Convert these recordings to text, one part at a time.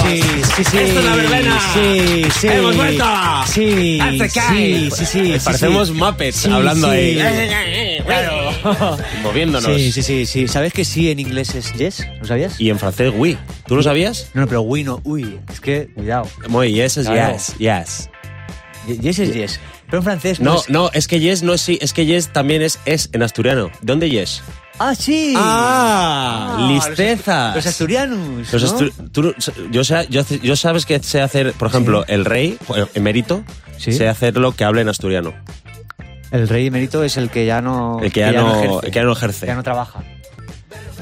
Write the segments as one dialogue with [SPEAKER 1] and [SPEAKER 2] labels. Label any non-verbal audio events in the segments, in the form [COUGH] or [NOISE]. [SPEAKER 1] sí, sí.
[SPEAKER 2] Esto es la verbena.
[SPEAKER 1] Sí, sí.
[SPEAKER 2] Hemos vuelto.
[SPEAKER 1] Sí.
[SPEAKER 2] Hace
[SPEAKER 1] Sí,
[SPEAKER 2] cae.
[SPEAKER 1] sí, sí. sí,
[SPEAKER 3] Parecemos
[SPEAKER 1] sí.
[SPEAKER 3] Muppets
[SPEAKER 1] Sí,
[SPEAKER 3] hablando
[SPEAKER 1] sí.
[SPEAKER 2] Eh,
[SPEAKER 3] ahí, eh.
[SPEAKER 2] Claro.
[SPEAKER 3] [LAUGHS] moviéndonos.
[SPEAKER 1] Sí, sí, sí, sí. ¿Sabes que sí en inglés es yes? ¿Lo sabías?
[SPEAKER 3] Y en francés, oui. ¿Tú lo sabías?
[SPEAKER 1] No, no, pero uy, no, uy. Es que, cuidado.
[SPEAKER 3] Muy, yes es
[SPEAKER 1] Claro.
[SPEAKER 3] yes, yes.
[SPEAKER 1] Ye- Yes es yes. Pero en francés
[SPEAKER 3] No,
[SPEAKER 1] es-
[SPEAKER 3] no, es que yes no es sí, es que yes también es es en asturiano. ¿Dónde yes?
[SPEAKER 1] Ah, sí.
[SPEAKER 3] Ah,
[SPEAKER 1] Ah, los
[SPEAKER 3] listezas.
[SPEAKER 1] astu- Los asturianos.
[SPEAKER 3] Los
[SPEAKER 1] ¿no?
[SPEAKER 3] astu- tú- yo, sé- yo, hace- yo sabes que sé hacer, por ejemplo, el rey, jo- emérito,
[SPEAKER 1] Sí.
[SPEAKER 3] sé hacer lo que habla en asturiano.
[SPEAKER 1] El rey emérito es el que ya no.
[SPEAKER 3] Oh, El que ya no- el que ya no ejerce.
[SPEAKER 1] Ya no trabaja.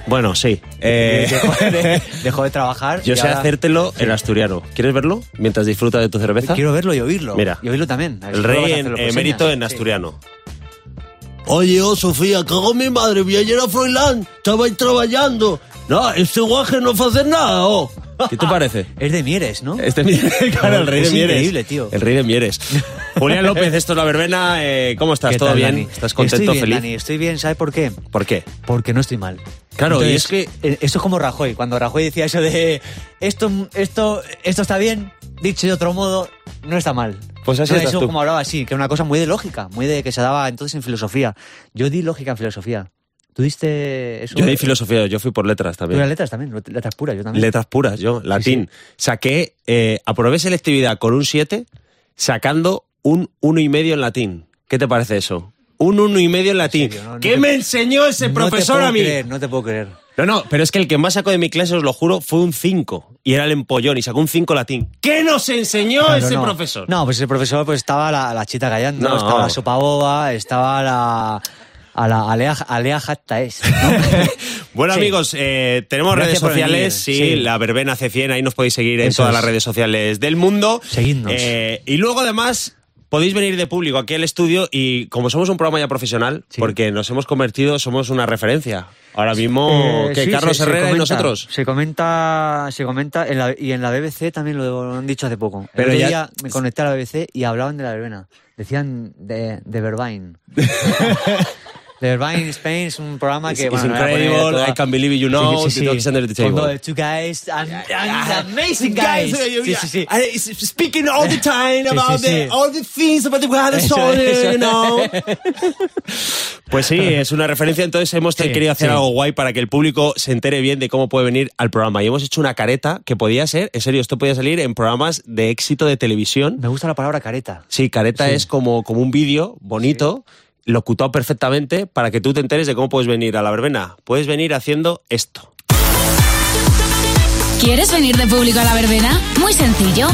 [SPEAKER 3] Bueno, sí. eh,
[SPEAKER 1] [LAUGHS] Dejó, de, dejó de trabajar.
[SPEAKER 3] [LAUGHS] yo
[SPEAKER 1] y
[SPEAKER 3] sé
[SPEAKER 1] ahora-
[SPEAKER 3] hacértelo en asturiano. ¿Quieres verlo mientras disfrutas de tu cerveza?
[SPEAKER 1] Quiero verlo y oírlo.
[SPEAKER 3] Mira.
[SPEAKER 1] Y oírlo también. A ver
[SPEAKER 3] El
[SPEAKER 1] si
[SPEAKER 3] rey
[SPEAKER 1] luego vas a
[SPEAKER 3] en,
[SPEAKER 1] hacerlo por
[SPEAKER 3] emérito
[SPEAKER 1] señas.
[SPEAKER 3] en
[SPEAKER 1] Sí.
[SPEAKER 3] asturiano.
[SPEAKER 4] Oye, oh, Sofía, cago en mi madre, vi ayer a Froilán, estabais trabajando. No, este guaje no hace nada, oh.
[SPEAKER 3] [LAUGHS] ¿Qué te parece?
[SPEAKER 1] Es de Mieres, ¿no?
[SPEAKER 4] [LAUGHS]
[SPEAKER 3] Este Mieres, claro, el rey
[SPEAKER 1] Es
[SPEAKER 3] de Mieres.
[SPEAKER 1] increíble, tío.
[SPEAKER 3] El rey de Mieres. Julián López, esto es la verbena. eh, ¿Cómo estás?
[SPEAKER 1] ¿Qué
[SPEAKER 3] ¿Todo
[SPEAKER 1] tal,
[SPEAKER 3] bien?
[SPEAKER 1] Dani?
[SPEAKER 3] ¿Estás contento,
[SPEAKER 1] estoy bien,
[SPEAKER 3] feliz?
[SPEAKER 1] Dani, estoy bien, ¿sabes por qué?
[SPEAKER 3] ¿Por qué?
[SPEAKER 1] Porque no estoy mal.
[SPEAKER 3] Claro, y es que-
[SPEAKER 1] eh, Esto es como Rajoy. Cuando Rajoy decía eso de. Esto, esto, esto está bien, dicho de otro modo, no está mal.
[SPEAKER 3] Pues así
[SPEAKER 1] No,
[SPEAKER 3] estás
[SPEAKER 1] Eso
[SPEAKER 3] tú.
[SPEAKER 1] como hablaba así, que era una cosa muy de lógica, muy de que se daba entonces en filosofía. Yo di lógica en filosofía. ¿Tú diste eso?
[SPEAKER 3] Yo di filosofía, yo fui por letras
[SPEAKER 1] Tú eras
[SPEAKER 3] también.
[SPEAKER 1] letras también, letras puras, yo también.
[SPEAKER 3] Letras puras, yo, latín. Saqué, eh, aprobé selectividad con un 7, sacando un 1,5 en latín. ¿Qué te parece eso? Un 1,5 en latín.
[SPEAKER 1] serio, no, no
[SPEAKER 3] ¿Qué
[SPEAKER 1] te-
[SPEAKER 3] me enseñó ese profesor
[SPEAKER 1] no te puedo
[SPEAKER 3] a mí?
[SPEAKER 1] Creer, no te puedo creer.
[SPEAKER 3] No, no, pero es que el que más sacó de mi clase, os lo juro, fue un 5. Y era el empollón y sacó un 5 latín. ¿Qué nos enseñó
[SPEAKER 1] Claro,
[SPEAKER 3] ese
[SPEAKER 1] Ah, no.
[SPEAKER 3] profesor?
[SPEAKER 1] No, pues ese profesor pues estaba la, la chita callando,
[SPEAKER 3] No.
[SPEAKER 1] estaba la sopa boba, estaba la. A la Alea, Alea Hattaes,
[SPEAKER 3] [LAUGHS]
[SPEAKER 1] ¿no?
[SPEAKER 3] Bueno,
[SPEAKER 1] Sí.
[SPEAKER 3] amigos, eh, tenemos
[SPEAKER 1] Gracias
[SPEAKER 3] redes
[SPEAKER 1] por venir,
[SPEAKER 3] sociales. Sí,
[SPEAKER 1] sí.
[SPEAKER 3] la verbena C100, ahí nos podéis seguir en
[SPEAKER 1] Eso
[SPEAKER 3] todas
[SPEAKER 1] es.
[SPEAKER 3] las redes sociales del mundo.
[SPEAKER 1] Seguidnos.
[SPEAKER 3] Eh, y luego, además. Podéis venir de público aquí al estudio y como somos un programa ya profesional,
[SPEAKER 1] Sí.
[SPEAKER 3] porque nos hemos convertido, somos una referencia. Ahora
[SPEAKER 1] [LAUGHS]
[SPEAKER 3] mismo
[SPEAKER 1] Eh,
[SPEAKER 3] Oh, que
[SPEAKER 1] sí,
[SPEAKER 3] Carlos
[SPEAKER 1] se- se
[SPEAKER 3] Herrera y
[SPEAKER 1] comenta,
[SPEAKER 3] nosotros.
[SPEAKER 1] Se comenta, se comenta en la- y en la BBC también lo han dicho hace poco.
[SPEAKER 3] Pero
[SPEAKER 1] Pero el otro
[SPEAKER 3] ya-
[SPEAKER 1] día me conecté a la BBC y hablaban de la verbena. Decían de,
[SPEAKER 3] [LAUGHS]
[SPEAKER 1] de Verbain. The Verbain Spain es un programa que...
[SPEAKER 3] It's
[SPEAKER 1] bueno, no voy a
[SPEAKER 3] incredible,
[SPEAKER 1] poner toda-
[SPEAKER 3] I can't believe you know,
[SPEAKER 1] Sí,
[SPEAKER 3] the
[SPEAKER 1] sí, sí,
[SPEAKER 3] dogs under the
[SPEAKER 1] Con
[SPEAKER 3] table.
[SPEAKER 1] todo de two guys and,
[SPEAKER 3] Ah, [LAUGHS]
[SPEAKER 1] and amazing guys. Sí, sí, sí.
[SPEAKER 3] I- Speaking all the time
[SPEAKER 1] Sí, sí,
[SPEAKER 3] about the-
[SPEAKER 1] sí.
[SPEAKER 3] all the things about the weather,
[SPEAKER 1] Eso,
[SPEAKER 3] so,
[SPEAKER 1] eso.
[SPEAKER 3] you know. [LAUGHS] Pues sí, es una referencia, entonces hemos
[SPEAKER 1] Sí,
[SPEAKER 3] querido hacer
[SPEAKER 1] sí.
[SPEAKER 3] algo guay para que el público se entere bien de cómo puede venir al programa. Y hemos hecho una careta que podía ser, en serio, esto podía salir en programas de éxito de televisión.
[SPEAKER 1] Me gusta la palabra careta.
[SPEAKER 3] Sí, careta
[SPEAKER 1] Sí.
[SPEAKER 3] es como, como un vídeo bonito, locutado perfectamente, para que tú te enteres de cómo puedes venir a la verbena. Puedes venir haciendo esto.
[SPEAKER 5] ¿Quieres venir de público a la verbena? Muy sencillo.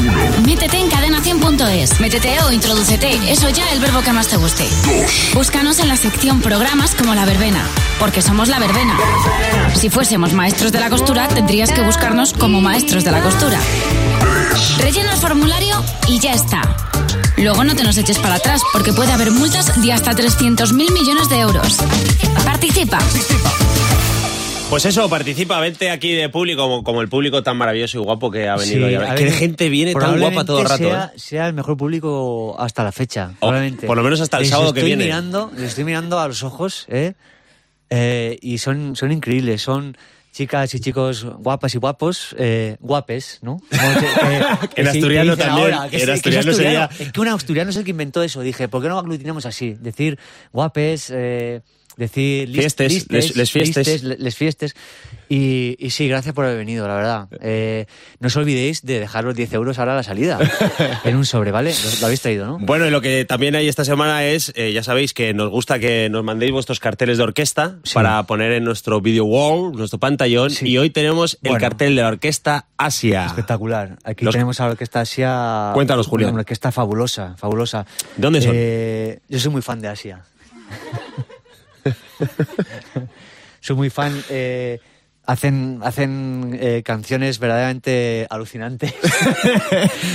[SPEAKER 5] Métete en cadena100.es. Métete o introdúcete. Eso ya el verbo que más te guste. Búscanos en la sección programas como La Verbena. Porque somos La Verbena. Si fuésemos maestros de la costura, tendrías que buscarnos como maestros de la costura. Rellena el formulario y ya está. Luego no te nos eches para atrás porque puede haber multas de hasta 300.000 millones de euros. Participa.
[SPEAKER 3] Pues eso, participa, vente aquí de público, como, como el público tan maravilloso y guapo que ha venido. hoy.
[SPEAKER 1] Sí, a
[SPEAKER 3] que
[SPEAKER 1] ver,
[SPEAKER 3] gente viene tan guapa todo el rato.
[SPEAKER 1] probablemente
[SPEAKER 3] ¿eh?
[SPEAKER 1] Sea, sea el mejor público hasta la fecha.
[SPEAKER 3] O,
[SPEAKER 1] probablemente.
[SPEAKER 3] por lo menos hasta el
[SPEAKER 1] Les
[SPEAKER 3] sábado que
[SPEAKER 1] estoy
[SPEAKER 3] viene.
[SPEAKER 1] Mirando, les estoy mirando a los ojos ¿eh? Eh, y son, son increíbles. Son chicas y chicos guapas y guapos, eh, guapes, ¿no? Como
[SPEAKER 3] [LAUGHS]
[SPEAKER 1] que- que- que
[SPEAKER 3] En
[SPEAKER 1] sí, que
[SPEAKER 3] asturiano
[SPEAKER 1] dicen
[SPEAKER 3] también,
[SPEAKER 1] ahora, que
[SPEAKER 3] en
[SPEAKER 1] sí, que es
[SPEAKER 3] asturiano
[SPEAKER 1] asturiano.
[SPEAKER 3] sería-
[SPEAKER 1] Es que un asturiano es el que inventó eso. Dije, ¿por qué no aglutinamos así? Decir guapes, eh, decir lis-
[SPEAKER 3] Fiestes, les- les fiestes.
[SPEAKER 1] listes, le- les fiestes. Y, y sí, gracias por haber venido, la verdad. Eh, no os olvidéis de dejar los 10 euros ahora a la salida en un sobre, ¿vale? Lo, lo habéis traído, ¿no?
[SPEAKER 3] Bueno, y lo que también hay esta semana es, eh, ya sabéis que nos gusta que nos mandéis vuestros carteles de orquesta
[SPEAKER 1] Sí.
[SPEAKER 3] para poner en nuestro video wall, nuestro pantallón,
[SPEAKER 1] Sí.
[SPEAKER 3] y hoy tenemos el
[SPEAKER 1] Bueno.
[SPEAKER 3] cartel de la orquesta Asia.
[SPEAKER 1] Espectacular. Aquí
[SPEAKER 3] Ah. Los-
[SPEAKER 1] tenemos a la orquesta Asia.
[SPEAKER 3] Cuéntanos, Julián.
[SPEAKER 1] Una orquesta fabulosa, fabulosa.
[SPEAKER 3] ¿Dónde son?
[SPEAKER 1] Eh, yo soy muy fan
[SPEAKER 3] [LAUGHS]
[SPEAKER 1] de Asia. soy muy fan. eh, hacen hacen eh, canciones verdaderamente
[SPEAKER 3] [LAUGHS]
[SPEAKER 1] alucinantes.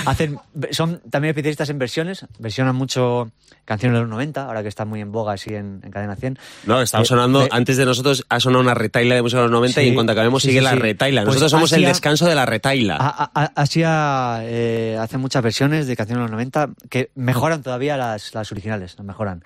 [SPEAKER 1] hacen Son también especialistas en versiones. Versionan mucho canciones de los 90, ahora que está muy en boga así en, en Cadena 100.
[SPEAKER 3] No, estaba
[SPEAKER 1] Eh,
[SPEAKER 3] sonando,
[SPEAKER 1] eh,
[SPEAKER 3] antes de nosotros ha sonado una retaila de música de los 90 y
[SPEAKER 1] Sí,
[SPEAKER 3] en cuanto acabemos
[SPEAKER 1] sí,
[SPEAKER 3] sigue
[SPEAKER 1] sí,
[SPEAKER 3] la
[SPEAKER 1] sí.
[SPEAKER 3] retaila.
[SPEAKER 1] Pues
[SPEAKER 3] Nosotros somos el
[SPEAKER 1] Asia- Ah,
[SPEAKER 3] descanso de la retaila.
[SPEAKER 1] A- a- a- Asia eh, hace muchas versiones de canciones de los 90 que mejoran todavía las, las originales, las mejoran.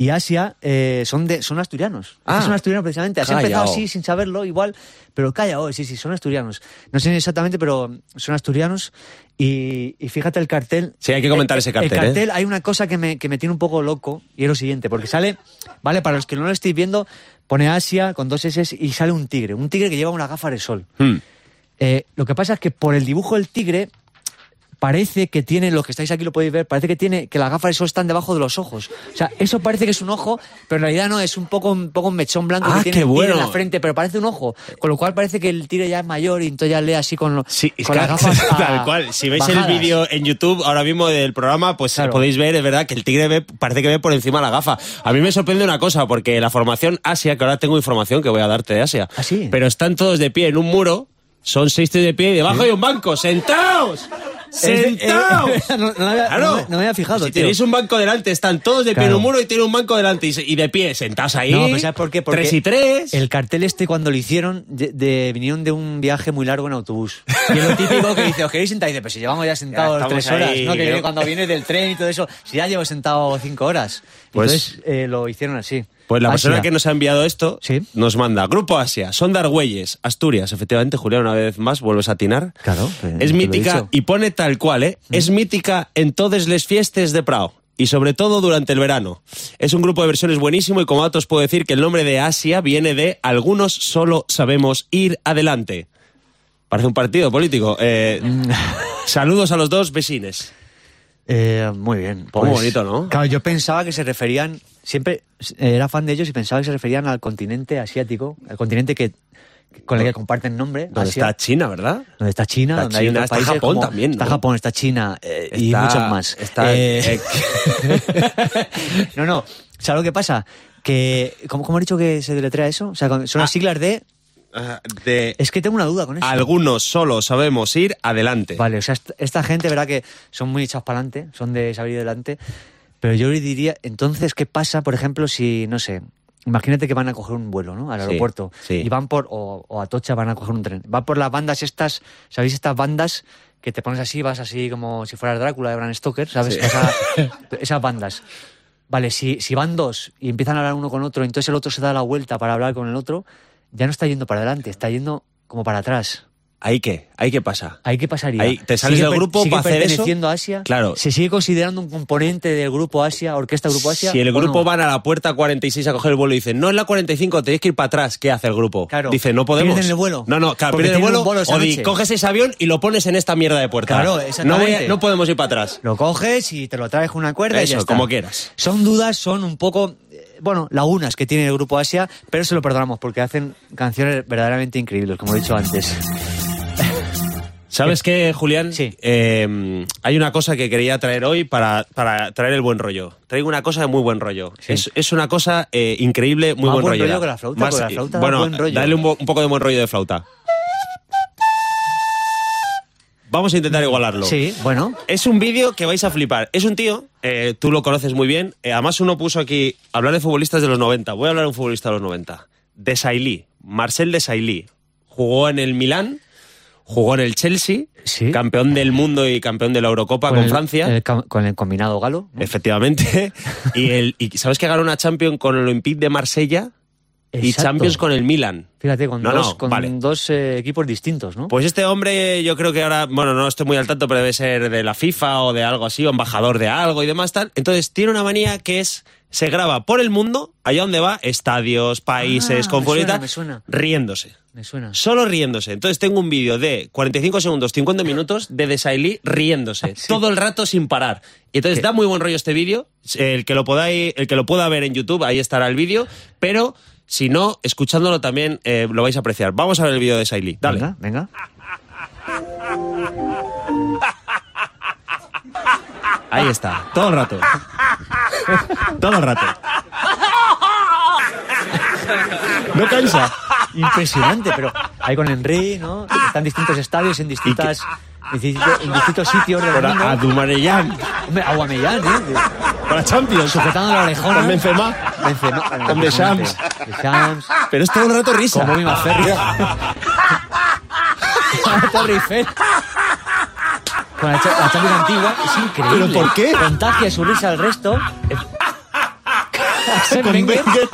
[SPEAKER 1] Y Asia eh, son de son asturianos. Es que
[SPEAKER 3] Ah.
[SPEAKER 1] son asturianos precisamente. Has
[SPEAKER 3] Callao.
[SPEAKER 1] empezado así sin saberlo, igual, pero calla, oh, sí, sí, son asturianos. No sé exactamente, pero son asturianos. Y, y fíjate el cartel.
[SPEAKER 3] Sí, hay que comentar
[SPEAKER 1] El-
[SPEAKER 3] ese
[SPEAKER 1] el-
[SPEAKER 3] cartel,
[SPEAKER 1] El
[SPEAKER 3] ¿eh?
[SPEAKER 1] cartel, hay una cosa que me, que me tiene un poco loco y es lo siguiente, porque sale, vale, para los que no lo estéis viendo, pone Asia con dos S y sale un tigre, un tigre que lleva una gafa de sol.
[SPEAKER 3] Hmm.
[SPEAKER 1] Eh, lo que pasa es que por el dibujo del tigre parece que tiene, los que estáis aquí lo podéis ver, parece que tiene que las gafas de sol están debajo de los ojos. O sea, eso parece que es un ojo, pero en realidad no, es un poco un, poco un mechón blanco
[SPEAKER 3] Ah,
[SPEAKER 1] que tiene
[SPEAKER 3] qué
[SPEAKER 1] el tigre en
[SPEAKER 3] bueno.
[SPEAKER 1] la frente, pero parece un ojo. Con lo cual parece que el tigre ya es mayor y entonces ya lee así con, lo-
[SPEAKER 3] Sí, es
[SPEAKER 1] con
[SPEAKER 3] que- [LAUGHS]
[SPEAKER 1] las gafas. a-
[SPEAKER 3] tal cual. Si veis
[SPEAKER 1] bajadas.
[SPEAKER 3] el vídeo en YouTube ahora mismo del programa, pues
[SPEAKER 1] Claro.
[SPEAKER 3] podéis ver, es verdad, que el tigre ve, parece que ve por encima la gafa. A mí me sorprende una cosa, porque la formación Asia, que ahora tengo información que voy a darte de Asia,
[SPEAKER 1] ¿Ah, sí?
[SPEAKER 3] pero están todos de pie en un muro, son seis tíos de pie y debajo hay un banco, sentaos. ¡Sentaos!
[SPEAKER 1] Eh, eh, [LAUGHS] no, no me había-
[SPEAKER 3] Claro.
[SPEAKER 1] no me- no me había fijado,
[SPEAKER 3] Si
[SPEAKER 1] tío.
[SPEAKER 3] tenéis un banco delante, están todos de pie en
[SPEAKER 1] Claro.
[SPEAKER 3] un muro y tiene un banco delante y, se- y de pie, sentaos ahí.
[SPEAKER 1] No, pero ¿sabes por qué? Porque
[SPEAKER 3] tres y tres.
[SPEAKER 1] El cartel este cuando lo hicieron de, de- vinieron de un viaje muy largo en autobús. Y es lo típico que dice, os queréis sentar y dice, pero si llevamos ya sentados
[SPEAKER 3] Ya estamos
[SPEAKER 1] tres horas,
[SPEAKER 3] ahí,
[SPEAKER 1] ¿no? Que
[SPEAKER 3] ¿no?
[SPEAKER 1] viene cuando viene del tren y todo eso, si ya llevo sentado cinco horas.
[SPEAKER 3] Pues-
[SPEAKER 1] Entonces eh, lo hicieron así.
[SPEAKER 3] Pues la
[SPEAKER 1] Así
[SPEAKER 3] persona
[SPEAKER 1] ya.
[SPEAKER 3] que nos ha enviado esto
[SPEAKER 1] Sí.
[SPEAKER 3] nos manda Grupo Asia, son de Argüelles, Asturias. Efectivamente, Julián, una vez más vuelves a atinar.
[SPEAKER 1] Claro, pues, te
[SPEAKER 3] Es
[SPEAKER 1] lo he
[SPEAKER 3] mítica
[SPEAKER 1] dicho.
[SPEAKER 3] y pone tal cual, ¿eh? Es mítica en todas las fiestas de Prado y sobre todo durante el verano. Es un grupo de versiones buenísimo y como datos puedo decir que el nombre de Asia viene de algunos solo sabemos ir adelante. Parece un partido político.
[SPEAKER 1] [LAUGHS]
[SPEAKER 3] Eh, saludos a los dos vecines.
[SPEAKER 1] Eh, muy bien.
[SPEAKER 3] Muy Oh, bonito, ¿no?
[SPEAKER 1] Claro, yo pensaba que se referían, siempre eh, era fan de ellos y pensaba que se referían al continente asiático, al continente que con el que comparten nombre.
[SPEAKER 3] ¿Dónde
[SPEAKER 1] Asia.
[SPEAKER 3] está China, verdad?
[SPEAKER 1] donde está China,
[SPEAKER 3] Está
[SPEAKER 1] donde hay
[SPEAKER 3] China,
[SPEAKER 1] otros
[SPEAKER 3] está
[SPEAKER 1] países
[SPEAKER 3] Japón
[SPEAKER 1] como-
[SPEAKER 3] también,
[SPEAKER 1] Está
[SPEAKER 3] ¿no?
[SPEAKER 1] Japón, está China eh, y
[SPEAKER 3] Está-
[SPEAKER 1] muchos más.
[SPEAKER 3] está-
[SPEAKER 1] [LAUGHS] Eh,
[SPEAKER 3] eh,
[SPEAKER 1] no, no. ¿Sabes lo que pasa? Que, ¿cómo, cómo he dicho que se deletrea eso? O sea, con- son las
[SPEAKER 3] Ah.
[SPEAKER 1] siglas de...
[SPEAKER 3] [LAUGHS] Ah, De
[SPEAKER 1] Es que tengo una duda con eso.
[SPEAKER 3] Algunos solo sabemos ir adelante.
[SPEAKER 1] Vale, o sea, est- esta gente, ¿verdad? Que son muy echados para adelante, son de salir adelante. Pero yo le diría, entonces, ¿qué pasa, por ejemplo, si, no sé, imagínate que van a coger un vuelo, ¿no? Al
[SPEAKER 3] Sí,
[SPEAKER 1] aeropuerto.
[SPEAKER 3] sí.
[SPEAKER 1] Y van por, o, o a Tocha van a coger un tren. Van por las bandas estas, ¿sabéis? Estas bandas que te pones así, vas así como si fueras Drácula de Bram Stoker, ¿sabes?
[SPEAKER 3] [LAUGHS]
[SPEAKER 1] Vas a- esas bandas. Vale, si, si van dos y empiezan a hablar uno con otro, entonces el otro se da la vuelta para hablar con el otro, ya no está yendo para adelante, está yendo como para atrás.
[SPEAKER 3] ¿Ahí qué? ¿Ahí qué pasa?
[SPEAKER 1] Ahí qué pasaría.
[SPEAKER 3] Ahí, te sales
[SPEAKER 1] ¿Sigue
[SPEAKER 3] del
[SPEAKER 1] per-
[SPEAKER 3] grupo
[SPEAKER 1] sigue
[SPEAKER 3] para hacer eso?
[SPEAKER 1] perteneciendo a Asia?
[SPEAKER 3] Claro.
[SPEAKER 1] ¿Se sigue considerando un componente del grupo Asia, orquesta grupo Asia?
[SPEAKER 3] Si el
[SPEAKER 1] o
[SPEAKER 3] grupo
[SPEAKER 1] no?
[SPEAKER 3] van a la puerta 46 a coger el vuelo y dicen, no es la 45, tenéis que ir para atrás, ¿qué hace el grupo?
[SPEAKER 1] Claro.
[SPEAKER 3] Dice, no podemos.
[SPEAKER 1] Pierden el vuelo.
[SPEAKER 3] No, no, claro,
[SPEAKER 1] Porque
[SPEAKER 3] pierden el
[SPEAKER 1] tienen
[SPEAKER 3] vuelo.
[SPEAKER 1] un vuelo esa
[SPEAKER 3] o di,
[SPEAKER 1] noche.
[SPEAKER 3] coges ese avión y lo pones en esta mierda de puerta.
[SPEAKER 1] Claro,
[SPEAKER 3] no, voy a-
[SPEAKER 1] exactamente.
[SPEAKER 3] no podemos ir para atrás.
[SPEAKER 1] Lo coges y te lo traes con una cuerda y
[SPEAKER 3] Eso,
[SPEAKER 1] ya está.
[SPEAKER 3] como quieras.
[SPEAKER 1] Son dudas, son un poco, eh, bueno, lagunas que tiene el grupo Asia, pero se lo perdonamos porque hacen canciones verdaderamente increíbles, como he dicho antes.
[SPEAKER 3] ¿Sabes qué, Julián?
[SPEAKER 1] Sí.
[SPEAKER 3] Eh, hay una cosa que quería traer hoy para, para traer el buen rollo. Traigo una cosa de muy buen rollo.
[SPEAKER 1] Sí.
[SPEAKER 3] Es, es una cosa eh, increíble, muy
[SPEAKER 1] Más
[SPEAKER 3] buen,
[SPEAKER 1] buen
[SPEAKER 3] rollera.
[SPEAKER 1] rollo que la flauta, porque la flauta da
[SPEAKER 3] bueno,
[SPEAKER 1] buen rollo.
[SPEAKER 3] dale un, bo- un poco de buen rollo de flauta. Vamos a intentar igualarlo.
[SPEAKER 1] Sí, bueno.
[SPEAKER 3] Es un vídeo que vais a flipar. Es un tío, eh, tú lo conoces muy bien. eh, además, uno puso aquí hablar de futbolistas de los 90. Voy a hablar de un futbolista de los 90. De Sailly, Marcel de Sailly. Jugó en el Milán, jugó en el Chelsea,
[SPEAKER 1] Sí.
[SPEAKER 3] campeón del mundo y campeón de la Eurocopa con,
[SPEAKER 1] el-
[SPEAKER 3] Francia.
[SPEAKER 1] el cam- con el combinado galo. ¿no?
[SPEAKER 3] Efectivamente. [LAUGHS] y, el, y ¿sabes que ganó una Champions con el Olympique de Marsella? Y
[SPEAKER 1] Exacto.
[SPEAKER 3] Champions con el Milan.
[SPEAKER 1] Fíjate, con
[SPEAKER 3] No,
[SPEAKER 1] dos,
[SPEAKER 3] no,
[SPEAKER 1] con
[SPEAKER 3] vale.
[SPEAKER 1] dos, eh, equipos distintos, ¿no?
[SPEAKER 3] Pues este hombre, yo creo que ahora, bueno, no estoy muy al tanto, pero debe ser de la FIFA o de algo así, o embajador de algo y demás tal. Entonces tiene una manía que es, se graba por el mundo, allá donde va, estadios, países,
[SPEAKER 1] Ah,
[SPEAKER 3] con
[SPEAKER 1] me
[SPEAKER 3] futbolistas,
[SPEAKER 1] suena, me suena.
[SPEAKER 3] riéndose.
[SPEAKER 1] Me suena.
[SPEAKER 3] Solo riéndose. Entonces tengo un vídeo de 45 segundos, 50 minutos de Desailly
[SPEAKER 1] [LAUGHS]
[SPEAKER 3] riéndose. Todo el rato sin parar. Y entonces da muy buen rollo este vídeo. El que lo podáis, el que lo pueda ver en YouTube, ahí estará el vídeo. Pero si no, escuchándolo también eh, lo vais a apreciar. Vamos a ver el vídeo de Desailly. Dale.
[SPEAKER 1] Venga, venga.
[SPEAKER 3] Ahí está, todo el
[SPEAKER 1] [LAUGHS]
[SPEAKER 3] rato. todo el rato. No cansa.
[SPEAKER 1] Impresionante, pero ahí con Henry, ¿no? Están distintos estadios en distintas. en distintos- en distintos sitios del
[SPEAKER 3] Por
[SPEAKER 1] mundo.
[SPEAKER 3] a, a Dumarellán,
[SPEAKER 1] Hombre, Aguamellán, ¿eh?
[SPEAKER 3] por a Champions.
[SPEAKER 1] Sujetando la orejona.
[SPEAKER 3] Con Benzema.
[SPEAKER 1] Benzema.
[SPEAKER 3] Con De Shams.
[SPEAKER 1] De Shams.
[SPEAKER 3] Pero es todo el rato risa.
[SPEAKER 1] Como Bobby [LAUGHS] Maferri. Torre Eiffel. Con la, cha- la Champions antigua. Es increíble.
[SPEAKER 4] ¿Pero por qué?
[SPEAKER 1] Contagia su risa al resto. Arsène Wenger. [LAUGHS]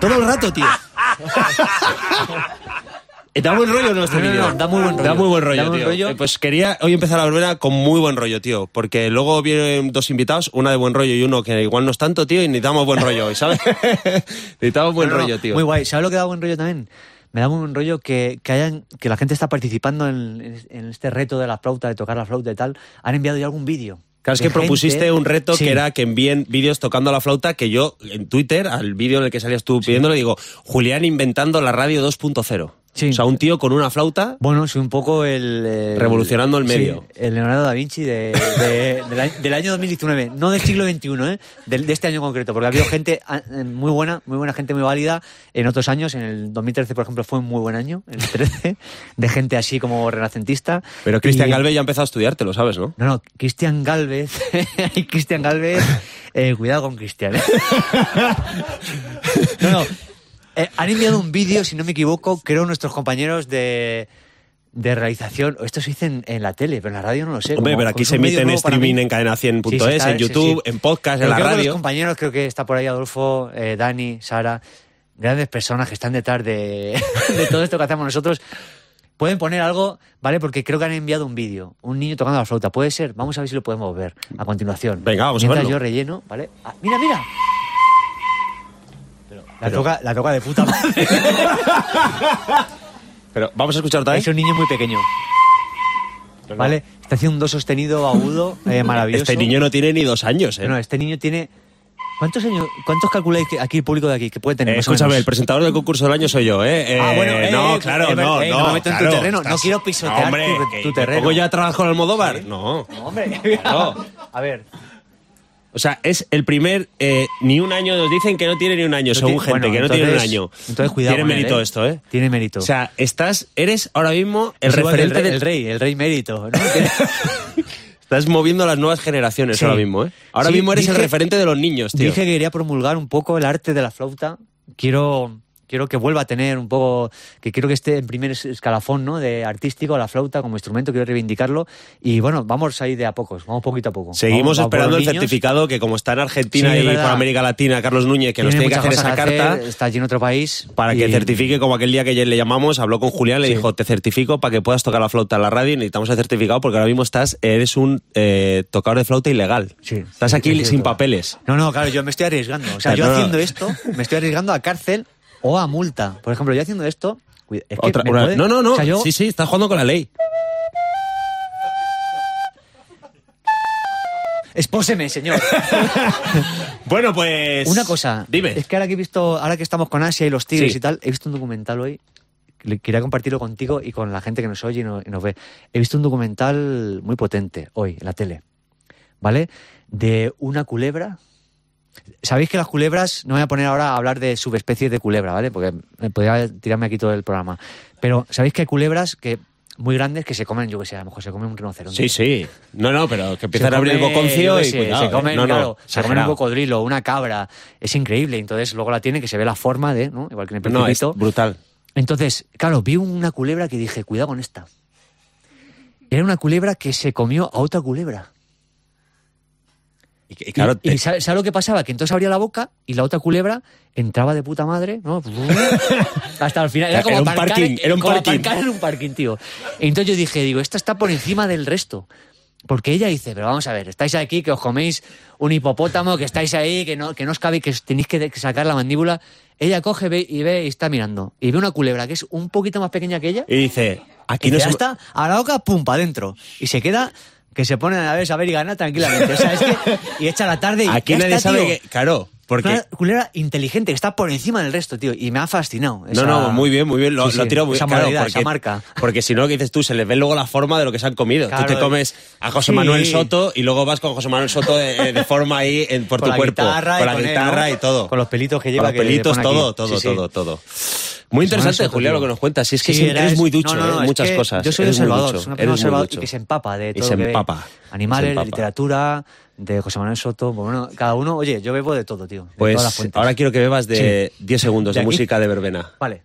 [SPEAKER 3] Todo el rato, tío. Eh, Da buen rollo, ¿no? Este
[SPEAKER 1] No, no,
[SPEAKER 3] vídeo.
[SPEAKER 1] no, da muy buen rollo.
[SPEAKER 3] Da muy buen rollo,
[SPEAKER 1] Da buen
[SPEAKER 3] tío.
[SPEAKER 1] rollo.
[SPEAKER 3] Eh, Pues quería hoy empezar la verbena con muy buen rollo, tío. Porque luego vienen dos invitados, una de buen rollo y uno que igual no es tanto, tío, y necesitamos buen rollo hoy, ¿sabes? [LAUGHS] necesitamos buen
[SPEAKER 1] No, no,
[SPEAKER 3] rollo, tío.
[SPEAKER 1] Muy guay. ¿Sabes lo que da buen rollo también? Me da muy buen rollo que, que hayan, que la gente está participando en, en- en este reto de la flauta, de tocar la flauta y tal. Han enviado ya algún vídeo.
[SPEAKER 3] Claro, es
[SPEAKER 1] de
[SPEAKER 3] que propusiste
[SPEAKER 1] gente-
[SPEAKER 3] un reto
[SPEAKER 1] Sí.
[SPEAKER 3] que era que envíen vídeos tocando la flauta, que yo en Twitter, al vídeo en el que salías tú pidiéndolo, digo, Julián inventando la radio 2.0.
[SPEAKER 1] Sí.
[SPEAKER 3] O sea, un tío con una flauta.
[SPEAKER 1] Bueno, soy un poco el... el-
[SPEAKER 3] Revolucionando el medio.
[SPEAKER 1] sí, el Leonardo da Vinci de- de- [LAUGHS] del, año- del año 2019. No del siglo XXI, ¿eh? Del- de este año en concreto. Porque ha habido gente ah, eh, muy buena, muy buena gente muy válida en otros años. En el 2013, por ejemplo, fue un muy buen año, el 13, de gente así como renacentista.
[SPEAKER 3] Pero Cristian
[SPEAKER 1] Y-
[SPEAKER 3] Galve ya ha empezado a estudiarte, lo sabes, ¿no?
[SPEAKER 1] No, no, Cristian Galvez. [LAUGHS] y Cristian Galvez. eh, cuidado con Cristian. ¿eh? no, no. eh, han enviado un vídeo, si no me equivoco, creo nuestros compañeros de, de realización. O Esto se dice en, en la tele, pero en la radio no lo sé.
[SPEAKER 3] Hombre,
[SPEAKER 1] como-
[SPEAKER 3] pero
[SPEAKER 1] como
[SPEAKER 3] aquí
[SPEAKER 1] es
[SPEAKER 3] se
[SPEAKER 1] un medio
[SPEAKER 3] emite en
[SPEAKER 1] nuevo para
[SPEAKER 3] streaming
[SPEAKER 1] mí.
[SPEAKER 3] en
[SPEAKER 1] Sí,
[SPEAKER 3] cadena100.es,
[SPEAKER 1] sí, está,
[SPEAKER 3] en
[SPEAKER 1] sí,
[SPEAKER 3] YouTube,
[SPEAKER 1] sí.
[SPEAKER 3] en podcast, en
[SPEAKER 1] Pero
[SPEAKER 3] la
[SPEAKER 1] creo que
[SPEAKER 3] radio.
[SPEAKER 1] Los compañeros, creo que está por ahí Adolfo, eh, Dani, Sara, grandes personas que están detrás de, [LAUGHS] de todo esto que hacemos nosotros. Pueden poner algo, ¿vale? Porque creo que han enviado un vídeo, un niño tocando la flauta. Puede ser, vamos a ver si lo podemos ver a continuación.
[SPEAKER 3] Venga, vamos a
[SPEAKER 1] Mientras
[SPEAKER 3] verlo.
[SPEAKER 1] yo relleno, ¿vale? Ah, mira, mira. la, toca, la toca de
[SPEAKER 3] [LAUGHS]
[SPEAKER 1] puta madre.
[SPEAKER 3] Pero vamos a escuchar otra
[SPEAKER 1] es
[SPEAKER 3] vez.
[SPEAKER 1] un niño muy pequeño, ¿vale? Está haciendo un do sostenido agudo, eh, maravilloso.
[SPEAKER 3] Este niño no tiene ni dos años, ¿eh?
[SPEAKER 1] No, este niño tiene. ¿Cuántos años? ¿Cuántos calculáis que aquí el público de aquí que puede
[SPEAKER 3] Eh,
[SPEAKER 1] tener? más o
[SPEAKER 3] escúchame,
[SPEAKER 1] menos?
[SPEAKER 3] el presentador del concurso del año soy yo, ¿eh?
[SPEAKER 1] Ah,
[SPEAKER 3] Eh,
[SPEAKER 1] bueno, eh,
[SPEAKER 3] no,
[SPEAKER 1] eh,
[SPEAKER 3] claro,
[SPEAKER 1] eh,
[SPEAKER 3] no,
[SPEAKER 1] eh,
[SPEAKER 3] no.
[SPEAKER 1] me meto en tu
[SPEAKER 3] claro,
[SPEAKER 1] terreno, no quiero pisotear
[SPEAKER 3] hombre,
[SPEAKER 1] tu-
[SPEAKER 3] que-
[SPEAKER 1] tu
[SPEAKER 3] ¿me
[SPEAKER 1] terreno.
[SPEAKER 3] pongo yo a trabajar con Almodóvar? No.
[SPEAKER 1] No, hombre. [LAUGHS]
[SPEAKER 3] Claro.
[SPEAKER 1] A ver.
[SPEAKER 3] O sea, es el primer. eh, ni un año, nos dicen que no tiene ni un año, según
[SPEAKER 1] ti-
[SPEAKER 3] gente,
[SPEAKER 1] bueno,
[SPEAKER 3] que no tiene un
[SPEAKER 1] entonces-
[SPEAKER 3] año.
[SPEAKER 1] entonces cuidado
[SPEAKER 3] Tiene
[SPEAKER 1] con él,
[SPEAKER 3] mérito
[SPEAKER 1] ¿eh?
[SPEAKER 3] esto, ¿eh?
[SPEAKER 1] Tiene mérito.
[SPEAKER 3] O sea, estás, eres ahora mismo el
[SPEAKER 1] Es igual que
[SPEAKER 3] referente
[SPEAKER 1] el, rey,
[SPEAKER 3] del
[SPEAKER 1] el rey, el rey mérito.
[SPEAKER 3] [LAUGHS]
[SPEAKER 1] ¿no?
[SPEAKER 3] Estás moviendo a las nuevas generaciones
[SPEAKER 1] Sí.
[SPEAKER 3] ahora mismo, ¿eh? Ahora
[SPEAKER 1] Sí,
[SPEAKER 3] mismo eres el
[SPEAKER 1] dije-
[SPEAKER 3] referente de los niños, tío.
[SPEAKER 1] Dije que quería promulgar un poco el arte de la flauta. Quiero, quiero que vuelva a tener un poco, que quiero que esté en primer es- escalafón, ¿no? De artístico la flauta como instrumento. Quiero reivindicarlo y bueno, vamos ahí de a pocos, vamos poquito a poco.
[SPEAKER 3] Seguimos
[SPEAKER 1] Vamos- vamos por
[SPEAKER 3] esperando el
[SPEAKER 1] niños.
[SPEAKER 3] certificado que como está en Argentina
[SPEAKER 1] Sí, es
[SPEAKER 3] y por
[SPEAKER 1] verdad.
[SPEAKER 3] América Latina, Carlos Núñez, que nos tiene que
[SPEAKER 1] muchas
[SPEAKER 3] hacer esa
[SPEAKER 1] cosas que
[SPEAKER 3] carta
[SPEAKER 1] hacer, Está allí en otro país.
[SPEAKER 3] para que
[SPEAKER 1] y-
[SPEAKER 3] certifique como aquel día que ayer le llamamos, habló con Julián, le dijo, te certifico para que puedas tocar la flauta en la radio y necesitamos el certificado porque ahora mismo estás, eres un eh, tocador de flauta ilegal.
[SPEAKER 1] Sí.
[SPEAKER 3] Estás
[SPEAKER 1] Sí,
[SPEAKER 3] aquí
[SPEAKER 1] sí, sí,
[SPEAKER 3] sin
[SPEAKER 1] sí.
[SPEAKER 3] papeles.
[SPEAKER 1] No, no, claro, yo me estoy arriesgando. O sea, yo
[SPEAKER 3] No, no.
[SPEAKER 1] haciendo esto, me estoy arriesgando a cárcel o a multa. Por ejemplo, yo haciendo esto. cuida- es que
[SPEAKER 3] Otra-
[SPEAKER 1] me
[SPEAKER 3] una-
[SPEAKER 1] puede-
[SPEAKER 3] No, no, no.
[SPEAKER 1] o sea, yo-
[SPEAKER 3] Sí, sí, estás jugando con la ley.
[SPEAKER 1] Expóseme, señor.
[SPEAKER 3] Bueno, pues...
[SPEAKER 1] Una cosa.
[SPEAKER 3] Dime.
[SPEAKER 1] Es que ahora que he visto, ahora que estamos con Asia y los tigres
[SPEAKER 3] Sí.
[SPEAKER 1] y tal, he visto un documental hoy. que le- Quería compartirlo contigo y con la gente que nos oye y no- y nos ve. He visto un documental muy potente hoy en la tele, ¿vale? De una culebra. Sabéis que las culebras, no me voy a poner ahora a hablar de subespecies de culebra, ¿vale? Porque me podría tirarme aquí todo el programa. Pero sabéis que hay culebras que muy grandes que se comen, yo que sé, a lo mejor se come un rinoceronte.
[SPEAKER 3] Sí, sí. No, no, pero que
[SPEAKER 1] Se
[SPEAKER 3] empiezan a abrir el
[SPEAKER 1] come,
[SPEAKER 3] boconcio
[SPEAKER 1] yo
[SPEAKER 3] y
[SPEAKER 1] qué sé,
[SPEAKER 3] cuidado,
[SPEAKER 1] se
[SPEAKER 3] ¿eh?
[SPEAKER 1] comen,
[SPEAKER 3] No, no,
[SPEAKER 1] claro, se comen un
[SPEAKER 3] exagerado.
[SPEAKER 1] cocodrilo, una cabra, es increíble. Entonces luego la tienen que se ve la forma de, ¿no? Igual que en el
[SPEAKER 3] No, es
[SPEAKER 1] principito.
[SPEAKER 3] brutal.
[SPEAKER 1] Entonces, claro, vi una culebra que dije, cuidado con esta. Era una culebra que se comió a otra culebra.
[SPEAKER 3] Y, y
[SPEAKER 1] Y-
[SPEAKER 3] claro,
[SPEAKER 1] y,
[SPEAKER 3] te-
[SPEAKER 1] ¿sabes sabes lo que pasaba? Que entonces abría la boca y la otra culebra entraba de puta madre,
[SPEAKER 3] [LAUGHS]
[SPEAKER 1] ¿no? Hasta el final. Era
[SPEAKER 3] Era
[SPEAKER 1] como
[SPEAKER 3] un
[SPEAKER 1] aparcar-
[SPEAKER 3] parking, era un
[SPEAKER 1] como
[SPEAKER 3] parking.
[SPEAKER 1] aparcar en un parking, tío. Entonces yo dije, digo, esta está por encima del resto. Porque ella dice, pero vamos a ver, estáis aquí, que os coméis un hipopótamo, que estáis ahí, que no, que no os cabe, que os tenéis que de- que sacar la mandíbula. Ella coge ve, y ve y está mirando. Y ve una culebra que es un poquito más pequeña que ella.
[SPEAKER 3] y dice, aquí
[SPEAKER 1] Y
[SPEAKER 3] no
[SPEAKER 1] ya
[SPEAKER 3] se...
[SPEAKER 1] está, a la boca, pum, para adentro. Y se queda que se pone a ver, saber y ganar tranquilamente. O sea, es que, y echa la tarde y
[SPEAKER 3] Aquí
[SPEAKER 1] ya
[SPEAKER 3] nadie
[SPEAKER 1] está,
[SPEAKER 3] sabe
[SPEAKER 1] tío.
[SPEAKER 3] que... Claro, porque...
[SPEAKER 1] Una culebra inteligente, que está por encima del resto, tío. Y me ha fascinado.
[SPEAKER 3] No, no, muy bien, muy bien. Lo,
[SPEAKER 1] Sí,
[SPEAKER 3] lo ha
[SPEAKER 1] sí,
[SPEAKER 3] tirado muy
[SPEAKER 1] esa
[SPEAKER 3] bien. Claro,
[SPEAKER 1] modalidad,
[SPEAKER 3] porque,
[SPEAKER 1] esa marca.
[SPEAKER 3] Porque si no, lo que dices tú, se les ve luego la forma de lo que se han comido.
[SPEAKER 1] Claro,
[SPEAKER 3] tú te comes a José
[SPEAKER 1] sí.
[SPEAKER 3] Manuel Soto y luego vas con José Manuel Soto de, de forma ahí en- por
[SPEAKER 1] Con
[SPEAKER 3] tu
[SPEAKER 1] la
[SPEAKER 3] cuerpo.
[SPEAKER 1] guitarra y
[SPEAKER 3] con la
[SPEAKER 1] con él,
[SPEAKER 3] guitarra
[SPEAKER 1] ¿no?
[SPEAKER 3] y todo.
[SPEAKER 1] Con los pelitos que
[SPEAKER 3] Con
[SPEAKER 1] lleva
[SPEAKER 3] los
[SPEAKER 1] que le
[SPEAKER 3] pelitos,
[SPEAKER 1] pone aquí.
[SPEAKER 3] todo, todo,
[SPEAKER 1] Sí, sí.
[SPEAKER 3] todo, todo. Muy interesante,
[SPEAKER 1] Manuel Soto,
[SPEAKER 3] Julián, lo
[SPEAKER 1] tío.
[SPEAKER 3] que nos cuentas. Sí, es que
[SPEAKER 1] Sí,
[SPEAKER 3] siempre eres, muy
[SPEAKER 1] no,
[SPEAKER 3] ducho
[SPEAKER 1] no, no,
[SPEAKER 3] en
[SPEAKER 1] es
[SPEAKER 3] muchas
[SPEAKER 1] que
[SPEAKER 3] cosas.
[SPEAKER 1] Yo soy de
[SPEAKER 3] Eres muy
[SPEAKER 1] Salvador,
[SPEAKER 3] ducho,
[SPEAKER 1] soy una
[SPEAKER 3] eres
[SPEAKER 1] persona de
[SPEAKER 3] muy
[SPEAKER 1] Salvador y
[SPEAKER 3] ducho.
[SPEAKER 1] que se empapa de
[SPEAKER 3] Y
[SPEAKER 1] todo.
[SPEAKER 3] se
[SPEAKER 1] lo que ve.
[SPEAKER 3] empapa, se
[SPEAKER 1] Animales,
[SPEAKER 3] empapa.
[SPEAKER 1] de literatura, de José Manuel Soto. pues Bueno, cada uno, oye, yo bebo de todo, tío. de todas las
[SPEAKER 3] Pues
[SPEAKER 1] fuentes.
[SPEAKER 3] ahora quiero que bebas de 10 segundos
[SPEAKER 1] De
[SPEAKER 3] de
[SPEAKER 1] aquí.
[SPEAKER 3] música de verbena.
[SPEAKER 1] Vale.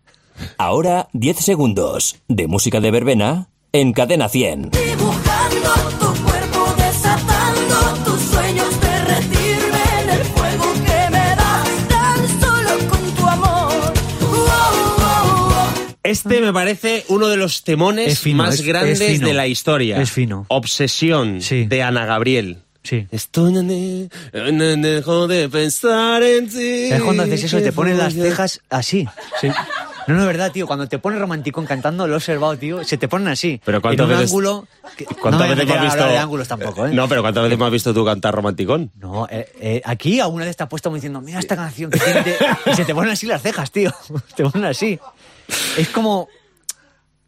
[SPEAKER 6] Ahora 10 segundos de música de verbena en cadena 100.
[SPEAKER 7] Dibujando tu cuerpo, desatando tus sueños, derretirme en el fuego que me da tan solo con tu amor. Wow,
[SPEAKER 3] Este me parece uno de los temones
[SPEAKER 1] Es fino,
[SPEAKER 3] más
[SPEAKER 1] es- es
[SPEAKER 3] grandes
[SPEAKER 1] fino.
[SPEAKER 3] de la historia.
[SPEAKER 1] Es fino.
[SPEAKER 3] Obsesión
[SPEAKER 1] Sí.
[SPEAKER 3] de Ana Gabriel.
[SPEAKER 1] Sí.
[SPEAKER 3] Estoy no dejo de pensar en ti.
[SPEAKER 1] Es cuando haces eso, te pones las cejas así. No, no, es verdad, tío. Cuando te pones romanticón cantando, lo he observado, tío, se te ponen así.
[SPEAKER 3] Pero ¿cuántas
[SPEAKER 1] en un
[SPEAKER 3] veces-
[SPEAKER 1] ángulo... que-
[SPEAKER 3] ¿Cuántas
[SPEAKER 1] no me
[SPEAKER 3] veces me has
[SPEAKER 1] meteré a
[SPEAKER 3] visto?
[SPEAKER 1] hablar de ángulos tampoco, ¿eh?
[SPEAKER 3] No, pero ¿cuántas veces me has visto tú cantar romanticón?
[SPEAKER 1] No, eh, eh, aquí a una vez te has puesto como diciendo, mira esta canción que tiene... de-". Y se te ponen así las cejas, tío. [LAUGHS] Te ponen así. Es como...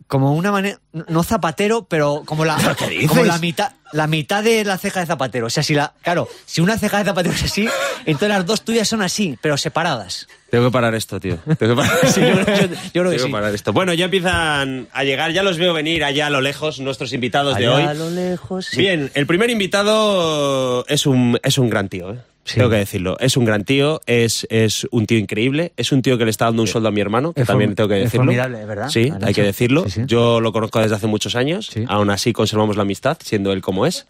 [SPEAKER 1] Como una manera... No zapatero, pero como la...
[SPEAKER 3] ¿Pero qué dices?
[SPEAKER 1] Como la mitad... La mitad de la ceja de zapatero. O sea, si la... Claro, si una ceja de zapatero es así, entonces las dos tuyas son así, pero separadas.
[SPEAKER 3] Tengo que parar esto, tío. [LAUGHS] Tengo que parar,
[SPEAKER 1] Sí, yo creo- yo- yo creo
[SPEAKER 3] [LAUGHS]
[SPEAKER 1] que
[SPEAKER 3] Tengo
[SPEAKER 1] sí.
[SPEAKER 3] parar esto. Bueno, ya empiezan a llegar, ya los veo venir allá a lo lejos, nuestros invitados de hoy.
[SPEAKER 1] Allá a lo lejos... Pues sí.
[SPEAKER 3] Bien, el primer invitado es un, es un gran tío, ¿eh?
[SPEAKER 1] Sí.
[SPEAKER 3] Tengo que decirlo, es un gran tío, es, es un tío increíble, es un tío que le está dando un sueldo a mi hermano, que
[SPEAKER 1] es
[SPEAKER 3] también
[SPEAKER 1] form-
[SPEAKER 3] tengo que
[SPEAKER 1] es
[SPEAKER 3] decirlo.
[SPEAKER 1] formidable, ¿verdad?
[SPEAKER 3] Sí,
[SPEAKER 1] Nacho?
[SPEAKER 3] hay que decirlo.
[SPEAKER 1] Sí, sí.
[SPEAKER 3] Yo lo conozco desde hace muchos años,
[SPEAKER 1] Sí.
[SPEAKER 3] aún así conservamos la amistad, siendo él como es.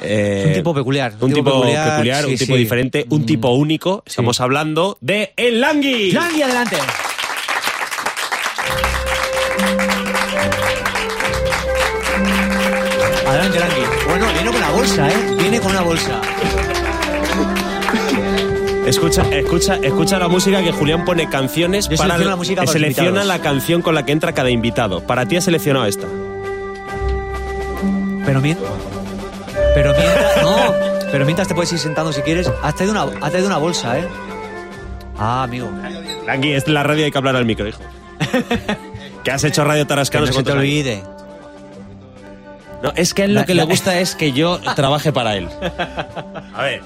[SPEAKER 3] Eh,
[SPEAKER 1] Es un tipo peculiar,
[SPEAKER 3] Un tipo peculiar,
[SPEAKER 1] sí,
[SPEAKER 3] un tipo
[SPEAKER 1] sí. Mm.
[SPEAKER 3] diferente, un tipo único. Estamos hablando de El Langui.
[SPEAKER 1] Langui, adelante. Adelante, Langui. Bueno, viene con la bolsa, ¿eh? Viene con una bolsa.
[SPEAKER 3] Escucha, escucha, escucha la música que Julián pone canciones
[SPEAKER 1] Yo
[SPEAKER 3] para
[SPEAKER 1] selecciono la música para los
[SPEAKER 3] selecciona
[SPEAKER 1] invitados.
[SPEAKER 3] la canción con la que entra cada invitado. Para ti ha seleccionado esta.
[SPEAKER 1] Pero, mien- pero mientras... [LAUGHS] No, pero mientras te puedes ir sentando si quieres. Has traído una, has traído una bolsa, ¿eh? Ah, amigo.
[SPEAKER 3] Aquí es la radio hay que hablar al micro,
[SPEAKER 1] [LAUGHS]
[SPEAKER 3] hijo. que has hecho radio
[SPEAKER 1] Que
[SPEAKER 3] Tarascano.
[SPEAKER 1] no
[SPEAKER 3] sé
[SPEAKER 1] se te
[SPEAKER 3] cuántos años.
[SPEAKER 1] olvide.
[SPEAKER 3] No, es que a él lo
[SPEAKER 1] La-
[SPEAKER 3] que
[SPEAKER 1] la-
[SPEAKER 3] le
[SPEAKER 1] [LAUGHS]
[SPEAKER 3] gusta es que yo trabaje para él. A ver,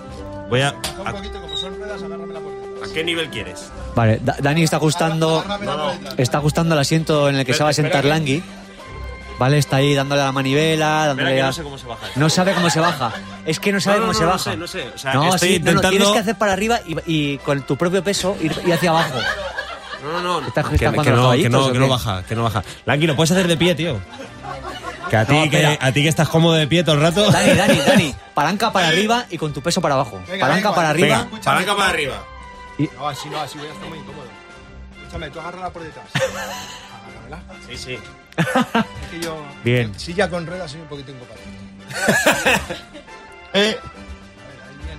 [SPEAKER 3] voy a. a- ¿A qué nivel quieres?
[SPEAKER 1] Vale, Da- Dani está ajustando, está ajustando el asiento en el que se va a sentar Langui. Vale, está ahí dándole a la manivela, dándole
[SPEAKER 3] que
[SPEAKER 1] a...
[SPEAKER 3] no sé cómo se baja.
[SPEAKER 1] No sabe cómo se baja. Es que no sabe
[SPEAKER 3] No, no,
[SPEAKER 1] cómo
[SPEAKER 3] no,
[SPEAKER 1] se
[SPEAKER 3] no
[SPEAKER 1] baja.
[SPEAKER 3] sé, no sé. O sea,
[SPEAKER 1] No,
[SPEAKER 3] estoy
[SPEAKER 1] sí, no, no,
[SPEAKER 3] intentando-
[SPEAKER 1] tienes que hacer para arriba y, y con tu propio peso ir, ir hacia abajo.
[SPEAKER 3] No, no, no.
[SPEAKER 1] Está-
[SPEAKER 3] Que,
[SPEAKER 1] está
[SPEAKER 3] que no,
[SPEAKER 1] jugando
[SPEAKER 3] que
[SPEAKER 1] los
[SPEAKER 3] no, que
[SPEAKER 1] caballitos, ¿o qué?
[SPEAKER 3] no baja, que no baja. Lanky, lo puedes hacer de pie, tío. Que a ti,
[SPEAKER 1] No,
[SPEAKER 3] que,
[SPEAKER 1] espera.
[SPEAKER 3] a ti que estás cómodo de pie todo el rato.
[SPEAKER 1] Dani, Dani, Dani. Palanca para arriba y con tu peso para abajo. palanca para arriba.
[SPEAKER 3] [LAUGHS] Venga, palanca para arriba.
[SPEAKER 8] No, así Ah, no, así voy a estar muy incómodo. Escúchame, tú agárrala por detrás. Agárrala.
[SPEAKER 3] Sí, sí.
[SPEAKER 8] [LAUGHS] Es que yo.
[SPEAKER 1] Bien.
[SPEAKER 8] Silla con ruedas soy un poquito incómodo.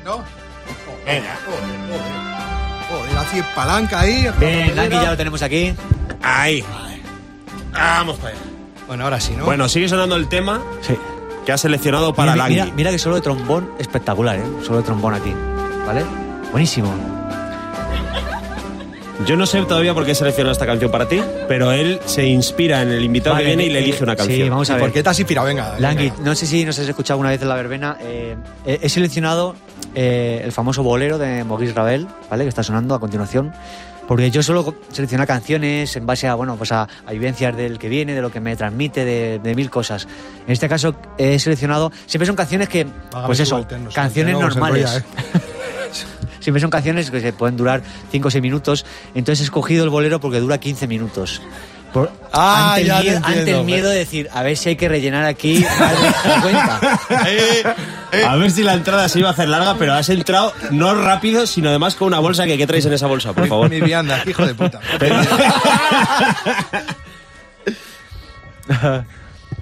[SPEAKER 8] ¿No? Oh, Venga. Joder, joder. Joder, así en palanca ahí.
[SPEAKER 1] Bien, Dani, ya lo tenemos aquí.
[SPEAKER 3] Ahí. Vamos para allá.
[SPEAKER 8] Bueno, ahora sí, ¿no?
[SPEAKER 3] Bueno, sigue sonando el tema
[SPEAKER 1] Sí.
[SPEAKER 3] que has seleccionado para
[SPEAKER 1] mira,
[SPEAKER 3] Lanky.
[SPEAKER 1] mira, mira que solo de trombón espectacular, ¿eh? Solo de trombón aquí. ¿Vale? Buenísimo.
[SPEAKER 3] Yo no sé todavía por qué he seleccionado esta canción para ti, pero él se inspira en el invitado
[SPEAKER 1] Vale,
[SPEAKER 3] que viene y le
[SPEAKER 1] eh,
[SPEAKER 3] elige una
[SPEAKER 1] sí,
[SPEAKER 3] canción. [LAUGHS]
[SPEAKER 1] vamos a
[SPEAKER 8] ¿Y
[SPEAKER 1] ver.
[SPEAKER 8] por qué te has inspirado? Venga.
[SPEAKER 1] Langui,
[SPEAKER 8] venga.
[SPEAKER 1] no sé si nos has escuchado alguna vez en la verbena. eh, he he seleccionado eh, el famoso bolero de Maurice Ravel, ¿vale? Que está sonando a continuación. Porque yo suelo co- seleccionar canciones en base a, bueno, pues a, a vivencias del que viene, de lo que me transmite, de, de mil cosas. En este caso he seleccionado... Siempre son canciones que...
[SPEAKER 8] Válgame
[SPEAKER 1] pues eso,
[SPEAKER 8] subalternos,
[SPEAKER 1] canciones
[SPEAKER 8] subalternos,
[SPEAKER 1] normales.
[SPEAKER 8] enrolla, ¿eh?
[SPEAKER 1] [LAUGHS] Siempre son canciones que se pueden durar 5 o 6 minutos. Entonces he escogido el bolero porque dura 15 minutos. Por-
[SPEAKER 8] Ah,
[SPEAKER 1] ante, el
[SPEAKER 8] ya te
[SPEAKER 1] miedo, ante el
[SPEAKER 8] entiendo,
[SPEAKER 1] miedo de decir, a ver si hay que rellenar aquí más de 50. Eh,
[SPEAKER 3] A ver si la entrada se iba a hacer larga, pero has entrado no rápido, sino además con una bolsa que ¿qué traes en esa bolsa, por favor.
[SPEAKER 8] Mi vianda, hijo de puta.
[SPEAKER 1] [LAUGHS]
[SPEAKER 3] [LAUGHS]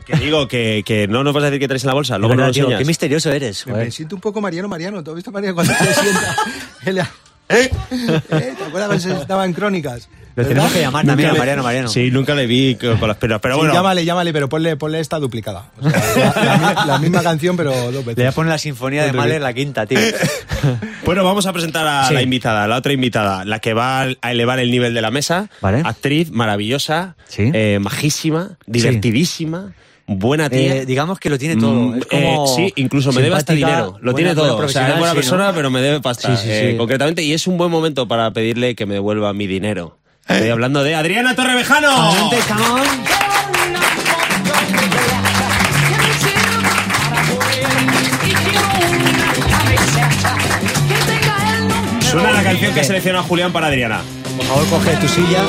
[SPEAKER 3] que digo que, que no nos vas a decir qué traes en la bolsa, luego
[SPEAKER 1] De
[SPEAKER 3] no
[SPEAKER 1] verdad,
[SPEAKER 3] lo
[SPEAKER 1] tío,
[SPEAKER 3] enseñas.
[SPEAKER 1] qué misterioso eres.
[SPEAKER 8] Me,
[SPEAKER 1] joder.
[SPEAKER 8] me siento un poco Mariano Mariano. ¿Tú has visto a Mariano cuando se sienta? Él le- [LAUGHS] ¿Eh? ¿Te acuerdas cuando se sentaba en crónicas?
[SPEAKER 1] Lo tenemos que llamar también a
[SPEAKER 3] Nunca le-
[SPEAKER 1] Mariano Mariano.
[SPEAKER 3] Sí, nunca le vi co- con las penas, pero
[SPEAKER 8] Sí,
[SPEAKER 3] Ah, bueno.
[SPEAKER 8] Llámale, llámale, pero ponle, ponle esta duplicada. O sea, la, la mi- la misma canción, pero dos
[SPEAKER 1] Le voy a
[SPEAKER 8] veces.
[SPEAKER 1] poner la sinfonía de Mahler, la
[SPEAKER 3] [LAUGHS]
[SPEAKER 1] quinta, tío.
[SPEAKER 3] Bueno, vamos a presentar a
[SPEAKER 1] Sí.
[SPEAKER 3] la invitada, la otra invitada, la que va al- a elevar el nivel de la mesa.
[SPEAKER 1] Vale.
[SPEAKER 3] Actriz maravillosa,
[SPEAKER 1] Sí.
[SPEAKER 3] eh, majísima, divertidísima, buena tía.
[SPEAKER 1] Eh, digamos que lo tiene todo.
[SPEAKER 3] Mm,
[SPEAKER 1] Es como
[SPEAKER 3] eh, sí, incluso me debe hasta
[SPEAKER 1] simpática,
[SPEAKER 3] dinero. Lo
[SPEAKER 1] buena-
[SPEAKER 3] tiene
[SPEAKER 1] buena
[SPEAKER 3] todo. O sea, es
[SPEAKER 1] profesional,
[SPEAKER 3] buena
[SPEAKER 1] sí, ¿no?
[SPEAKER 3] persona, pero me debe pasta.
[SPEAKER 1] Sí, sí,
[SPEAKER 3] eh,
[SPEAKER 1] sí.
[SPEAKER 3] Concretamente, y es un buen momento para pedirle que me devuelva mi dinero. Estoy hablando de Adriana Torrevejano.
[SPEAKER 1] Adelante, Camón.
[SPEAKER 3] Suena la canción que seleccionó Julián para Adriana.
[SPEAKER 1] Por favor, coge tu silla.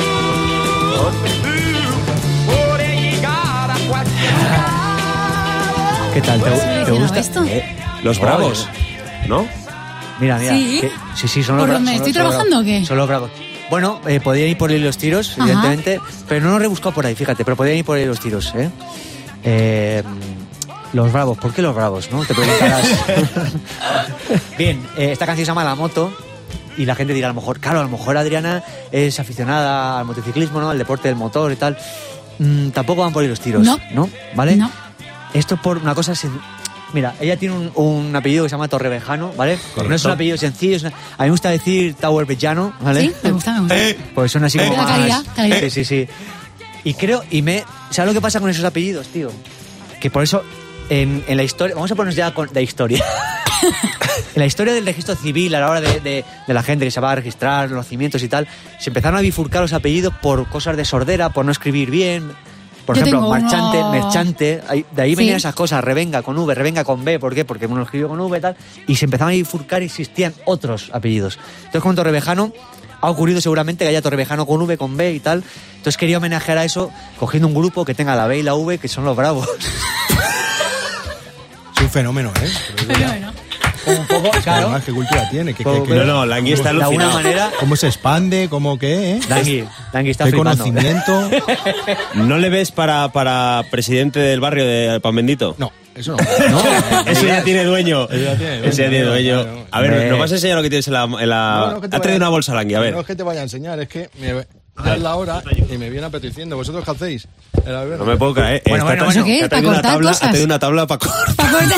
[SPEAKER 1] ¿Qué tal? ¿Te, te
[SPEAKER 5] ¿Seleccionado
[SPEAKER 1] gusta?
[SPEAKER 5] esto?
[SPEAKER 9] Pues
[SPEAKER 1] Eh,
[SPEAKER 3] Los
[SPEAKER 1] Oye.
[SPEAKER 3] Bravos, ¿no?
[SPEAKER 1] Mira, mira.
[SPEAKER 5] ¿Sí?
[SPEAKER 1] que- sí, sí, son los
[SPEAKER 5] ¿Por
[SPEAKER 1] bra-
[SPEAKER 5] dónde? ¿Estoy
[SPEAKER 1] son los- son los
[SPEAKER 5] trabajando
[SPEAKER 1] bra-
[SPEAKER 5] o qué?
[SPEAKER 1] Son los bravos. Bueno, eh, podían ir por ahí los tiros,
[SPEAKER 5] Ajá.
[SPEAKER 1] evidentemente, pero no lo he rebuscado por ahí, fíjate, pero podían ir por ahí los tiros, ¿eh? Eh, los bravos, ¿por qué los bravos, no? Te
[SPEAKER 5] [LAUGHS]
[SPEAKER 1] preguntarás. Bien, eh, esta canción se llama La Moto y la gente dirá, a lo mejor, claro, a lo mejor Adriana es aficionada al motociclismo, ¿no? Al deporte del motor y tal. Mm, tampoco van por ahí los tiros,
[SPEAKER 5] No.
[SPEAKER 1] ¿Vale?
[SPEAKER 5] No.
[SPEAKER 1] Esto por una cosa sen- Mira, ella tiene un, un apellido que se llama Torrevejano, ¿vale? No es un apellido sencillo. es una- A mí me gusta decir Tower Villano, ¿vale?
[SPEAKER 5] Sí, me gusta, me gusta.
[SPEAKER 1] Pues son así como
[SPEAKER 5] La
[SPEAKER 1] más...
[SPEAKER 5] calidad, calidad.
[SPEAKER 1] Sí, sí, sí. Y creo, y me... ¿Sabes lo que pasa con esos apellidos, tío? Que por eso, en, en la historia... Vamos a ponernos ya con la historia. en la historia del registro civil, a la hora de, de- de la gente que se va a registrar, los nacimientos y tal, se empezaron a bifurcar los apellidos por cosas de sordera, por no escribir bien... Por
[SPEAKER 5] Yo
[SPEAKER 1] ejemplo,
[SPEAKER 5] tengo
[SPEAKER 1] marchante,
[SPEAKER 5] uno-
[SPEAKER 1] merchante, ahí- de ahí
[SPEAKER 5] Sí.
[SPEAKER 1] venían esas cosas, revenga con V, revenga con B, ¿por qué? Porque uno lo escribió con V y tal, y se empezaban a bifurcar y existían otros apellidos. Entonces con Torrevejano ha ocurrido seguramente que haya Torrevejano con V, con B y tal, entonces quería homenajear a eso cogiendo un grupo que tenga la B y la V, que son los bravos. [LAUGHS]
[SPEAKER 8] Es un fenómeno, ¿eh?
[SPEAKER 5] Pero bueno.
[SPEAKER 1] un poco, claro.
[SPEAKER 8] Además, ¿qué cultura tiene? ¿Qué,
[SPEAKER 1] Como-
[SPEAKER 8] qué- qué-
[SPEAKER 3] No, no, Langui está
[SPEAKER 1] De alguna
[SPEAKER 3] alucinado.
[SPEAKER 1] manera,
[SPEAKER 8] ¿Cómo se expande? ¿Cómo qué? Eh?
[SPEAKER 1] Dangui, Dangui está
[SPEAKER 8] ¿Qué
[SPEAKER 1] flipando. [LAUGHS]
[SPEAKER 8] conocimiento?
[SPEAKER 3] ¿No le ves para, para presidente del barrio de Pan Bendito?
[SPEAKER 8] No,
[SPEAKER 3] [LAUGHS]
[SPEAKER 8] eso no. No,
[SPEAKER 3] Eso ya tiene dueño.
[SPEAKER 8] Eso ya tiene dueño.
[SPEAKER 3] Eso ya tiene dueño.
[SPEAKER 8] Claro.
[SPEAKER 3] A ver,
[SPEAKER 1] Hombre.
[SPEAKER 3] ¿nos vas a enseñar lo que tienes en la... en la-
[SPEAKER 8] No, no, que te
[SPEAKER 3] Ah, ha
[SPEAKER 8] vaya-
[SPEAKER 3] traído una bolsa, Langui, a ver.
[SPEAKER 8] No es que te vaya a enseñar, es que me da la hora y me viene apeteciendo. ¿Vosotros qué hacéis? El Alberto.
[SPEAKER 3] No me puedo eh. caer.
[SPEAKER 1] Bueno, bueno,
[SPEAKER 5] bueno. ¿Qué? ¿Para
[SPEAKER 3] Ha traído una
[SPEAKER 5] cortar
[SPEAKER 3] tabla,
[SPEAKER 5] cosas?
[SPEAKER 3] ha traído una tabla para cortar.
[SPEAKER 5] Pa' cortar.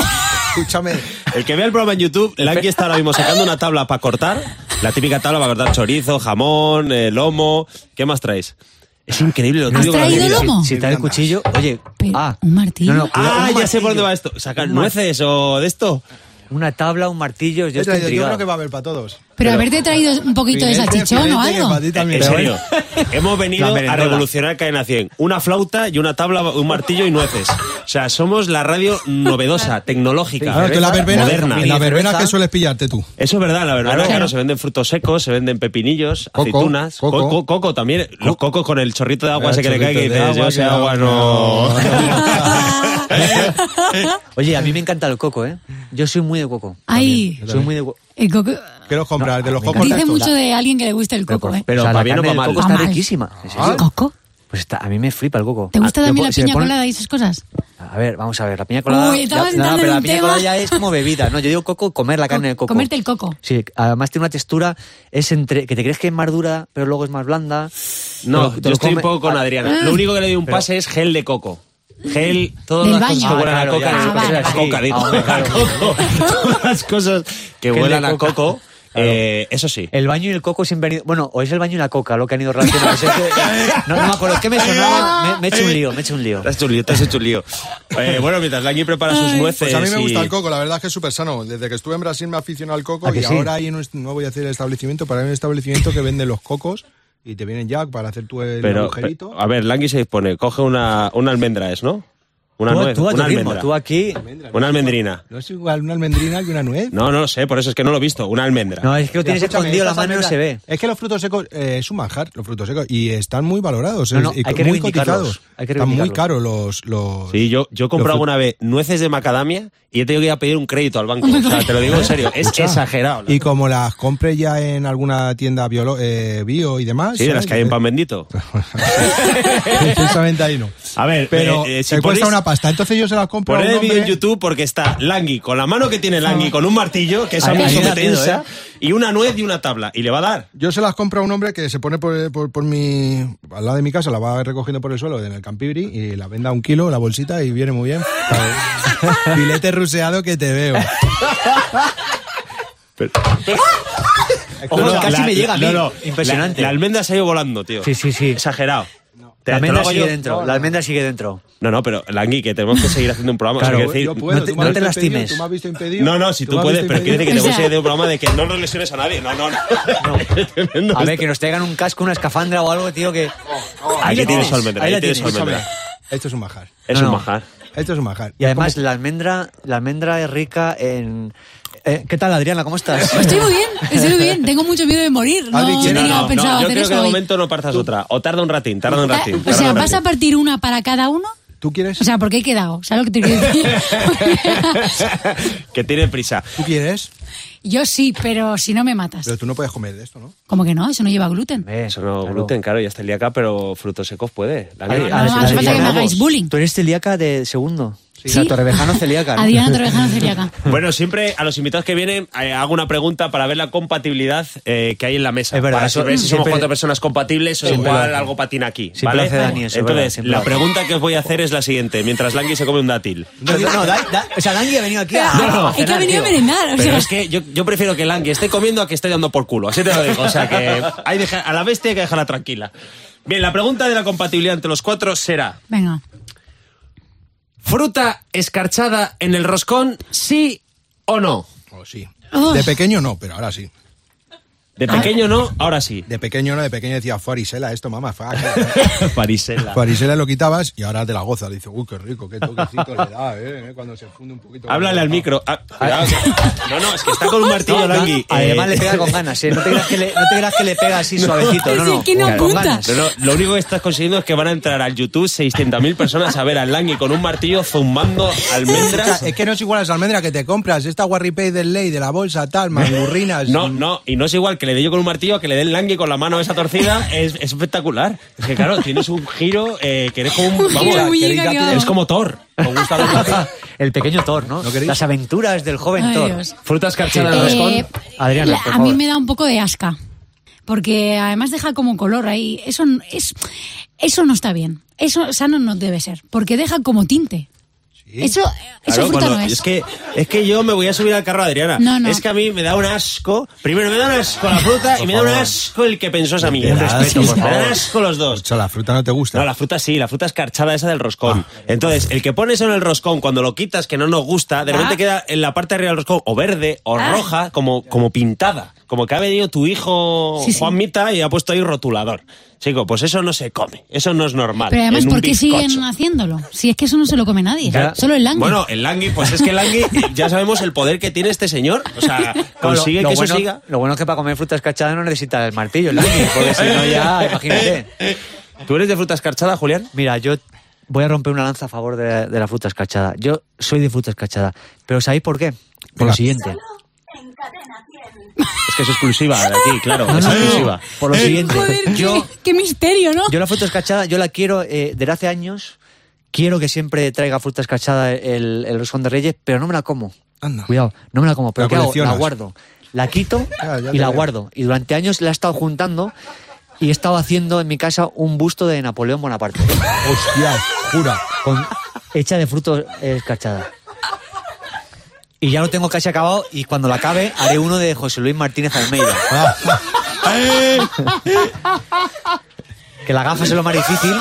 [SPEAKER 8] Escúchame.
[SPEAKER 3] [LAUGHS] El que vea el programa en YouTube, Langui está ahora mismo sacando una tabla para cortar. La típica tabla para cortar chorizo, jamón, eh, lomo. ¿Qué más traéis? Es increíble lo
[SPEAKER 5] ¿Has
[SPEAKER 3] típico que
[SPEAKER 5] traído
[SPEAKER 3] Langui-
[SPEAKER 5] lomo?
[SPEAKER 1] Si trae el cuchillo, oye,
[SPEAKER 5] Pero,
[SPEAKER 1] ah,
[SPEAKER 5] ¿un martillo?
[SPEAKER 1] No, no, cuidado,
[SPEAKER 3] Ah,
[SPEAKER 1] un
[SPEAKER 3] ya sé por dónde
[SPEAKER 1] martillo.
[SPEAKER 3] va esto. ¿Sacar
[SPEAKER 1] Un mar-
[SPEAKER 3] nueces o de esto?
[SPEAKER 1] Una tabla, un martillo, yo
[SPEAKER 8] Este, Yo,
[SPEAKER 1] estoy
[SPEAKER 8] yo creo
[SPEAKER 1] intrigado.
[SPEAKER 8] que va a haber para todos.
[SPEAKER 5] Pero haberte traído un poquito de
[SPEAKER 8] Filete,
[SPEAKER 5] salchichón o
[SPEAKER 8] filete,
[SPEAKER 3] este
[SPEAKER 8] que
[SPEAKER 5] algo.
[SPEAKER 8] para ti también. ¿eh?
[SPEAKER 3] En
[SPEAKER 8] Pero
[SPEAKER 3] serio.
[SPEAKER 8] bueno,
[SPEAKER 3] Hemos venido
[SPEAKER 1] La
[SPEAKER 3] a
[SPEAKER 1] merendola.
[SPEAKER 3] revolucionar Cadena 100. Una flauta y una tabla, un martillo y nueces. O sea, somos la radio novedosa, tecnológica,
[SPEAKER 8] Claro, tú en la verbena,
[SPEAKER 3] moderna.
[SPEAKER 8] en la verbena
[SPEAKER 1] cerveza.
[SPEAKER 8] que sueles pillarte tú.
[SPEAKER 3] Eso es verdad, la verdad.
[SPEAKER 1] Claro.
[SPEAKER 3] Claro, se venden frutos secos, se venden pepinillos,
[SPEAKER 8] Coco,
[SPEAKER 3] aceitunas, co- co-
[SPEAKER 8] coco.
[SPEAKER 3] coco, también. Los cocos con el chorrito de agua ese que le cae que
[SPEAKER 8] Chorritos de
[SPEAKER 3] dices, yo
[SPEAKER 8] agua,
[SPEAKER 3] sé
[SPEAKER 8] que
[SPEAKER 3] agua, no. [LAUGHS]
[SPEAKER 1] Oye, a mí me encanta el coco, ¿eh? Yo soy muy de coco.
[SPEAKER 5] Ay,
[SPEAKER 1] Soy muy de coco.
[SPEAKER 5] el coco.
[SPEAKER 8] Quiero comprar de los
[SPEAKER 1] me
[SPEAKER 8] cocos
[SPEAKER 1] encanta.
[SPEAKER 8] de
[SPEAKER 5] Dice
[SPEAKER 8] estos.
[SPEAKER 5] mucho de alguien que le gusta el coco, ¿eh?
[SPEAKER 1] Pero
[SPEAKER 3] O sea,
[SPEAKER 1] para
[SPEAKER 3] la
[SPEAKER 1] bien o
[SPEAKER 3] carne
[SPEAKER 1] para
[SPEAKER 3] del
[SPEAKER 1] mal.
[SPEAKER 3] coco
[SPEAKER 1] está
[SPEAKER 5] Pa' mal.
[SPEAKER 1] riquísima. Sí, sí, sí.
[SPEAKER 5] ¿El coco?
[SPEAKER 1] Pues está- a mí me flipa el coco.
[SPEAKER 5] ¿Te gusta
[SPEAKER 1] Ah,
[SPEAKER 5] también
[SPEAKER 1] yo
[SPEAKER 5] la
[SPEAKER 1] se le
[SPEAKER 5] piña
[SPEAKER 1] pone-
[SPEAKER 5] colada y esas cosas?
[SPEAKER 1] A ver, vamos a ver, la piña colada.
[SPEAKER 5] Uy, estabas
[SPEAKER 1] ya- no,
[SPEAKER 5] entrando
[SPEAKER 1] pero
[SPEAKER 5] en
[SPEAKER 1] la
[SPEAKER 5] un
[SPEAKER 1] piña
[SPEAKER 5] tema.
[SPEAKER 1] colada ya es como bebida, ¿no? Yo digo coco, comer la carne de coco.
[SPEAKER 5] comerte el coco.
[SPEAKER 1] Sí, además tiene una textura, es entre, que te crees que es más dura, pero luego es más blanda.
[SPEAKER 3] No,
[SPEAKER 1] Te lo- te
[SPEAKER 3] yo
[SPEAKER 1] lo
[SPEAKER 3] estoy un
[SPEAKER 1] come-
[SPEAKER 3] poco con
[SPEAKER 1] Ah,
[SPEAKER 3] Adriana. Lo único que le doy un pase es gel de coco. Gel, todas
[SPEAKER 5] Del
[SPEAKER 3] las cosas que
[SPEAKER 5] baño.
[SPEAKER 3] huelen
[SPEAKER 1] Ah,
[SPEAKER 3] a
[SPEAKER 1] claro,
[SPEAKER 3] coca.
[SPEAKER 1] ya,
[SPEAKER 5] Ah, vale,
[SPEAKER 3] a
[SPEAKER 1] vale.
[SPEAKER 3] coca, digo,
[SPEAKER 1] Ah,
[SPEAKER 3] a
[SPEAKER 1] claro. [LAUGHS]
[SPEAKER 3] coco. Todas las cosas que
[SPEAKER 1] Gel de
[SPEAKER 3] huelan a
[SPEAKER 1] coca.
[SPEAKER 3] coco. eh, Eso sí.
[SPEAKER 1] El baño y el coco siempre han ido. Bueno, o es el baño y la coca lo que han ido relacionados. Es que- no, no me acuerdo, es que me sonaba. Me, me he hecho un lío, me he hecho un lío.
[SPEAKER 3] Te has hecho un lío, te has hecho un lío. [LAUGHS] Eh, bueno, mientras Langui prepara sus nueces.
[SPEAKER 8] Pues a mí me
[SPEAKER 3] y-
[SPEAKER 8] gusta el coco, la verdad es que es súper sano. Desde que estuve en Brasil me aficiono al coco
[SPEAKER 1] ¿A
[SPEAKER 8] y
[SPEAKER 1] que sí?
[SPEAKER 8] ahora hay un, est- no voy a hacer el establecimiento, pero hay un establecimiento que vende los cocos y te vienen ya para hacer tú el
[SPEAKER 3] Pero, ah.
[SPEAKER 8] agujerito.
[SPEAKER 3] pero, a ver, Langui se dispone, coge una, una almendra, ¿es, no? Una
[SPEAKER 1] tú,
[SPEAKER 3] nuez,
[SPEAKER 1] tú a tu
[SPEAKER 3] una
[SPEAKER 1] ritmo,
[SPEAKER 3] almendra.
[SPEAKER 1] tú aquí.
[SPEAKER 3] Una almendrina.
[SPEAKER 8] ¿No es igual una almendrina que una nuez?
[SPEAKER 3] No, no lo sé, por eso es que no lo he visto. Una almendra.
[SPEAKER 1] No, es que lo tienes
[SPEAKER 8] Escúchame,
[SPEAKER 1] escondido, la
[SPEAKER 8] estas
[SPEAKER 1] mano no
[SPEAKER 8] almendras-
[SPEAKER 1] se ve.
[SPEAKER 8] Es que los frutos secos eh, es un manjar, los frutos secos, y están muy valorados,
[SPEAKER 1] No,
[SPEAKER 8] es-
[SPEAKER 1] no,
[SPEAKER 8] y
[SPEAKER 1] hay que
[SPEAKER 8] muy
[SPEAKER 1] reivindicarlos,
[SPEAKER 8] cotizados.
[SPEAKER 1] hay que
[SPEAKER 8] están muy
[SPEAKER 1] reivindicarlos.
[SPEAKER 8] caros los... los
[SPEAKER 3] Sí, yo, yo he
[SPEAKER 8] Los
[SPEAKER 3] comprado
[SPEAKER 8] fru-
[SPEAKER 3] una vez nueces de macadamia y he tenido que ir a pedir un crédito al banco. O sea, te lo digo en serio,
[SPEAKER 1] [LAUGHS]
[SPEAKER 3] es exagerado.
[SPEAKER 8] Y como las compre ya en alguna tienda biolo- eh, bio y demás...
[SPEAKER 3] Sí, de las
[SPEAKER 8] ¿sabes?
[SPEAKER 3] que hay en pan bendito.
[SPEAKER 8] Precisamente ahí no.
[SPEAKER 3] A ver,
[SPEAKER 8] pero
[SPEAKER 3] eh, eh, si
[SPEAKER 8] te cuesta
[SPEAKER 3] ponéis-
[SPEAKER 8] una pasta. Entonces yo se las compro a
[SPEAKER 3] Poned
[SPEAKER 8] un
[SPEAKER 3] el vídeo en
[SPEAKER 8] hombre-
[SPEAKER 3] YouTube porque está Langui con la mano que tiene Langui con un martillo, que es
[SPEAKER 1] Ahí-
[SPEAKER 3] algo
[SPEAKER 1] ahí
[SPEAKER 3] que
[SPEAKER 1] la pido,
[SPEAKER 3] tensa, y una nuez y una tabla. Y le va a dar.
[SPEAKER 8] Yo se las compro a un hombre que se pone por, por, por mi. al lado de mi casa, la va recogiendo por el suelo en el Campibri y la venda a un kilo, la bolsita, y
[SPEAKER 5] [LAUGHS]
[SPEAKER 8] viene muy bien. Filete ruseado que te veo.
[SPEAKER 1] Ojo,
[SPEAKER 3] No, no,
[SPEAKER 1] casi
[SPEAKER 3] la-
[SPEAKER 1] me llega a mí.
[SPEAKER 3] no, no,
[SPEAKER 1] Impresionante.
[SPEAKER 3] La, la almendra se ha ido volando, tío.
[SPEAKER 1] Sí, sí, sí.
[SPEAKER 3] Exagerado. Te-
[SPEAKER 1] La
[SPEAKER 3] te lo
[SPEAKER 1] almendra
[SPEAKER 3] hago
[SPEAKER 1] sigue
[SPEAKER 3] yo.
[SPEAKER 1] dentro, la almendra sigue dentro.
[SPEAKER 3] No, no, pero Langui, que tenemos que seguir haciendo un programa. o sea,
[SPEAKER 1] Claro,
[SPEAKER 3] quiero decir,
[SPEAKER 8] Yo puedo,
[SPEAKER 1] no te-
[SPEAKER 8] tú me has
[SPEAKER 1] no te
[SPEAKER 8] visto impedido,
[SPEAKER 1] lastimes.
[SPEAKER 8] tú me has visto impedido.
[SPEAKER 3] No, no, si tú,
[SPEAKER 8] me has
[SPEAKER 3] puedes,
[SPEAKER 8] visto
[SPEAKER 3] pero quiere decir que
[SPEAKER 8] impedido.
[SPEAKER 5] O
[SPEAKER 3] tenemos
[SPEAKER 5] sea-
[SPEAKER 3] que hacer un programa de que no nos lesiones a nadie. No, no, no. [LAUGHS] Tremendo
[SPEAKER 1] A ver,
[SPEAKER 3] esto.
[SPEAKER 1] que nos traigan un casco, una escafandra o algo, tío, que.
[SPEAKER 3] Ahí
[SPEAKER 1] la
[SPEAKER 3] tienes almendra,
[SPEAKER 1] ahí
[SPEAKER 3] ahí
[SPEAKER 1] la
[SPEAKER 3] tienes
[SPEAKER 1] tienes.
[SPEAKER 3] almendra.
[SPEAKER 8] Esto es un majar.
[SPEAKER 3] Es
[SPEAKER 1] No,
[SPEAKER 3] un
[SPEAKER 1] no.
[SPEAKER 3] majar.
[SPEAKER 8] Esto es un majar.
[SPEAKER 1] Y además la almendra, la almendra es rica en. eh, ¿Qué tal, Adriana? ¿Cómo estás?
[SPEAKER 5] Estoy muy bien, estoy muy bien. Tengo mucho miedo de morir. No
[SPEAKER 8] Ah, dicho,
[SPEAKER 5] tenía
[SPEAKER 8] no, no, no,
[SPEAKER 5] pensado
[SPEAKER 3] yo
[SPEAKER 5] hacer
[SPEAKER 3] creo que de
[SPEAKER 5] eso hoy.
[SPEAKER 3] momento no partas otra. O tarda un ratín, tarda un
[SPEAKER 9] Eh,
[SPEAKER 5] Ta-
[SPEAKER 3] ratín.
[SPEAKER 5] O
[SPEAKER 3] tarda
[SPEAKER 5] sea,
[SPEAKER 3] un
[SPEAKER 5] ¿vas a
[SPEAKER 3] ratín.
[SPEAKER 5] partir una para cada uno?
[SPEAKER 8] ¿Tú quieres?
[SPEAKER 5] O sea, porque he
[SPEAKER 3] [LAUGHS]
[SPEAKER 5] quedado. ¿Sabes lo que te quiero decir?
[SPEAKER 3] que tiene prisa.
[SPEAKER 8] ¿Tú quieres?
[SPEAKER 9] Yo sí, pero si no me matas.
[SPEAKER 8] Pero tú no puedes comer de esto, ¿no?
[SPEAKER 9] Como que no, eso no lleva gluten.
[SPEAKER 3] Eso no, gluten, claro, ya está el acá, pero frutos secos puede. La
[SPEAKER 1] Adri-
[SPEAKER 3] ley.
[SPEAKER 1] Adri-
[SPEAKER 9] no hace falta que me
[SPEAKER 1] Vamos.
[SPEAKER 9] hagáis bullying.
[SPEAKER 1] Tú eres celíaca de segundo. Sí.
[SPEAKER 9] Sí. [LAUGHS]
[SPEAKER 1] Torrevejano celíaca. ¿no?
[SPEAKER 9] Adriana Torrejano celíaca.
[SPEAKER 3] [LAUGHS] Bueno, siempre a los invitados que vienen eh, hago una pregunta para ver la compatibilidad eh, que hay en la mesa.
[SPEAKER 1] Es verdad,
[SPEAKER 3] para
[SPEAKER 1] eso-
[SPEAKER 3] saber si somos
[SPEAKER 1] siempre-
[SPEAKER 3] cuatro personas compatibles o
[SPEAKER 1] Siempre lo
[SPEAKER 3] igual
[SPEAKER 1] hace.
[SPEAKER 3] algo patina aquí.
[SPEAKER 1] Siempre
[SPEAKER 3] ¿vale?
[SPEAKER 1] lo hace Dani, eso es verdad,
[SPEAKER 3] Entonces,
[SPEAKER 1] siempre
[SPEAKER 3] la
[SPEAKER 1] lo hace.
[SPEAKER 3] pregunta que os voy a hacer es la siguiente. Mientras Langui se come un dátil.
[SPEAKER 1] No, no, da- da- o sea, Dani ha venido aquí a.
[SPEAKER 3] No, no.
[SPEAKER 1] a
[SPEAKER 9] Es que ha
[SPEAKER 1] cenar,
[SPEAKER 9] venido a
[SPEAKER 1] tío.
[SPEAKER 9] merendar. o
[SPEAKER 3] Pero
[SPEAKER 9] sea,
[SPEAKER 3] es que yo, yo prefiero que Langui esté comiendo a que esté dando por culo. Así te lo digo. O sea que hay deja- a la bestia hay que dejarla tranquila. Bien, la pregunta de la compatibilidad entre los cuatro será:
[SPEAKER 9] Venga.
[SPEAKER 3] ¿fruta escarchada en el roscón, sí o no?
[SPEAKER 8] O sí.
[SPEAKER 9] Uf.
[SPEAKER 8] De pequeño no, pero ahora sí.
[SPEAKER 1] Ah.
[SPEAKER 3] De pequeño no, ahora sí. [LAUGHS]
[SPEAKER 8] De pequeño no, de pequeño decía, farisela esto, mamá. [LAUGHS] faca".
[SPEAKER 3] Parisela.
[SPEAKER 8] Farisela lo quitabas y ahora te la goza. Dice, uy, qué rico, qué toquecito le da, eh, eh, cuando se funde un poquito.
[SPEAKER 3] Háblale al micro. Ah, cuidado, que- No, no, es que está con un martillo,
[SPEAKER 1] No, no,
[SPEAKER 3] Langui.
[SPEAKER 1] además
[SPEAKER 3] Eh,
[SPEAKER 1] le pega con ganas, ¿eh? no, te creas que le, no te creas que le
[SPEAKER 3] [LAUGHS]
[SPEAKER 1] pega así suavecito, no,
[SPEAKER 9] Es
[SPEAKER 1] no.
[SPEAKER 9] que no
[SPEAKER 1] con
[SPEAKER 9] apunta.
[SPEAKER 1] ganas.
[SPEAKER 3] No, no, lo único que estás consiguiendo es que van a entrar al YouTube 600.000 personas a ver al Langui con un martillo zumbando almendras.
[SPEAKER 8] Es que no es igual a las almendras que te compras. Esta Warripay del Ley, de la bolsa, tal,
[SPEAKER 3] [LAUGHS]
[SPEAKER 8] mandurrinas.
[SPEAKER 3] No, no, y no es igual que le dé yo con un martillo a que le dé el Langui con la mano esa torcida. Es, es espectacular. Es que claro, tienes un giro eh, que eres como un.
[SPEAKER 9] giro muy
[SPEAKER 3] que eres
[SPEAKER 9] llegado.
[SPEAKER 3] rápido. es como Thor.
[SPEAKER 8] Me gusta
[SPEAKER 1] [LAUGHS]
[SPEAKER 8] lo que hace.
[SPEAKER 1] El pequeño Thor, ¿no?
[SPEAKER 8] ¿No queréis?
[SPEAKER 1] Las aventuras del joven
[SPEAKER 9] Ay,
[SPEAKER 1] Thor.
[SPEAKER 9] Dios.
[SPEAKER 3] Frutas escarchada
[SPEAKER 1] Eh,
[SPEAKER 3] en el
[SPEAKER 9] Eh,
[SPEAKER 3] roscón.
[SPEAKER 1] Adriana,
[SPEAKER 9] la-
[SPEAKER 1] por
[SPEAKER 9] a mí
[SPEAKER 1] favor.
[SPEAKER 9] me da un poco de asca. Porque además deja como color ahí. Eso, n- es, eso no está bien. Eso sano no debe ser. Porque deja como tinte. Eso, eso
[SPEAKER 3] Claro,
[SPEAKER 9] fruta
[SPEAKER 3] cuando-
[SPEAKER 9] no es.
[SPEAKER 3] es. que, es que yo me voy a subir al carro de Adriana.
[SPEAKER 9] No, no.
[SPEAKER 3] Es que a mí me da un asco. Primero me da un asco la fruta y me da un asco el que pensó esa mía.
[SPEAKER 8] Respeto, por
[SPEAKER 3] me dan
[SPEAKER 8] favor.
[SPEAKER 3] asco los dos.
[SPEAKER 8] O sea, la fruta no te gusta.
[SPEAKER 3] No, la fruta sí, la fruta escarchada esa del roscón. Entonces, el que pones en el roscón, cuando lo quitas, que no nos gusta, de
[SPEAKER 9] Ah.
[SPEAKER 3] repente queda en la parte de arriba del roscón o verde o roja, como, como pintada. Como que ha venido tu hijo
[SPEAKER 9] Sí, sí.
[SPEAKER 3] Juanmita y ha puesto ahí rotulador. Chico, pues eso no se come, eso no es normal.
[SPEAKER 9] Pero además,
[SPEAKER 3] en un
[SPEAKER 9] ¿por qué
[SPEAKER 3] bizcocho.
[SPEAKER 9] siguen haciéndolo? Si es que eso no se lo come nadie. Solo el langui.
[SPEAKER 3] Bueno, el Langui, pues es que el Langui, ya sabemos el poder que tiene este señor. O sea,
[SPEAKER 1] Claro, lo-
[SPEAKER 3] consigue
[SPEAKER 1] lo
[SPEAKER 3] que eso
[SPEAKER 1] bueno,
[SPEAKER 3] siga.
[SPEAKER 1] Lo bueno es que para comer fruta escarchada no necesitas el martillo, el Dani, porque si no ya,
[SPEAKER 3] [LAUGHS]
[SPEAKER 1] imagínate.
[SPEAKER 3] ¿Tú eres de fruta escarchada, Julián?
[SPEAKER 1] Mira, yo voy a romper una lanza a favor de, de la fruta escarchada. Yo soy de fruta escarchada, pero ¿sabéis por qué? Por
[SPEAKER 8] Venga.
[SPEAKER 1] lo siguiente.
[SPEAKER 3] Es que es exclusiva de aquí, claro, es
[SPEAKER 1] No, no, no,
[SPEAKER 3] exclusiva.
[SPEAKER 1] Por lo siguiente.
[SPEAKER 9] Joder, qué-
[SPEAKER 1] Yo,
[SPEAKER 9] qué, misterio, ¿no?
[SPEAKER 1] yo la fruta escarchada, yo la quiero eh, desde hace años. Quiero que siempre traiga fruta escarchada el, el roscón de Reyes, pero no me la como.
[SPEAKER 8] Anda.
[SPEAKER 1] Cuidado, no me la como. ¿Pero
[SPEAKER 8] La
[SPEAKER 1] qué hago? La
[SPEAKER 8] coleccionas.
[SPEAKER 1] guardo. La quito
[SPEAKER 8] [LAUGHS] Ah, ya
[SPEAKER 1] y
[SPEAKER 8] te
[SPEAKER 1] la
[SPEAKER 8] veo.
[SPEAKER 1] guardo. Y durante años la he estado juntando y he estado haciendo en mi casa un busto de Napoleón Bonaparte.
[SPEAKER 8] Hostia, jura.
[SPEAKER 1] con- hecha de frutos escarchada. Y ya lo tengo casi acabado y cuando lo acabe haré uno de José Luis Martínez Almeida. que la gafa es lo más difícil,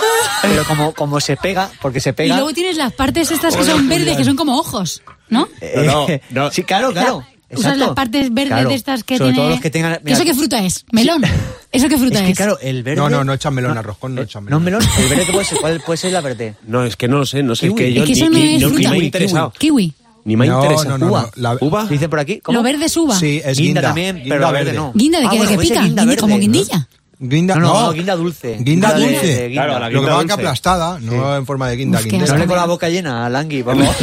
[SPEAKER 1] pero como, como se pega, porque se
[SPEAKER 9] Y
[SPEAKER 1] pega...
[SPEAKER 9] luego tienes las partes estas que son verdes, que son como ojos, ¿no?
[SPEAKER 1] eh,
[SPEAKER 3] No, no.
[SPEAKER 1] Sí, claro, claro.
[SPEAKER 9] Usas
[SPEAKER 1] exacto.
[SPEAKER 9] las partes verdes
[SPEAKER 1] Claro,
[SPEAKER 9] de estas que
[SPEAKER 1] Sobre
[SPEAKER 9] tiene-
[SPEAKER 1] todo los que tengan... mira,
[SPEAKER 9] ¿Eso qué fruta es? ¿Melón? ¿Eso qué fruta
[SPEAKER 1] es
[SPEAKER 9] es?
[SPEAKER 1] que claro, el verde...
[SPEAKER 8] No, no, no echan melón al roscón, no
[SPEAKER 1] eh,
[SPEAKER 8] echan
[SPEAKER 1] No,
[SPEAKER 8] melón.
[SPEAKER 1] melón, el verde que puede ser, ¿cuál puede ser la verde?
[SPEAKER 3] No, es que no lo sé, no sé.
[SPEAKER 1] Kiwi.
[SPEAKER 3] que yo
[SPEAKER 9] es que
[SPEAKER 3] ni,
[SPEAKER 9] eso no
[SPEAKER 3] ni-
[SPEAKER 9] es
[SPEAKER 3] no- ni
[SPEAKER 9] fruta.
[SPEAKER 3] me ha interesado.
[SPEAKER 9] Kiwi.
[SPEAKER 3] Ni me ha
[SPEAKER 8] No,
[SPEAKER 3] interesado.
[SPEAKER 8] no, no,
[SPEAKER 3] Uva.
[SPEAKER 8] no, la-
[SPEAKER 3] ¿Uva?
[SPEAKER 1] Dicen por aquí? ¿Cómo?
[SPEAKER 9] Lo verde es uva.
[SPEAKER 8] Sí, es
[SPEAKER 1] guinda,
[SPEAKER 8] guinda.
[SPEAKER 1] también,
[SPEAKER 8] Guinda
[SPEAKER 1] pero la
[SPEAKER 8] verde.
[SPEAKER 1] verde no.
[SPEAKER 9] ¿Guinda de
[SPEAKER 1] Ah,
[SPEAKER 9] qué?
[SPEAKER 1] bueno,
[SPEAKER 9] ¿De qué
[SPEAKER 1] puede ser
[SPEAKER 9] pica?
[SPEAKER 1] guinda
[SPEAKER 9] Guinda- ¿Como
[SPEAKER 1] verde.
[SPEAKER 9] guindilla?
[SPEAKER 8] Guinda,
[SPEAKER 1] No, no,
[SPEAKER 8] no.
[SPEAKER 1] guinda dulce.
[SPEAKER 8] Guinda
[SPEAKER 1] de-
[SPEAKER 8] dulce.
[SPEAKER 1] de guinda.
[SPEAKER 3] Claro, la
[SPEAKER 8] Lo que
[SPEAKER 3] guinda
[SPEAKER 8] va
[SPEAKER 3] dulce.
[SPEAKER 8] aplastada, no en forma de guinda.
[SPEAKER 9] Uf, qué
[SPEAKER 8] guindera.
[SPEAKER 1] No le
[SPEAKER 9] asco.
[SPEAKER 1] con la boca llena a Langui, vamos.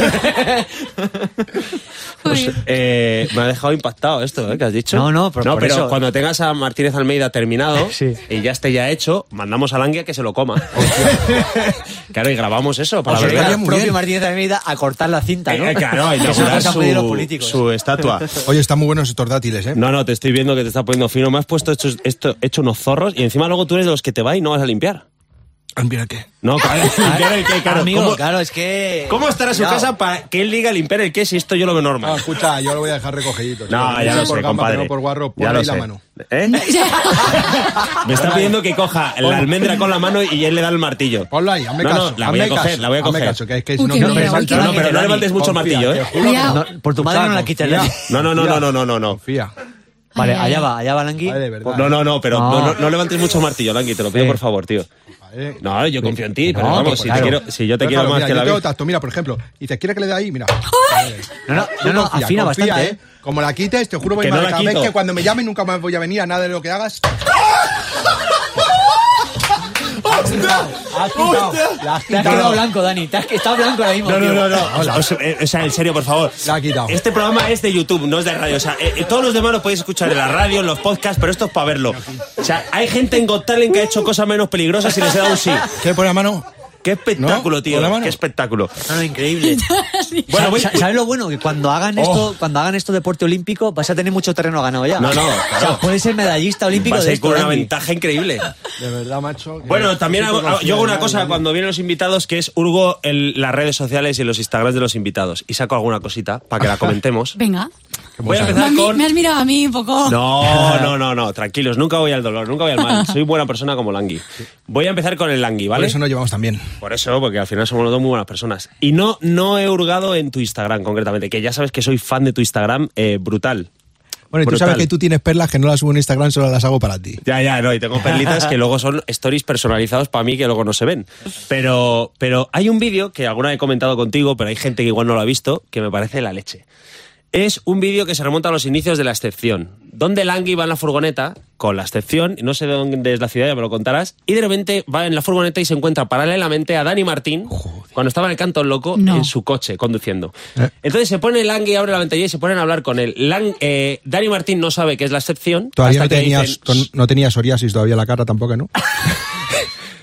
[SPEAKER 3] Eh, me ha dejado impactado esto ¿eh? que has dicho.
[SPEAKER 1] No, no, pero por eso-
[SPEAKER 3] cuando tengas a Martínez Almeida terminado
[SPEAKER 1] [LAUGHS] Sí.
[SPEAKER 3] y ya esté ya hecho, mandamos a Langui a que se lo
[SPEAKER 1] [LAUGHS]
[SPEAKER 3] coma. claro, y grabamos eso para
[SPEAKER 1] Para
[SPEAKER 3] ver.
[SPEAKER 1] obligar
[SPEAKER 8] estaría
[SPEAKER 1] al
[SPEAKER 8] muy
[SPEAKER 1] propio
[SPEAKER 8] bien.
[SPEAKER 1] Martínez de Almeida a cortar la cinta, ¿no?
[SPEAKER 3] Eh,
[SPEAKER 1] [LAUGHS]
[SPEAKER 3] claro,
[SPEAKER 1] Eso
[SPEAKER 3] inaugurar
[SPEAKER 1] nos han pedido los
[SPEAKER 3] su,
[SPEAKER 1] políticos.
[SPEAKER 3] su estatua.
[SPEAKER 8] Oye, están muy buenos estos dátiles, ¿eh?
[SPEAKER 3] No, no, te estoy viendo que te está poniendo fino. Me has puesto hecho, esto, hecho unos zorros y encima luego tú eres de los que te va y no vas a limpiar.
[SPEAKER 8] Ah, mira qué.
[SPEAKER 3] No, claro, limpiar el qué, claro.
[SPEAKER 1] Amigo,
[SPEAKER 3] ¿Cómo,
[SPEAKER 1] claro, es que...
[SPEAKER 3] cómo estará su
[SPEAKER 1] Cuidado.
[SPEAKER 3] casa para que él diga limpiar el qué si esto yo lo veo
[SPEAKER 8] No,
[SPEAKER 3] normal?
[SPEAKER 8] escucha, yo lo voy a dejar recogidito. tío.
[SPEAKER 3] No, ya
[SPEAKER 8] Por
[SPEAKER 3] lo sé,
[SPEAKER 8] gamba,
[SPEAKER 3] compadre.
[SPEAKER 8] pero por guarro,
[SPEAKER 3] ya
[SPEAKER 8] pon
[SPEAKER 3] lo
[SPEAKER 8] ahí la
[SPEAKER 3] sé.
[SPEAKER 8] mano.
[SPEAKER 3] ¿Eh? Me está pidiendo que coja la almendra con la mano y él le da el martillo.
[SPEAKER 8] Ponlo ahí, hazme
[SPEAKER 3] no,
[SPEAKER 8] caso.
[SPEAKER 3] no, la voy a
[SPEAKER 8] hazme
[SPEAKER 3] coger,
[SPEAKER 8] caso,
[SPEAKER 3] la voy a
[SPEAKER 8] hazme
[SPEAKER 3] coger.
[SPEAKER 8] caso, que es que si
[SPEAKER 9] Uy,
[SPEAKER 8] no,
[SPEAKER 9] qué
[SPEAKER 8] no
[SPEAKER 9] miedo,
[SPEAKER 8] me
[SPEAKER 9] uy, qué
[SPEAKER 8] falta-
[SPEAKER 3] No, no, pero no levantes mucho
[SPEAKER 8] Confía,
[SPEAKER 3] martillo,
[SPEAKER 8] te
[SPEAKER 3] ¿eh?
[SPEAKER 8] juro que
[SPEAKER 9] Cuidado.
[SPEAKER 1] No, por tu madre no la quites, Dani.
[SPEAKER 8] confía,
[SPEAKER 3] No, no, no, no, no, no, no, no.
[SPEAKER 8] Confía.
[SPEAKER 1] Vale,
[SPEAKER 9] Ay,
[SPEAKER 1] allá
[SPEAKER 9] ay.
[SPEAKER 1] va, allá va Langui.
[SPEAKER 8] Vale, de verdad.
[SPEAKER 3] No, no, no, pero
[SPEAKER 1] No.
[SPEAKER 3] no, no- no levantes mucho martillo, Langui, te lo pido
[SPEAKER 1] Sí.
[SPEAKER 3] por favor, tío.
[SPEAKER 8] Vale.
[SPEAKER 3] No, yo confío en ti, pero
[SPEAKER 1] No,
[SPEAKER 3] vamos,
[SPEAKER 1] pues
[SPEAKER 3] si, te
[SPEAKER 1] claro.
[SPEAKER 3] quiero, si yo te
[SPEAKER 8] Pero
[SPEAKER 3] quiero
[SPEAKER 8] claro,
[SPEAKER 3] más
[SPEAKER 8] mira,
[SPEAKER 3] que
[SPEAKER 8] yo
[SPEAKER 3] la
[SPEAKER 8] tengo
[SPEAKER 3] vida.
[SPEAKER 8] tacto, mira, por ejemplo, dices, ¿quieres que le dé ahí? Mira.
[SPEAKER 1] No, no,
[SPEAKER 8] Tú
[SPEAKER 1] no, no,
[SPEAKER 8] confía,
[SPEAKER 1] afina
[SPEAKER 8] confía,
[SPEAKER 1] bastante,
[SPEAKER 8] ¿eh? Como la quites, te juro
[SPEAKER 3] Que
[SPEAKER 8] que,
[SPEAKER 3] no la
[SPEAKER 8] cada vez
[SPEAKER 3] quito.
[SPEAKER 8] que cuando me llamen nunca más voy a venir a nada de lo que hagas.
[SPEAKER 1] Has pintado. Te has quedado blanco, Dani. Te has que- estás blanco ahora mismo.
[SPEAKER 3] No, no,
[SPEAKER 1] tío.
[SPEAKER 3] no, no. O sea, o sea, eh, o sea, en serio, por favor. Este programa es de YouTube, no es de radio. O sea, eh, eh, todos los demás lo podéis escuchar en la radio, en los podcasts, pero esto es para verlo. O sea, hay gente en Got Talent que ha hecho cosas menos peligrosas y les he dado un sí.
[SPEAKER 8] ¿Qué pone la mano?
[SPEAKER 3] Qué espectáculo, tío.
[SPEAKER 8] ¿Con la mano?
[SPEAKER 3] Qué espectáculo.
[SPEAKER 1] No,
[SPEAKER 3] [LAUGHS]
[SPEAKER 1] no, increíble.
[SPEAKER 3] Bueno, voy- Oh.
[SPEAKER 1] ¿Sabes lo bueno? Que cuando hagan esto, cuando hagan esto deporte olímpico, vas a tener mucho terreno ganado ya.
[SPEAKER 3] No, no,
[SPEAKER 1] O
[SPEAKER 3] claro.
[SPEAKER 1] sea, puedes ser medallista olímpico
[SPEAKER 3] Vas a
[SPEAKER 1] de
[SPEAKER 3] ir
[SPEAKER 1] esto,
[SPEAKER 3] con una
[SPEAKER 1] Dani.
[SPEAKER 3] ventaja increíble.
[SPEAKER 8] De verdad, macho. que-
[SPEAKER 3] Bueno, también
[SPEAKER 8] que
[SPEAKER 3] hago-
[SPEAKER 8] te confío
[SPEAKER 3] yo hago
[SPEAKER 8] en
[SPEAKER 3] una
[SPEAKER 8] nadie,
[SPEAKER 3] cosa
[SPEAKER 8] tío.
[SPEAKER 3] cuando vienen los invitados, que es hurgo en las redes sociales y en los Instagrams de los invitados. Y saco alguna cosita para que la comentemos.
[SPEAKER 9] Venga.
[SPEAKER 3] Voy a
[SPEAKER 9] Me,
[SPEAKER 3] empezar
[SPEAKER 9] has mi-
[SPEAKER 3] con...
[SPEAKER 9] me has mirado a mí un poco.
[SPEAKER 3] No, no, no, no, tranquilos, nunca voy al dolor, nunca voy al
[SPEAKER 8] [LAUGHS]
[SPEAKER 3] mal. Soy buena persona como Langui. Voy a empezar con el Langui,
[SPEAKER 8] Por
[SPEAKER 3] ¿vale?
[SPEAKER 8] eso nos llevamos también.
[SPEAKER 3] Por eso, porque al final somos los dos muy buenas personas. Y no, no he hurgado en tu Instagram concretamente, que ya sabes que soy fan de tu Instagram, eh, brutal.
[SPEAKER 8] Bueno, y tú
[SPEAKER 3] Brutal.
[SPEAKER 8] sabes que tú tienes perlas que no las subo en Instagram, solo las hago para ti.
[SPEAKER 3] Ya, ya, no, y tengo perlitas que luego son stories personalizados para mí que luego no se ven. Pero, pero hay un vídeo que alguna he comentado contigo, pero hay gente que igual no lo ha visto, que me parece la leche. Es un vídeo que se remonta a los inicios de La Excepción, donde Langui va en la furgoneta con La Excepción, no sé de dónde es la ciudad, ya me lo contarás, y de repente va en la furgoneta y se encuentra paralelamente a Dani Martín, cuando estaba en el Canto Loco,
[SPEAKER 9] No.
[SPEAKER 3] en su coche, conduciendo.
[SPEAKER 8] Eh.
[SPEAKER 3] Entonces se pone Langui, abre la ventanilla y se ponen a hablar con él. Lang- eh, Dani Martín no sabe que es La Excepción.
[SPEAKER 8] Todavía no
[SPEAKER 3] hasta que
[SPEAKER 8] tenías,
[SPEAKER 3] dicen,
[SPEAKER 8] con- no tenías psoriasis todavía la cara tampoco, [LAUGHS] ¿no?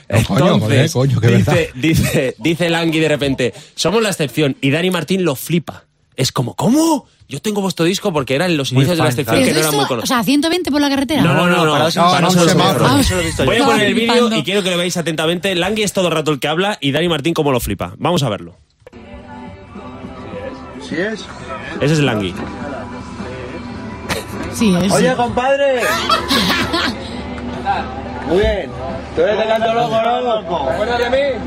[SPEAKER 8] No, coño, joder,
[SPEAKER 3] Entonces,
[SPEAKER 8] coño, qué verdad.
[SPEAKER 3] dice, dice, dice Langui de repente, somos la excepción. Y Dani Martín lo flipa. Es como, ¿cómo? Yo tengo vuestro disco porque eran los
[SPEAKER 1] Muy
[SPEAKER 3] inicios de la
[SPEAKER 1] fan,
[SPEAKER 3] excepción
[SPEAKER 1] claro.
[SPEAKER 3] que
[SPEAKER 9] ¿Es
[SPEAKER 3] no eran
[SPEAKER 9] esto?
[SPEAKER 3] muy
[SPEAKER 9] o
[SPEAKER 3] conocidos.
[SPEAKER 9] sea, 120 por la carretera.
[SPEAKER 3] No, no, no, no.
[SPEAKER 1] parados en-
[SPEAKER 8] No,
[SPEAKER 1] parados
[SPEAKER 8] no,
[SPEAKER 1] en los
[SPEAKER 8] se
[SPEAKER 1] semáforos.
[SPEAKER 8] baja.
[SPEAKER 1] Eso lo he visto yo.
[SPEAKER 3] Voy a
[SPEAKER 9] Estaba
[SPEAKER 3] poner el vídeo
[SPEAKER 9] flipando.
[SPEAKER 3] y quiero que lo veáis atentamente. Langui es todo el rato el que habla y Dani Martín cómo lo flipa. Vamos a verlo. Sí es. Ese es Langui.
[SPEAKER 9] Sí, es.
[SPEAKER 2] Oye, compadre. Muy bien. Tú eres de canto loco, loco. Acuérdate de mí.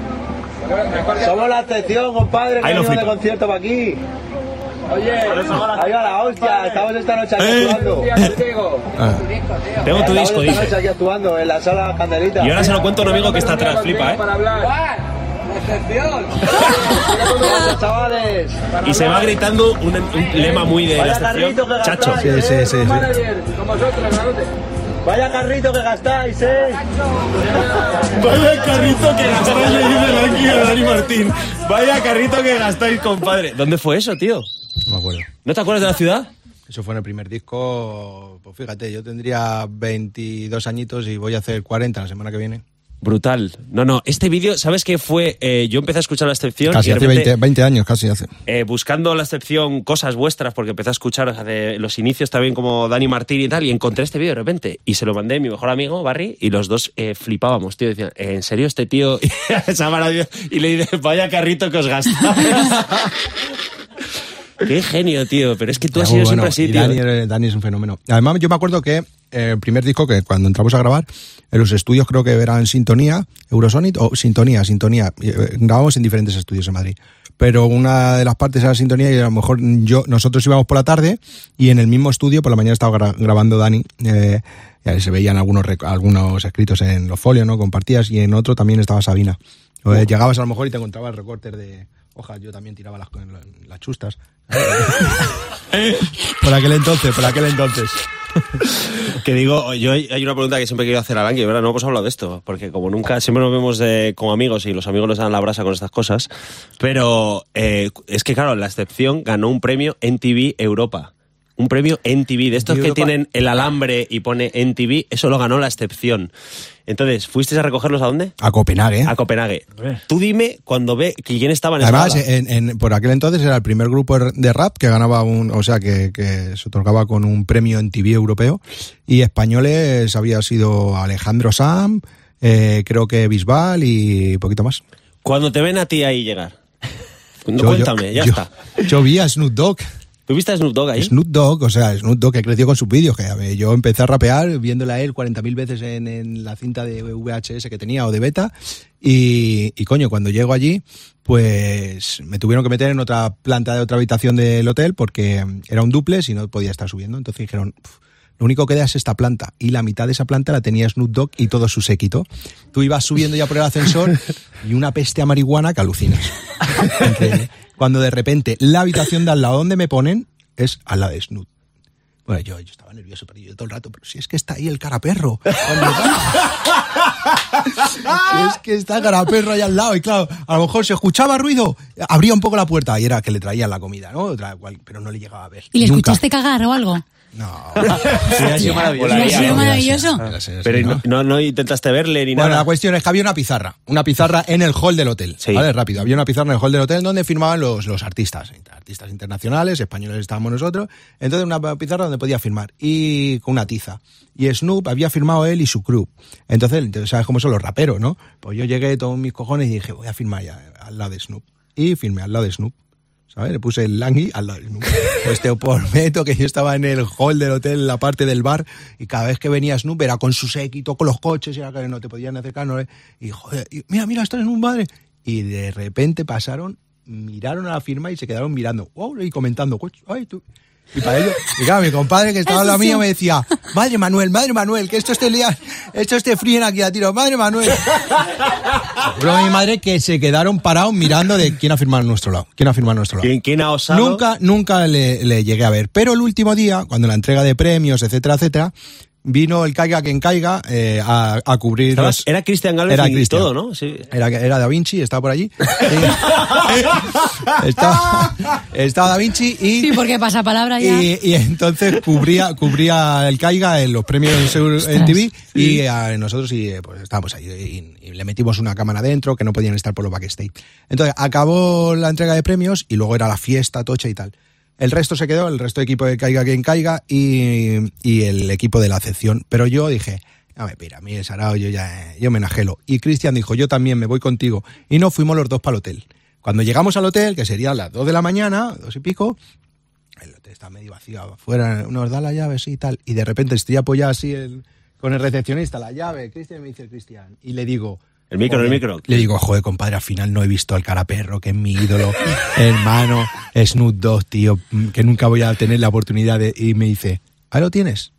[SPEAKER 2] Somos la excepción, compadre. que
[SPEAKER 3] Ahí lo
[SPEAKER 2] venimos de
[SPEAKER 3] flipa.
[SPEAKER 2] concierto para aquí. Oye, ahí va la hostia. Estamos esta noche aquí
[SPEAKER 3] Eh.
[SPEAKER 2] actuando.
[SPEAKER 8] Ah.
[SPEAKER 3] Tengo tu
[SPEAKER 2] Estamos
[SPEAKER 3] disco,
[SPEAKER 2] esta
[SPEAKER 3] dice.
[SPEAKER 2] noche aquí actuando en la sala Candelita.
[SPEAKER 3] Y ahora se lo cuento a un amigo que está atrás. Flipa, ¿eh?
[SPEAKER 2] ¿Cómo andas, chavales?
[SPEAKER 3] Y se va gritando un, un lema muy de la
[SPEAKER 2] Vaya carrito que
[SPEAKER 3] excepción. Chacho.
[SPEAKER 2] gastáis,
[SPEAKER 8] Sí,
[SPEAKER 2] ¿eh?
[SPEAKER 8] sí, sí, sí.
[SPEAKER 2] Manager, con vosotros, grandote. Vaya carrito que gastáis, ¿eh?
[SPEAKER 3] Vaya carrito que gastáis, le dice Langui a Dani Martín. Vaya carrito que gastáis, compadre. ¿Dónde fue eso, tío?
[SPEAKER 8] No me acuerdo.
[SPEAKER 3] ¿No te acuerdas de la ciudad?
[SPEAKER 8] Eso fue en el primer disco. Pues fíjate, yo tendría 22 añitos y voy a hacer 40 la semana que viene.
[SPEAKER 3] Brutal. No, no, este vídeo, ¿sabes qué fue? Eh, yo empecé a escuchar la excepción
[SPEAKER 8] Casi
[SPEAKER 3] y de
[SPEAKER 8] hace
[SPEAKER 3] repente,
[SPEAKER 8] 20, 20 años, casi hace.
[SPEAKER 3] eh, buscando la excepción cosas vuestras, porque empecé a escuchar o sea, de los inicios también como Dani Martín y tal, y encontré este vídeo de repente. Y se lo mandé a mi mejor amigo, Barry, y los dos eh, flipábamos, tío. Decían, ¿en serio este tío? [LAUGHS] Esa maravilla. Y le dije, vaya carrito que os
[SPEAKER 8] [LAUGHS]
[SPEAKER 3] gastáis. qué genio, tío. Pero es que tú has
[SPEAKER 8] Muy
[SPEAKER 3] sido siempre
[SPEAKER 8] bueno,
[SPEAKER 3] así,
[SPEAKER 8] y
[SPEAKER 3] tío.
[SPEAKER 8] Dani, eh, Dani es un fenómeno. Además, yo me acuerdo que eh, el primer disco que cuando entramos a grabar, en los estudios creo que eran Sintonía, Eurosonic, o Sintonía, Sintonía. Y, eh, Grabamos en diferentes estudios en Madrid. Pero una de las partes era Sintonía y a lo mejor yo, nosotros íbamos por la tarde y en el mismo estudio por la mañana estaba gra- grabando Dani. eh, y ahí se veían algunos, rec- algunos escritos en los folios, ¿no? Compartías y en otro también estaba Sabina. Eh, Llegabas a lo mejor y te encontrabas recortes de... Oja, yo también tiraba las,
[SPEAKER 3] [LAUGHS]
[SPEAKER 8] las chustas. Por aquel entonces, por aquel entonces.
[SPEAKER 3] Que digo, yo hay hay una pregunta que siempre quiero hacer a Langui, ¿verdad? No hemos hablado de esto, porque como nunca, siempre nos vemos eh, como amigos y los amigos nos dan la brasa con estas cosas, pero eh, es que claro, la excepción ganó un premio NTV Europa. Un premio NTV, de estos
[SPEAKER 8] ¿De
[SPEAKER 3] que
[SPEAKER 8] Europa?
[SPEAKER 3] tienen el alambre y pone NTV, eso lo ganó la excepción. Entonces, ¿fuisteis a recogerlos a dónde?
[SPEAKER 8] A Copenhague. ¿eh?
[SPEAKER 3] A Copenhague. Tú dime cuando ve quién estaba en esa
[SPEAKER 8] Además, eh,
[SPEAKER 3] gala.
[SPEAKER 8] en- en- por aquel entonces era el primer grupo er, de rap que ganaba un, o sea, que, que se otorgaba con un premio en TV europeo. Y españoles había sido Alejandro Sam, eh, creo que Bisbal y poquito más.
[SPEAKER 3] Cuando te ven a ti ahí llegar.
[SPEAKER 8] Yo-
[SPEAKER 3] Cuéntame,
[SPEAKER 8] yo-
[SPEAKER 3] ya
[SPEAKER 8] yo-
[SPEAKER 3] está.
[SPEAKER 8] Yo vi a Snoop Dogg.
[SPEAKER 3] ¿Tuviste a Snoop Dogg ahí?
[SPEAKER 8] Snoop Dogg, o sea, Snoop Dogg que creció con sus vídeos. Que a ver, yo empecé a rapear viéndole a él 40.000 veces en, en la cinta de VHS que tenía o de beta. Y, y coño, cuando llego allí, pues me tuvieron que meter en otra planta de otra habitación del hotel porque mm, era un duplex y no podía estar subiendo. Entonces dijeron, "Pf, lo único que queda es esta planta. Y la mitad de esa planta la tenía Snoop Dogg y todo su séquito. Tú ibas subiendo ya por el ascensor y una peste a marihuana que alucinas. Increíble. Cuando de repente la habitación de al lado donde me ponen es a la de Snoop. Bueno, [LAUGHS] yo, yo estaba nervioso, pero yo todo el rato, pero si es que está ahí el cara perro. Cuando- es que está Caraperro allá al lado y claro, a lo mejor se escuchaba ruido, abría un poco la puerta y era que le traían la comida, ¿no? Otra cual, pero no le llegaba a ver.
[SPEAKER 9] ¿Y le
[SPEAKER 8] Nunca.
[SPEAKER 9] escuchaste cagar o algo?
[SPEAKER 8] No.
[SPEAKER 1] Hubiera sido maravilloso.
[SPEAKER 9] Hubiera
[SPEAKER 3] Volaría,
[SPEAKER 9] sido maravilloso.
[SPEAKER 3] Pero ¿y no, no, no intentaste verle ni
[SPEAKER 8] Bueno, la
[SPEAKER 3] nada.
[SPEAKER 8] cuestión es que había una pizarra, una pizarra en el hall del hotel.
[SPEAKER 3] Sí.
[SPEAKER 8] ¿Vale? Rápido, había una pizarra en el hall del hotel donde firmaban los, los artistas, artistas internacionales, españoles estábamos nosotros. Entonces, una pizarra donde podía firmar y con una tiza. Y Snoop había firmado él y su crew. Entonces, entonces, ¿sabes cómo son los raperos, no? Pues yo llegué todos mis cojones y dije, voy a firmar ya eh, al lado de Snoop. Y firmé al lado de Snoop. ¿Sabes? Le puse el langui al lado. Pues te prometo que yo estaba en el hall del hotel, en la parte del bar, y cada vez que venía Snoop era con su séquito, con los coches, y era que no te podían acercar, no, eh. y joder, y mira, mira, están en un madre. Y de repente pasaron, miraron a la firma y se quedaron mirando, wow, y comentando, "Coño, ay, tú. Y para ello, y claro, mi compadre que estaba al lado mío me decía, madre Manuel, madre Manuel, que estos te lían, estos te fríen aquí a tiro, madre Manuel. Juro a mi madre que se quedaron parados mirando de quién ha firmado a nuestro lado, quién ha firmado a nuestro lado.
[SPEAKER 3] ¿Quién, quién ha osado?
[SPEAKER 8] Nunca, nunca le, le llegué a ver. Pero el último día, cuando la entrega de premios, etcétera, etcétera, vino el caiga quien caiga eh, a, a cubrir
[SPEAKER 3] Estabas-
[SPEAKER 8] los-
[SPEAKER 3] Era Cristian Galvez
[SPEAKER 8] Era
[SPEAKER 3] y
[SPEAKER 8] Cristian.
[SPEAKER 3] todo, ¿no? Sí.
[SPEAKER 8] Era, era Da Vinci, estaba
[SPEAKER 3] [LAUGHS]
[SPEAKER 8] por allí. Sí. [LAUGHS] estaba, estaba Da Vinci y...
[SPEAKER 9] Sí, porque pasa palabra ya.
[SPEAKER 8] Y, y entonces cubría, cubría el Caiga en los premios en, Seur- en TV y eh, nosotros y, eh, pues, estábamos ahí y, y le metimos una cámara adentro que no podían estar por los backstage. Entonces acabó la entrega de premios y luego era la fiesta tocha y tal. El resto se quedó, el resto de equipo de Caiga quien caiga y, y el equipo de la sección. Pero yo dije, a ver, mira, mire, Sarao, yo ya yo me enajelo. Y Cristian dijo, yo también me voy contigo. Y nos fuimos los dos para el hotel. Cuando llegamos al hotel, que sería las dos de la mañana, dos y pico, el hotel está medio vacío afuera, nos da la llave, sí, y tal. Y de repente estoy apoyado así el- con el recepcionista, la llave, Cristian, me dice Cristian. Y le digo...
[SPEAKER 3] El micro, el
[SPEAKER 8] joder,
[SPEAKER 3] micro.
[SPEAKER 8] Le digo, joder, compadre, al final no he visto al caraperro, que es mi ídolo, hermano, Snoop Dogg, tío, que nunca voy a tener la oportunidad de... Y me dice, ahí lo tienes.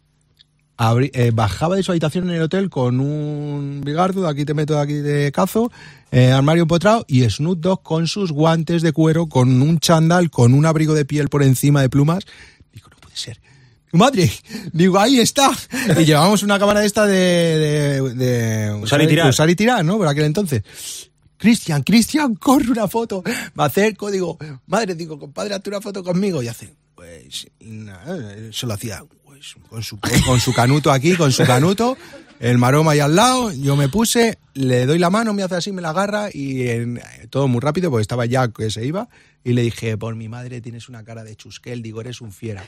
[SPEAKER 8] Abrí- eh, bajaba de su habitación en el hotel con un bigardo, de aquí te meto, de aquí de cazo, eh, armario empotrado y Snoop Dogg con sus guantes de cuero, con un chándal, con un abrigo de piel por encima de plumas. Digo, no puede ser. Madre, digo, ahí está. Y llevamos una cámara de esta de, de- de-
[SPEAKER 3] Usar y tirar.
[SPEAKER 8] usar y tirar, ¿no? Por aquel entonces. Cristian, Cristian, corre una foto. Me acerco, digo, madre, digo, compadre, hazte una foto conmigo. Y hace, pues, nada, eso lo hacía pues, con, su, con su canuto aquí, con su canuto, el maroma ahí al lado. Yo me puse, le doy la mano, me hace así, me la agarra y en- todo muy rápido, porque estaba ya que se iba. Y le dije, por mi madre tienes una cara de chusquel, digo, eres un fiera.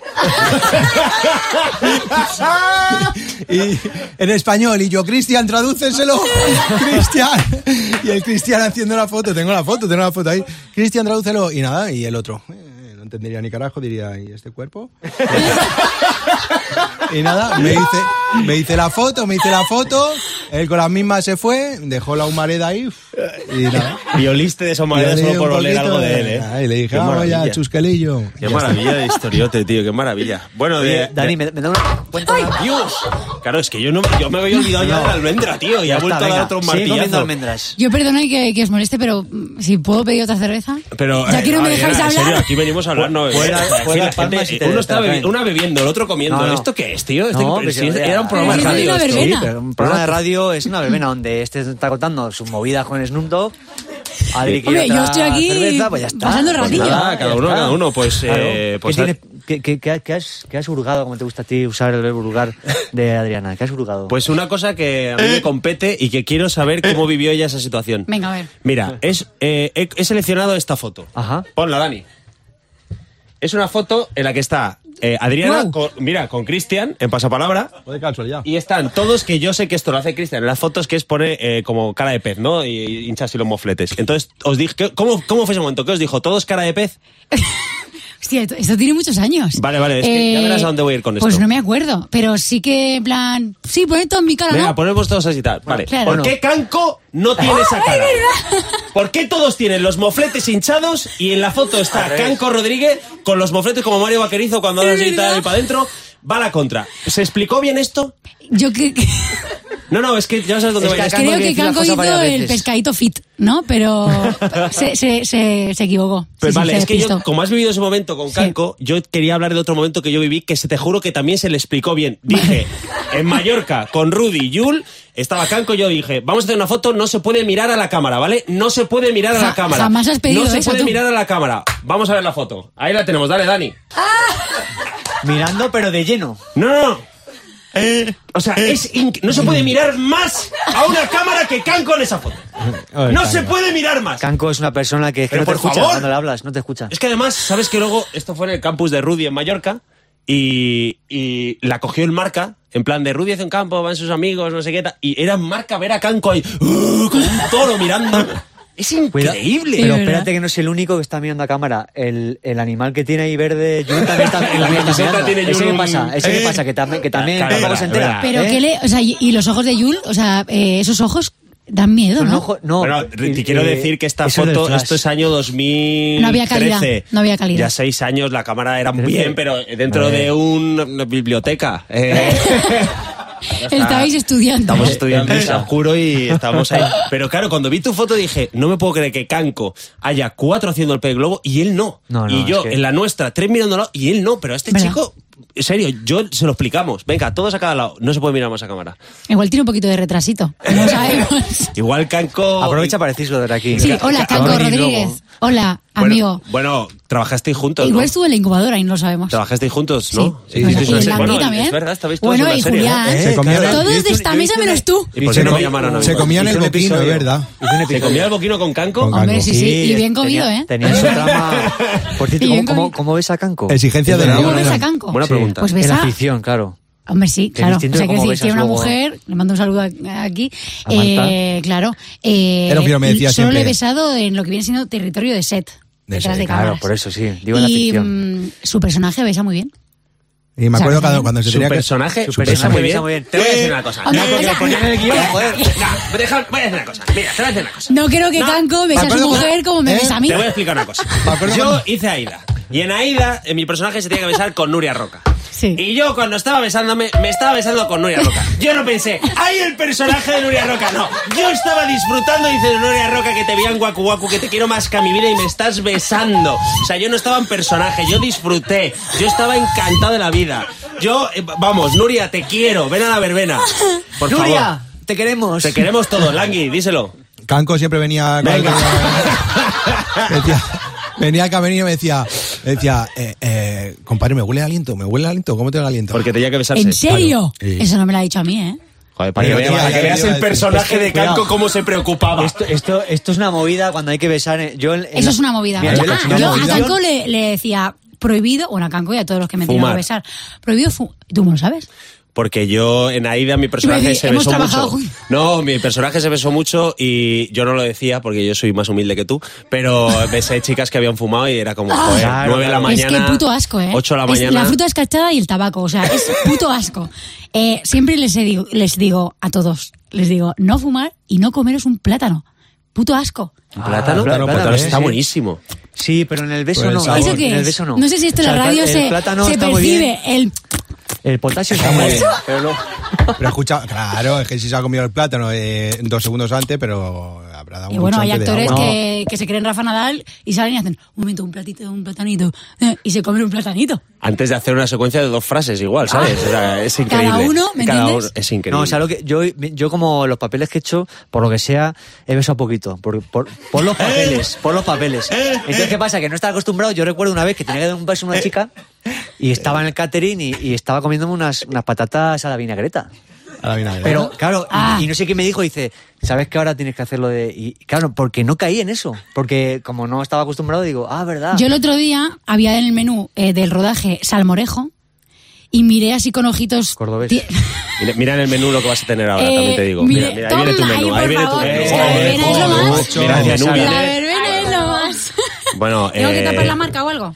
[SPEAKER 8] y en español y yo Cristian tradúceselo Cristian y el Cristian haciendo la foto tengo la foto tengo la foto ahí Cristian tradúcelo y nada y el otro eh, no entendería ni carajo diría y este cuerpo y nada me hice me hice la foto me hice la foto él con las mismas se fue dejó la humareda ahí uf, y nada
[SPEAKER 3] Y oliste de esa
[SPEAKER 8] Y
[SPEAKER 3] manera
[SPEAKER 8] le di
[SPEAKER 3] solo
[SPEAKER 8] un
[SPEAKER 3] por oler
[SPEAKER 8] poquito
[SPEAKER 3] algo de él,
[SPEAKER 8] de-
[SPEAKER 3] ¿eh?
[SPEAKER 8] nada, y le dije
[SPEAKER 3] Qué
[SPEAKER 8] ah,
[SPEAKER 3] maravilla.
[SPEAKER 8] vaya chusquelillo
[SPEAKER 3] Qué maravilla de historiote, tío, qué maravilla. Bueno, de-
[SPEAKER 1] Oye, Dani,
[SPEAKER 3] de-
[SPEAKER 1] me, me da una cuenta. una-
[SPEAKER 3] Dios. Claro, es que yo no yo me había olvidado ya de la almendra, tío, y
[SPEAKER 1] Ya
[SPEAKER 3] ha
[SPEAKER 1] está,
[SPEAKER 3] vuelto a dar
[SPEAKER 1] venga,
[SPEAKER 3] otro
[SPEAKER 1] sigue comiendo
[SPEAKER 3] martillazo.
[SPEAKER 1] almendras.
[SPEAKER 9] Yo perdono y que, que os moleste, pero mm, si puedo pedir otra cerveza.
[SPEAKER 3] Pero,
[SPEAKER 9] ya
[SPEAKER 3] eh,
[SPEAKER 9] que no me
[SPEAKER 3] a ver,
[SPEAKER 9] dejáis
[SPEAKER 3] en
[SPEAKER 9] hablar.
[SPEAKER 3] serio, aquí venimos a hablar, no.
[SPEAKER 1] Fuera-
[SPEAKER 3] eh, aquí
[SPEAKER 1] fuera
[SPEAKER 3] la gente-
[SPEAKER 1] palmas y te-
[SPEAKER 3] uno está
[SPEAKER 1] te la
[SPEAKER 3] bebi-
[SPEAKER 1] traen.
[SPEAKER 3] una bebiendo, el otro comiendo.
[SPEAKER 1] No, no.
[SPEAKER 3] ¿Esto qué es, tío? Este-
[SPEAKER 1] No,
[SPEAKER 3] pero
[SPEAKER 1] pero
[SPEAKER 3] si
[SPEAKER 1] ya-
[SPEAKER 3] era un programa de
[SPEAKER 9] Pero si
[SPEAKER 3] radio.
[SPEAKER 9] es una
[SPEAKER 3] esto.
[SPEAKER 9] verbena.
[SPEAKER 1] Sí, pero un programa de radio es una verbena donde este está contando sus movidas con Snoop Dogg. Adri quiere
[SPEAKER 9] Hombre, yo
[SPEAKER 1] otra
[SPEAKER 9] estoy aquí
[SPEAKER 1] cerveza, pues ya está.
[SPEAKER 9] pasando el
[SPEAKER 1] Pues
[SPEAKER 9] ratillo.
[SPEAKER 1] nada,
[SPEAKER 3] Ah, cada
[SPEAKER 1] ya
[SPEAKER 3] uno,
[SPEAKER 1] está.
[SPEAKER 3] cada uno, pues, eh, pues,
[SPEAKER 1] ¿Qué, tiene- qué- qué- qué- qué has, qué has hurgado, como te gusta a ti usar el verbo hurgar de Adriana? ¿Qué has hurgado?
[SPEAKER 3] Pues una cosa que a mí me compete y que quiero saber cómo vivió ella esa situación.
[SPEAKER 9] Venga, a ver.
[SPEAKER 3] Mira, es, eh, he, he seleccionado esta foto.
[SPEAKER 1] Ajá.
[SPEAKER 3] Ponla, Dani. Es una foto en la que está eh, Adriana,
[SPEAKER 9] Wow.
[SPEAKER 3] con- mira, con Cristian, en pasapalabra.
[SPEAKER 8] de casualidad
[SPEAKER 3] Y están todos que yo sé que esto lo hace Cristian en las fotos que es pone eh, como cara de pez, ¿no? Y, y hincha así los mofletes. Entonces, os dije, ¿qué- ¿cómo, ¿cómo fue ese momento? ¿Qué os dijo? ¿Todos cara de pez?
[SPEAKER 9] Hostia, esto- esto tiene muchos años.
[SPEAKER 3] Vale, vale, es que ya verás a dónde voy a ir con
[SPEAKER 9] Pues
[SPEAKER 3] esto.
[SPEAKER 9] no me acuerdo, pero sí que, en plan. Sí, poned todo en mi cara,
[SPEAKER 3] Venga, pues-
[SPEAKER 9] ¿no?
[SPEAKER 3] ponemos todos así tal. Vale.
[SPEAKER 9] Claro.
[SPEAKER 3] ¿Por qué Canco no tiene esa cara? ¿Por qué todos tienen los mofletes hinchados y en la foto está Canco Rodríguez con los mofletes como Mario Vaquerizo cuando
[SPEAKER 9] Es
[SPEAKER 3] da así
[SPEAKER 9] verdad.
[SPEAKER 3] tal y para adentro? Va a la contra. ¿Se explicó bien esto?
[SPEAKER 9] Yo creo que. [LAUGHS]
[SPEAKER 3] No, no, es que ya sabes dónde
[SPEAKER 1] Es que
[SPEAKER 3] vayas.
[SPEAKER 1] acá- Cango
[SPEAKER 9] Creo
[SPEAKER 1] quiere
[SPEAKER 9] que
[SPEAKER 1] decir la
[SPEAKER 9] Canco
[SPEAKER 1] cosa
[SPEAKER 9] hizo
[SPEAKER 1] varias
[SPEAKER 9] el
[SPEAKER 1] veces.
[SPEAKER 9] pescadito fit, ¿no? Pero se, se, se, se equivocó.
[SPEAKER 3] Pues
[SPEAKER 9] Sí, sí,
[SPEAKER 3] vale,
[SPEAKER 9] se
[SPEAKER 3] es que yo,
[SPEAKER 9] despistó.
[SPEAKER 3] como has vivido ese momento con
[SPEAKER 9] Sí.
[SPEAKER 3] Canco, yo quería hablar de otro momento que yo viví que se te juro que también se le explicó
[SPEAKER 9] [LAUGHS]
[SPEAKER 3] bien. Dije, en Mallorca, con Rudy y Yul, estaba Canco y yo dije, vamos a hacer una foto, no se puede mirar a la cámara, ¿vale? No se puede mirar a la
[SPEAKER 9] Ja-
[SPEAKER 3] cámara.
[SPEAKER 9] jamás has pedido
[SPEAKER 3] No se
[SPEAKER 9] eso,
[SPEAKER 3] puede
[SPEAKER 9] tú.
[SPEAKER 3] mirar a la cámara. Vamos a ver la foto. Ahí la tenemos, dale, Dani.
[SPEAKER 1] Mirando, pero de lleno.
[SPEAKER 3] No, no, no. o sea, es inc- no se puede mirar más a una cámara que Canco en esa foto.
[SPEAKER 8] Oye,
[SPEAKER 3] No
[SPEAKER 8] Canco.
[SPEAKER 3] se puede mirar más.
[SPEAKER 1] Canco es una persona que, es que
[SPEAKER 3] Pero
[SPEAKER 1] no te
[SPEAKER 3] por
[SPEAKER 1] escucha
[SPEAKER 3] favor.
[SPEAKER 1] cuando le hablas, no te escucha.
[SPEAKER 3] Es que además, ¿sabes que luego esto fue en el campus de Rudy en Mallorca? Y, y la cogió el marca, en plan de Rudy hace un campo, van sus amigos, no sé qué. ta- Y era marca ver a Canco ahí, ¡uh! con un toro mirando. Es
[SPEAKER 1] Cuida-
[SPEAKER 3] increíble.
[SPEAKER 1] Pero
[SPEAKER 9] Sí, ¿verdad?
[SPEAKER 1] espérate que no es el único que está mirando a cámara. El, el animal que tiene ahí verde, Jun también está,
[SPEAKER 3] En [LAUGHS] la
[SPEAKER 1] también está
[SPEAKER 3] camiseta
[SPEAKER 1] mirando.
[SPEAKER 3] tiene
[SPEAKER 1] ¿Ese
[SPEAKER 3] Jun
[SPEAKER 1] qué
[SPEAKER 3] un-
[SPEAKER 1] pasa? ¿Ese
[SPEAKER 3] Eh.
[SPEAKER 1] qué pasa? Que, tam- que también
[SPEAKER 3] Claro,
[SPEAKER 1] tampoco se
[SPEAKER 3] es
[SPEAKER 1] entera.
[SPEAKER 3] verdad.
[SPEAKER 9] Pero
[SPEAKER 1] ¿eh?
[SPEAKER 9] que le. O sea, y, y los ojos de Yul, o sea, eh, esos ojos dan miedo,
[SPEAKER 1] Son
[SPEAKER 9] ¿no?
[SPEAKER 1] ojo- no,
[SPEAKER 3] Bueno,
[SPEAKER 1] y-
[SPEAKER 3] te quiero
[SPEAKER 1] y-
[SPEAKER 3] decir que esta
[SPEAKER 1] eso del
[SPEAKER 3] foto,
[SPEAKER 1] flash.
[SPEAKER 3] esto es año 2013.
[SPEAKER 9] No había calidad, no había calidad.
[SPEAKER 3] Ya seis años, la cámara era
[SPEAKER 1] Trece.
[SPEAKER 3] bien, pero dentro de un- una biblioteca.
[SPEAKER 1] [LAUGHS]
[SPEAKER 3] Eh,
[SPEAKER 9] Estabais estudiando.
[SPEAKER 1] Eh,
[SPEAKER 3] Estamos estudiando en San Juro y estamos ahí. Pero claro, cuando vi tu foto dije, no me puedo creer que Canco haya cuatro haciendo el pez globo y él no.
[SPEAKER 1] No, no,
[SPEAKER 3] y
[SPEAKER 1] es
[SPEAKER 3] yo
[SPEAKER 1] que-
[SPEAKER 3] en la nuestra, tres mirando al lado y él no. Pero a este
[SPEAKER 9] ¿Verdad?
[SPEAKER 3] chico, en serio, yo se lo explicamos. Venga, todos a cada lado. No se puede mirar más a cámara.
[SPEAKER 9] Igual tiene un poquito de retrasito. No sabemos.
[SPEAKER 3] Igual Canco.
[SPEAKER 1] Aprovecha para decirlo de aquí.
[SPEAKER 9] Sí, hola, Canco
[SPEAKER 1] Ahora ni
[SPEAKER 9] Rodríguez.
[SPEAKER 1] luego.
[SPEAKER 9] Hola,
[SPEAKER 3] Bueno,
[SPEAKER 9] amigo.
[SPEAKER 3] Bueno, trabajasteis juntos. ¿no?
[SPEAKER 9] Igual estuvo en la incubadora y no lo sabemos.
[SPEAKER 3] Trabajasteis juntos,
[SPEAKER 9] Sí.
[SPEAKER 3] ¿no?
[SPEAKER 9] Bueno,
[SPEAKER 3] Hicisteis
[SPEAKER 9] y
[SPEAKER 3] una
[SPEAKER 9] el
[SPEAKER 3] serie.
[SPEAKER 9] Blanqui
[SPEAKER 3] Bueno,
[SPEAKER 9] también.
[SPEAKER 3] Es verdad, estabais todos
[SPEAKER 9] bueno,
[SPEAKER 3] en
[SPEAKER 9] y
[SPEAKER 3] una serie, ¿no?
[SPEAKER 9] Julián.
[SPEAKER 1] Eh,
[SPEAKER 8] Se comieron-
[SPEAKER 1] claro.
[SPEAKER 9] Todos de
[SPEAKER 1] Yo
[SPEAKER 9] esta
[SPEAKER 1] hice- yo
[SPEAKER 9] mesa
[SPEAKER 1] hice-
[SPEAKER 9] menos tú.
[SPEAKER 3] ¿Y por qué
[SPEAKER 8] se
[SPEAKER 3] Pues no
[SPEAKER 8] com-
[SPEAKER 3] me llamaron a mí?
[SPEAKER 8] se comían el
[SPEAKER 1] Hice un
[SPEAKER 8] boquino,
[SPEAKER 1] episodio.
[SPEAKER 8] es verdad.
[SPEAKER 1] Hice un
[SPEAKER 3] ¿Se
[SPEAKER 1] episodio.
[SPEAKER 3] comía el boquino con Canco?
[SPEAKER 8] Con Canco.
[SPEAKER 9] Hombre, sí, sí. Y bien comido,
[SPEAKER 1] tenía-
[SPEAKER 9] ¿eh?
[SPEAKER 1] Tenía su
[SPEAKER 9] [LAUGHS]
[SPEAKER 1] trama. Por cierto,
[SPEAKER 9] Y bien
[SPEAKER 1] ¿cómo, cómo,
[SPEAKER 9] comido.
[SPEAKER 1] cómo ves a Canco?
[SPEAKER 8] Exigencia de la
[SPEAKER 9] ¿Cómo
[SPEAKER 8] hora.
[SPEAKER 9] ves a Canco?
[SPEAKER 3] Buena
[SPEAKER 1] Sí.
[SPEAKER 3] pregunta.
[SPEAKER 9] Pues
[SPEAKER 1] En
[SPEAKER 9] ves
[SPEAKER 1] la
[SPEAKER 9] a-
[SPEAKER 1] afición, claro.
[SPEAKER 9] Hombre, sí,
[SPEAKER 1] Qué
[SPEAKER 9] claro. O sea,
[SPEAKER 1] distinto
[SPEAKER 9] quiero
[SPEAKER 1] de cómo
[SPEAKER 9] decir,
[SPEAKER 1] ves a
[SPEAKER 9] tiene una
[SPEAKER 1] su abogado.
[SPEAKER 9] mujer, le mando un saludo a- aquí.
[SPEAKER 1] A Marta.
[SPEAKER 9] Eh, claro. Eh,
[SPEAKER 8] Era un fino, me decía
[SPEAKER 9] solo le he
[SPEAKER 8] siempre.
[SPEAKER 9] besado en lo que viene siendo territorio de set.
[SPEAKER 8] De
[SPEAKER 9] detrás
[SPEAKER 8] set,
[SPEAKER 9] de
[SPEAKER 1] claro,
[SPEAKER 9] cámaras.
[SPEAKER 1] por eso sí, digo en la
[SPEAKER 9] y,
[SPEAKER 1] ficción.
[SPEAKER 9] mm, su personaje besa muy bien.
[SPEAKER 8] Y me acuerdo cuando, cuando se
[SPEAKER 3] Su
[SPEAKER 8] tenía que...
[SPEAKER 3] Pues personaje,
[SPEAKER 1] Su
[SPEAKER 3] besa
[SPEAKER 1] personaje
[SPEAKER 3] muy
[SPEAKER 1] besa
[SPEAKER 3] bien.
[SPEAKER 1] muy bien.
[SPEAKER 3] Te voy a decir una cosa.
[SPEAKER 9] Hombre,
[SPEAKER 3] No,
[SPEAKER 9] o
[SPEAKER 3] que
[SPEAKER 9] sea,
[SPEAKER 3] lo ponían en el guión,
[SPEAKER 9] eh,
[SPEAKER 3] joder. No, deja- voy a decir una cosa. Mira, te voy a decir una cosa.
[SPEAKER 9] No creo que Canco besa a su
[SPEAKER 8] acuerdo cuando-
[SPEAKER 9] mujer como me
[SPEAKER 8] ¿Eh?
[SPEAKER 9] besa a mí.
[SPEAKER 3] Te voy a explicar una
[SPEAKER 9] [LAUGHS]
[SPEAKER 3] cosa. Yo hice Aida. Y en Aida, eh, mi personaje se tenía que besar con Nuria Roca.
[SPEAKER 9] Sí.
[SPEAKER 3] Y yo cuando estaba besándome, me estaba besando con Nuria Roca. Yo no pensé, ¡ay, el personaje de Nuria Roca! No, yo estaba disfrutando, dice Nuria Roca, que te veía en Guacu Guacu, que te quiero más que a mi vida y me estás besando. O sea, yo no estaba en personaje, yo disfruté, yo estaba encantado de la vida. Yo, eh, vamos, Nuria, te quiero, ven a la verbena. Por favor.
[SPEAKER 1] Nuria, te queremos.
[SPEAKER 3] Te queremos todos, Langui, díselo.
[SPEAKER 8] Canco siempre venía... con-
[SPEAKER 3] Venga.
[SPEAKER 8] [LAUGHS] Decía- venía acá, venía y me decía... me decía, eh, eh, compadre, ¿me huele el aliento? ¿Me huele el aliento? ¿Cómo te huele el aliento?
[SPEAKER 3] Porque tenía que besarse.
[SPEAKER 9] ¿En serio?
[SPEAKER 8] Sí.
[SPEAKER 9] Eso no me lo ha dicho a mí, ¿eh?
[SPEAKER 3] Joder, para que,
[SPEAKER 8] Pero
[SPEAKER 3] veas-
[SPEAKER 8] ya,
[SPEAKER 3] para
[SPEAKER 8] ya
[SPEAKER 3] que
[SPEAKER 8] le
[SPEAKER 3] veas
[SPEAKER 8] iba a
[SPEAKER 3] el
[SPEAKER 8] decir.
[SPEAKER 3] personaje de
[SPEAKER 1] cuidado.
[SPEAKER 3] Canco cómo se preocupaba.
[SPEAKER 1] Esto, esto, esto es una movida cuando hay que besar. eh, Yo en- en
[SPEAKER 9] Eso
[SPEAKER 1] la-
[SPEAKER 9] es una movida.
[SPEAKER 1] Mira,
[SPEAKER 9] Ah,
[SPEAKER 1] yo
[SPEAKER 8] es
[SPEAKER 1] en
[SPEAKER 8] una
[SPEAKER 1] la-
[SPEAKER 9] yo a
[SPEAKER 8] movida.
[SPEAKER 9] Canco le, le decía prohibido, bueno, a Canco y a todos los que me tienen
[SPEAKER 3] Fumar.
[SPEAKER 9] que besar, prohibido fu- ¿Tú cómo lo sabes?
[SPEAKER 3] Porque yo en Aida mi personaje
[SPEAKER 9] decir,
[SPEAKER 3] se
[SPEAKER 9] hemos
[SPEAKER 3] besó
[SPEAKER 9] trabajado
[SPEAKER 3] mucho.
[SPEAKER 9] juntos.
[SPEAKER 3] No, mi personaje se besó mucho y yo no lo decía porque yo soy más humilde que tú,
[SPEAKER 9] [LAUGHS]
[SPEAKER 3] pero besé chicas que habían fumado y era como, joder,
[SPEAKER 1] Claro,
[SPEAKER 3] 9 de la
[SPEAKER 1] claro.
[SPEAKER 3] mañana.
[SPEAKER 9] Ah, es que puto asco, ¿eh?
[SPEAKER 3] 8 de la
[SPEAKER 9] Es
[SPEAKER 3] mañana.
[SPEAKER 9] la fruta escachada y el tabaco, o sea, es puto asco. Eh, siempre les, he digo, les digo a todos, les digo, no fumar y no comeros un plátano. Puto asco.
[SPEAKER 3] ¿Un Plátano,
[SPEAKER 1] Ah, plátano,
[SPEAKER 3] plátano,
[SPEAKER 1] plátano,
[SPEAKER 3] está
[SPEAKER 1] sí.
[SPEAKER 3] buenísimo.
[SPEAKER 1] Sí, pero en el beso
[SPEAKER 8] Por el
[SPEAKER 1] no.
[SPEAKER 8] sabor.
[SPEAKER 9] ¿Eso qué
[SPEAKER 1] En el
[SPEAKER 9] es?
[SPEAKER 1] beso no.
[SPEAKER 9] sé si esto
[SPEAKER 1] O
[SPEAKER 9] en
[SPEAKER 1] sea,
[SPEAKER 9] la
[SPEAKER 1] el
[SPEAKER 9] radio
[SPEAKER 1] pla- el
[SPEAKER 9] se,
[SPEAKER 1] plátano
[SPEAKER 9] se
[SPEAKER 1] está muy bien,
[SPEAKER 9] percibe. El,
[SPEAKER 1] El potasio está muy bien. pero no-
[SPEAKER 8] Pero escucha, claro, es que si se ha comido el plátano eh, dos segundos antes, pero habrá dado
[SPEAKER 9] y
[SPEAKER 8] mucho
[SPEAKER 9] bueno, hay
[SPEAKER 8] antes de
[SPEAKER 9] actores
[SPEAKER 8] agua.
[SPEAKER 9] que, que se creen Rafa Nadal y salen y hacen, un momento, un platito, un platanito, eh, y se comen un platanito.
[SPEAKER 3] Antes de hacer una secuencia de dos frases igual, ¿sabes? O sea, es
[SPEAKER 9] Ah. Cada
[SPEAKER 3] increíble.
[SPEAKER 9] uno, ¿me
[SPEAKER 3] Cada
[SPEAKER 9] entiendes?
[SPEAKER 3] uno- es increíble.
[SPEAKER 1] No, o sea, lo que yo, yo como los papeles que he hecho, por lo que sea, he besado poquito. Por, por, por los papeles, por los papeles. Entonces, ¿qué pasa? Que no estaba acostumbrado. Yo recuerdo una vez que tenía que dar un beso a una chica y estaba en el catering y, y estaba comiéndome unas, unas patatas a la vinagreta.
[SPEAKER 8] A la vinagre.
[SPEAKER 1] Pero, claro, y-
[SPEAKER 9] Ah.
[SPEAKER 1] y, no sé qué me dijo, dice, ¿sabes que ahora tienes que hacerlo de...? Y claro, porque no caí en eso. Porque como no estaba acostumbrado, digo, ah, ¿verdad?
[SPEAKER 9] Yo el otro día había en el menú eh, del rodaje salmorejo y miré así con ojitos...
[SPEAKER 1] Cordobés.
[SPEAKER 9] [LAUGHS] ti-
[SPEAKER 3] Mira, mira en el menú lo que vas a tener ahora,
[SPEAKER 9] Eh,
[SPEAKER 3] también te digo. Mira,
[SPEAKER 9] mire,
[SPEAKER 3] mira, ahí viene tu
[SPEAKER 9] toma ahí,
[SPEAKER 3] menú.
[SPEAKER 9] por
[SPEAKER 3] viene tu
[SPEAKER 9] favor,
[SPEAKER 3] menú.
[SPEAKER 9] es que
[SPEAKER 3] Joder,
[SPEAKER 9] la verbena es lo
[SPEAKER 3] Mira
[SPEAKER 9] más.
[SPEAKER 3] hacia Nube.
[SPEAKER 9] La verbena es lo más.
[SPEAKER 3] Bueno,
[SPEAKER 9] [LAUGHS] ¿Tengo que
[SPEAKER 3] eh,
[SPEAKER 9] tapar la marca o algo?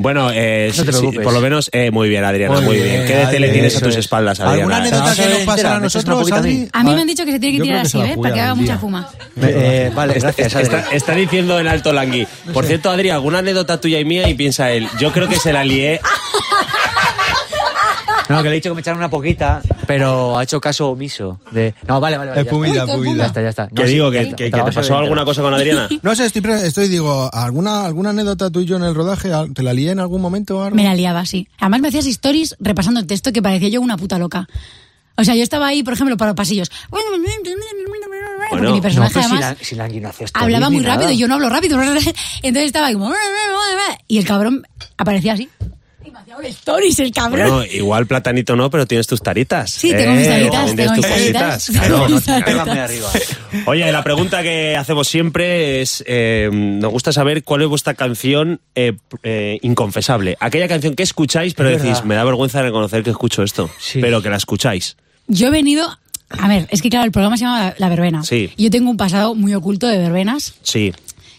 [SPEAKER 3] Bueno, eh, sí,
[SPEAKER 1] te
[SPEAKER 3] sí,
[SPEAKER 1] preocupes.
[SPEAKER 3] por lo menos, eh, muy bien, Adriana, muy,
[SPEAKER 8] Muy
[SPEAKER 3] bien.
[SPEAKER 8] bien,
[SPEAKER 3] ¿Qué de tele
[SPEAKER 8] Adri,
[SPEAKER 3] tienes a
[SPEAKER 8] eso
[SPEAKER 3] tus
[SPEAKER 8] es.
[SPEAKER 3] espaldas, Adriana?
[SPEAKER 8] ¿Alguna anécdota
[SPEAKER 1] Adriana,
[SPEAKER 8] que nos
[SPEAKER 1] espera,
[SPEAKER 8] pasará a
[SPEAKER 1] me echas una
[SPEAKER 8] nosotros,
[SPEAKER 1] poquita a
[SPEAKER 8] Adri?
[SPEAKER 1] mí.
[SPEAKER 9] A mí me han dicho que se tiene que
[SPEAKER 8] Yo
[SPEAKER 9] tirar
[SPEAKER 8] creo
[SPEAKER 9] así,
[SPEAKER 8] se la
[SPEAKER 9] ¿eh?
[SPEAKER 8] juega
[SPEAKER 9] Para que haga
[SPEAKER 8] algún
[SPEAKER 9] mucha
[SPEAKER 8] día.
[SPEAKER 9] fuma.
[SPEAKER 1] Me- eh, vale, gracias, Adri.
[SPEAKER 3] Está, está diciendo en alto Langui. Por cierto, Adri, alguna anécdota tuya y mía y piensa él. Yo creo que se la lié.
[SPEAKER 1] No, que le he dicho que me echaron una poquita, pero ha hecho caso omiso. De... No, vale, vale. vale
[SPEAKER 8] Es
[SPEAKER 1] ya está.
[SPEAKER 8] pumila,
[SPEAKER 1] Ya
[SPEAKER 8] pumila.
[SPEAKER 1] está, ya está.
[SPEAKER 3] [LAUGHS] Que
[SPEAKER 1] No,
[SPEAKER 3] digo
[SPEAKER 1] sí,
[SPEAKER 3] que,
[SPEAKER 1] ya
[SPEAKER 3] que- que
[SPEAKER 1] está.
[SPEAKER 3] te pasó alguna cosa con
[SPEAKER 9] [LAUGHS]
[SPEAKER 3] Adriana.
[SPEAKER 8] No sé, estoy, pre- estoy digo, ¿alguna, ¿alguna anécdota tú y yo en el rodaje? ¿Al- ¿Te la lié en algún momento o algo?
[SPEAKER 9] Me la liaba, sí. Además me hacías stories repasando el texto que parecía yo una puta loca. O sea, yo estaba ahí, por ejemplo, para pasillos. Porque
[SPEAKER 3] Bueno, pues
[SPEAKER 9] mi
[SPEAKER 1] No,
[SPEAKER 9] personaje
[SPEAKER 1] pero si
[SPEAKER 9] además
[SPEAKER 1] la- si la Angie no hace stories
[SPEAKER 9] hablaba
[SPEAKER 1] ni
[SPEAKER 9] muy rápido
[SPEAKER 1] nada.
[SPEAKER 9] y yo no [LAUGHS] hablo rápido. Entonces estaba ahí como... Y el cabrón aparecía así. Y me hacía un stories el cabrón.
[SPEAKER 3] Bueno, igual platanito no, pero tienes tus taritas. Eh,
[SPEAKER 9] Sí, tengo mis taritas,
[SPEAKER 3] tienes
[SPEAKER 9] tengo mis
[SPEAKER 3] tus
[SPEAKER 9] taritas.
[SPEAKER 3] cositas.
[SPEAKER 9] [LAUGHS]
[SPEAKER 3] Claro,
[SPEAKER 9] Tengo
[SPEAKER 3] no
[SPEAKER 9] mis
[SPEAKER 3] te-
[SPEAKER 9] taritas.
[SPEAKER 1] Pégame
[SPEAKER 9] [LAUGHS]
[SPEAKER 1] arriba.
[SPEAKER 3] Oye, la pregunta que hacemos siempre es, eh, nos gusta saber cuál es vuestra canción eh, eh, inconfesable. Aquella canción que escucháis, pero
[SPEAKER 1] Es
[SPEAKER 3] decís,
[SPEAKER 1] verdad.
[SPEAKER 3] me da vergüenza reconocer que escucho esto,
[SPEAKER 1] Sí.
[SPEAKER 3] pero que la escucháis.
[SPEAKER 9] Yo he venido... A ver, es que claro, el programa se llama La- La Verbena.
[SPEAKER 3] Sí.
[SPEAKER 9] Yo tengo un pasado muy oculto de verbenas.
[SPEAKER 3] Sí.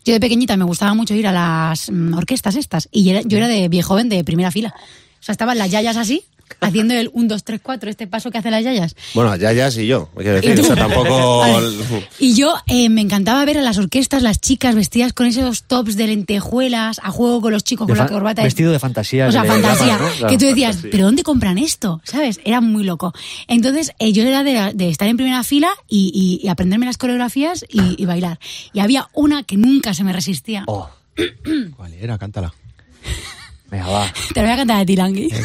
[SPEAKER 9] Yo de pequeñita me gustaba mucho ir a las mm, orquestas estas y yo era, yo era de bien joven de primera fila. O sea, estaban las yayas así, haciendo el 1, 2, 3, 4, este paso que hacen las yayas.
[SPEAKER 4] Bueno, ya, ya, sí, yo. Quiero
[SPEAKER 9] Y
[SPEAKER 4] decir,
[SPEAKER 9] tú-
[SPEAKER 4] o sea,
[SPEAKER 9] [LAUGHS]
[SPEAKER 4] tampoco.
[SPEAKER 9] Vale. Y yo eh, me encantaba ver a las orquestas, las chicas vestidas con esos tops de lentejuelas, a juego con los chicos
[SPEAKER 1] De
[SPEAKER 9] con la
[SPEAKER 1] fan-
[SPEAKER 9] corbata.
[SPEAKER 1] vestido de fantasía,
[SPEAKER 9] O sea,
[SPEAKER 1] que le llaman,
[SPEAKER 9] fantasía.
[SPEAKER 1] ¿no? Claro,
[SPEAKER 9] que tú decías, ¿pero dónde compran esto? ¿Sabes? Era muy loco. Entonces, eh, yo era de, de estar en primera fila y, y- y aprenderme las coreografías y, y bailar. Y había una que nunca se me resistía.
[SPEAKER 1] Oh,
[SPEAKER 8] ¿Cuál era? Cántala.
[SPEAKER 1] venga, va.
[SPEAKER 9] Te lo voy a cantar a ti, Langui. [LAUGHS]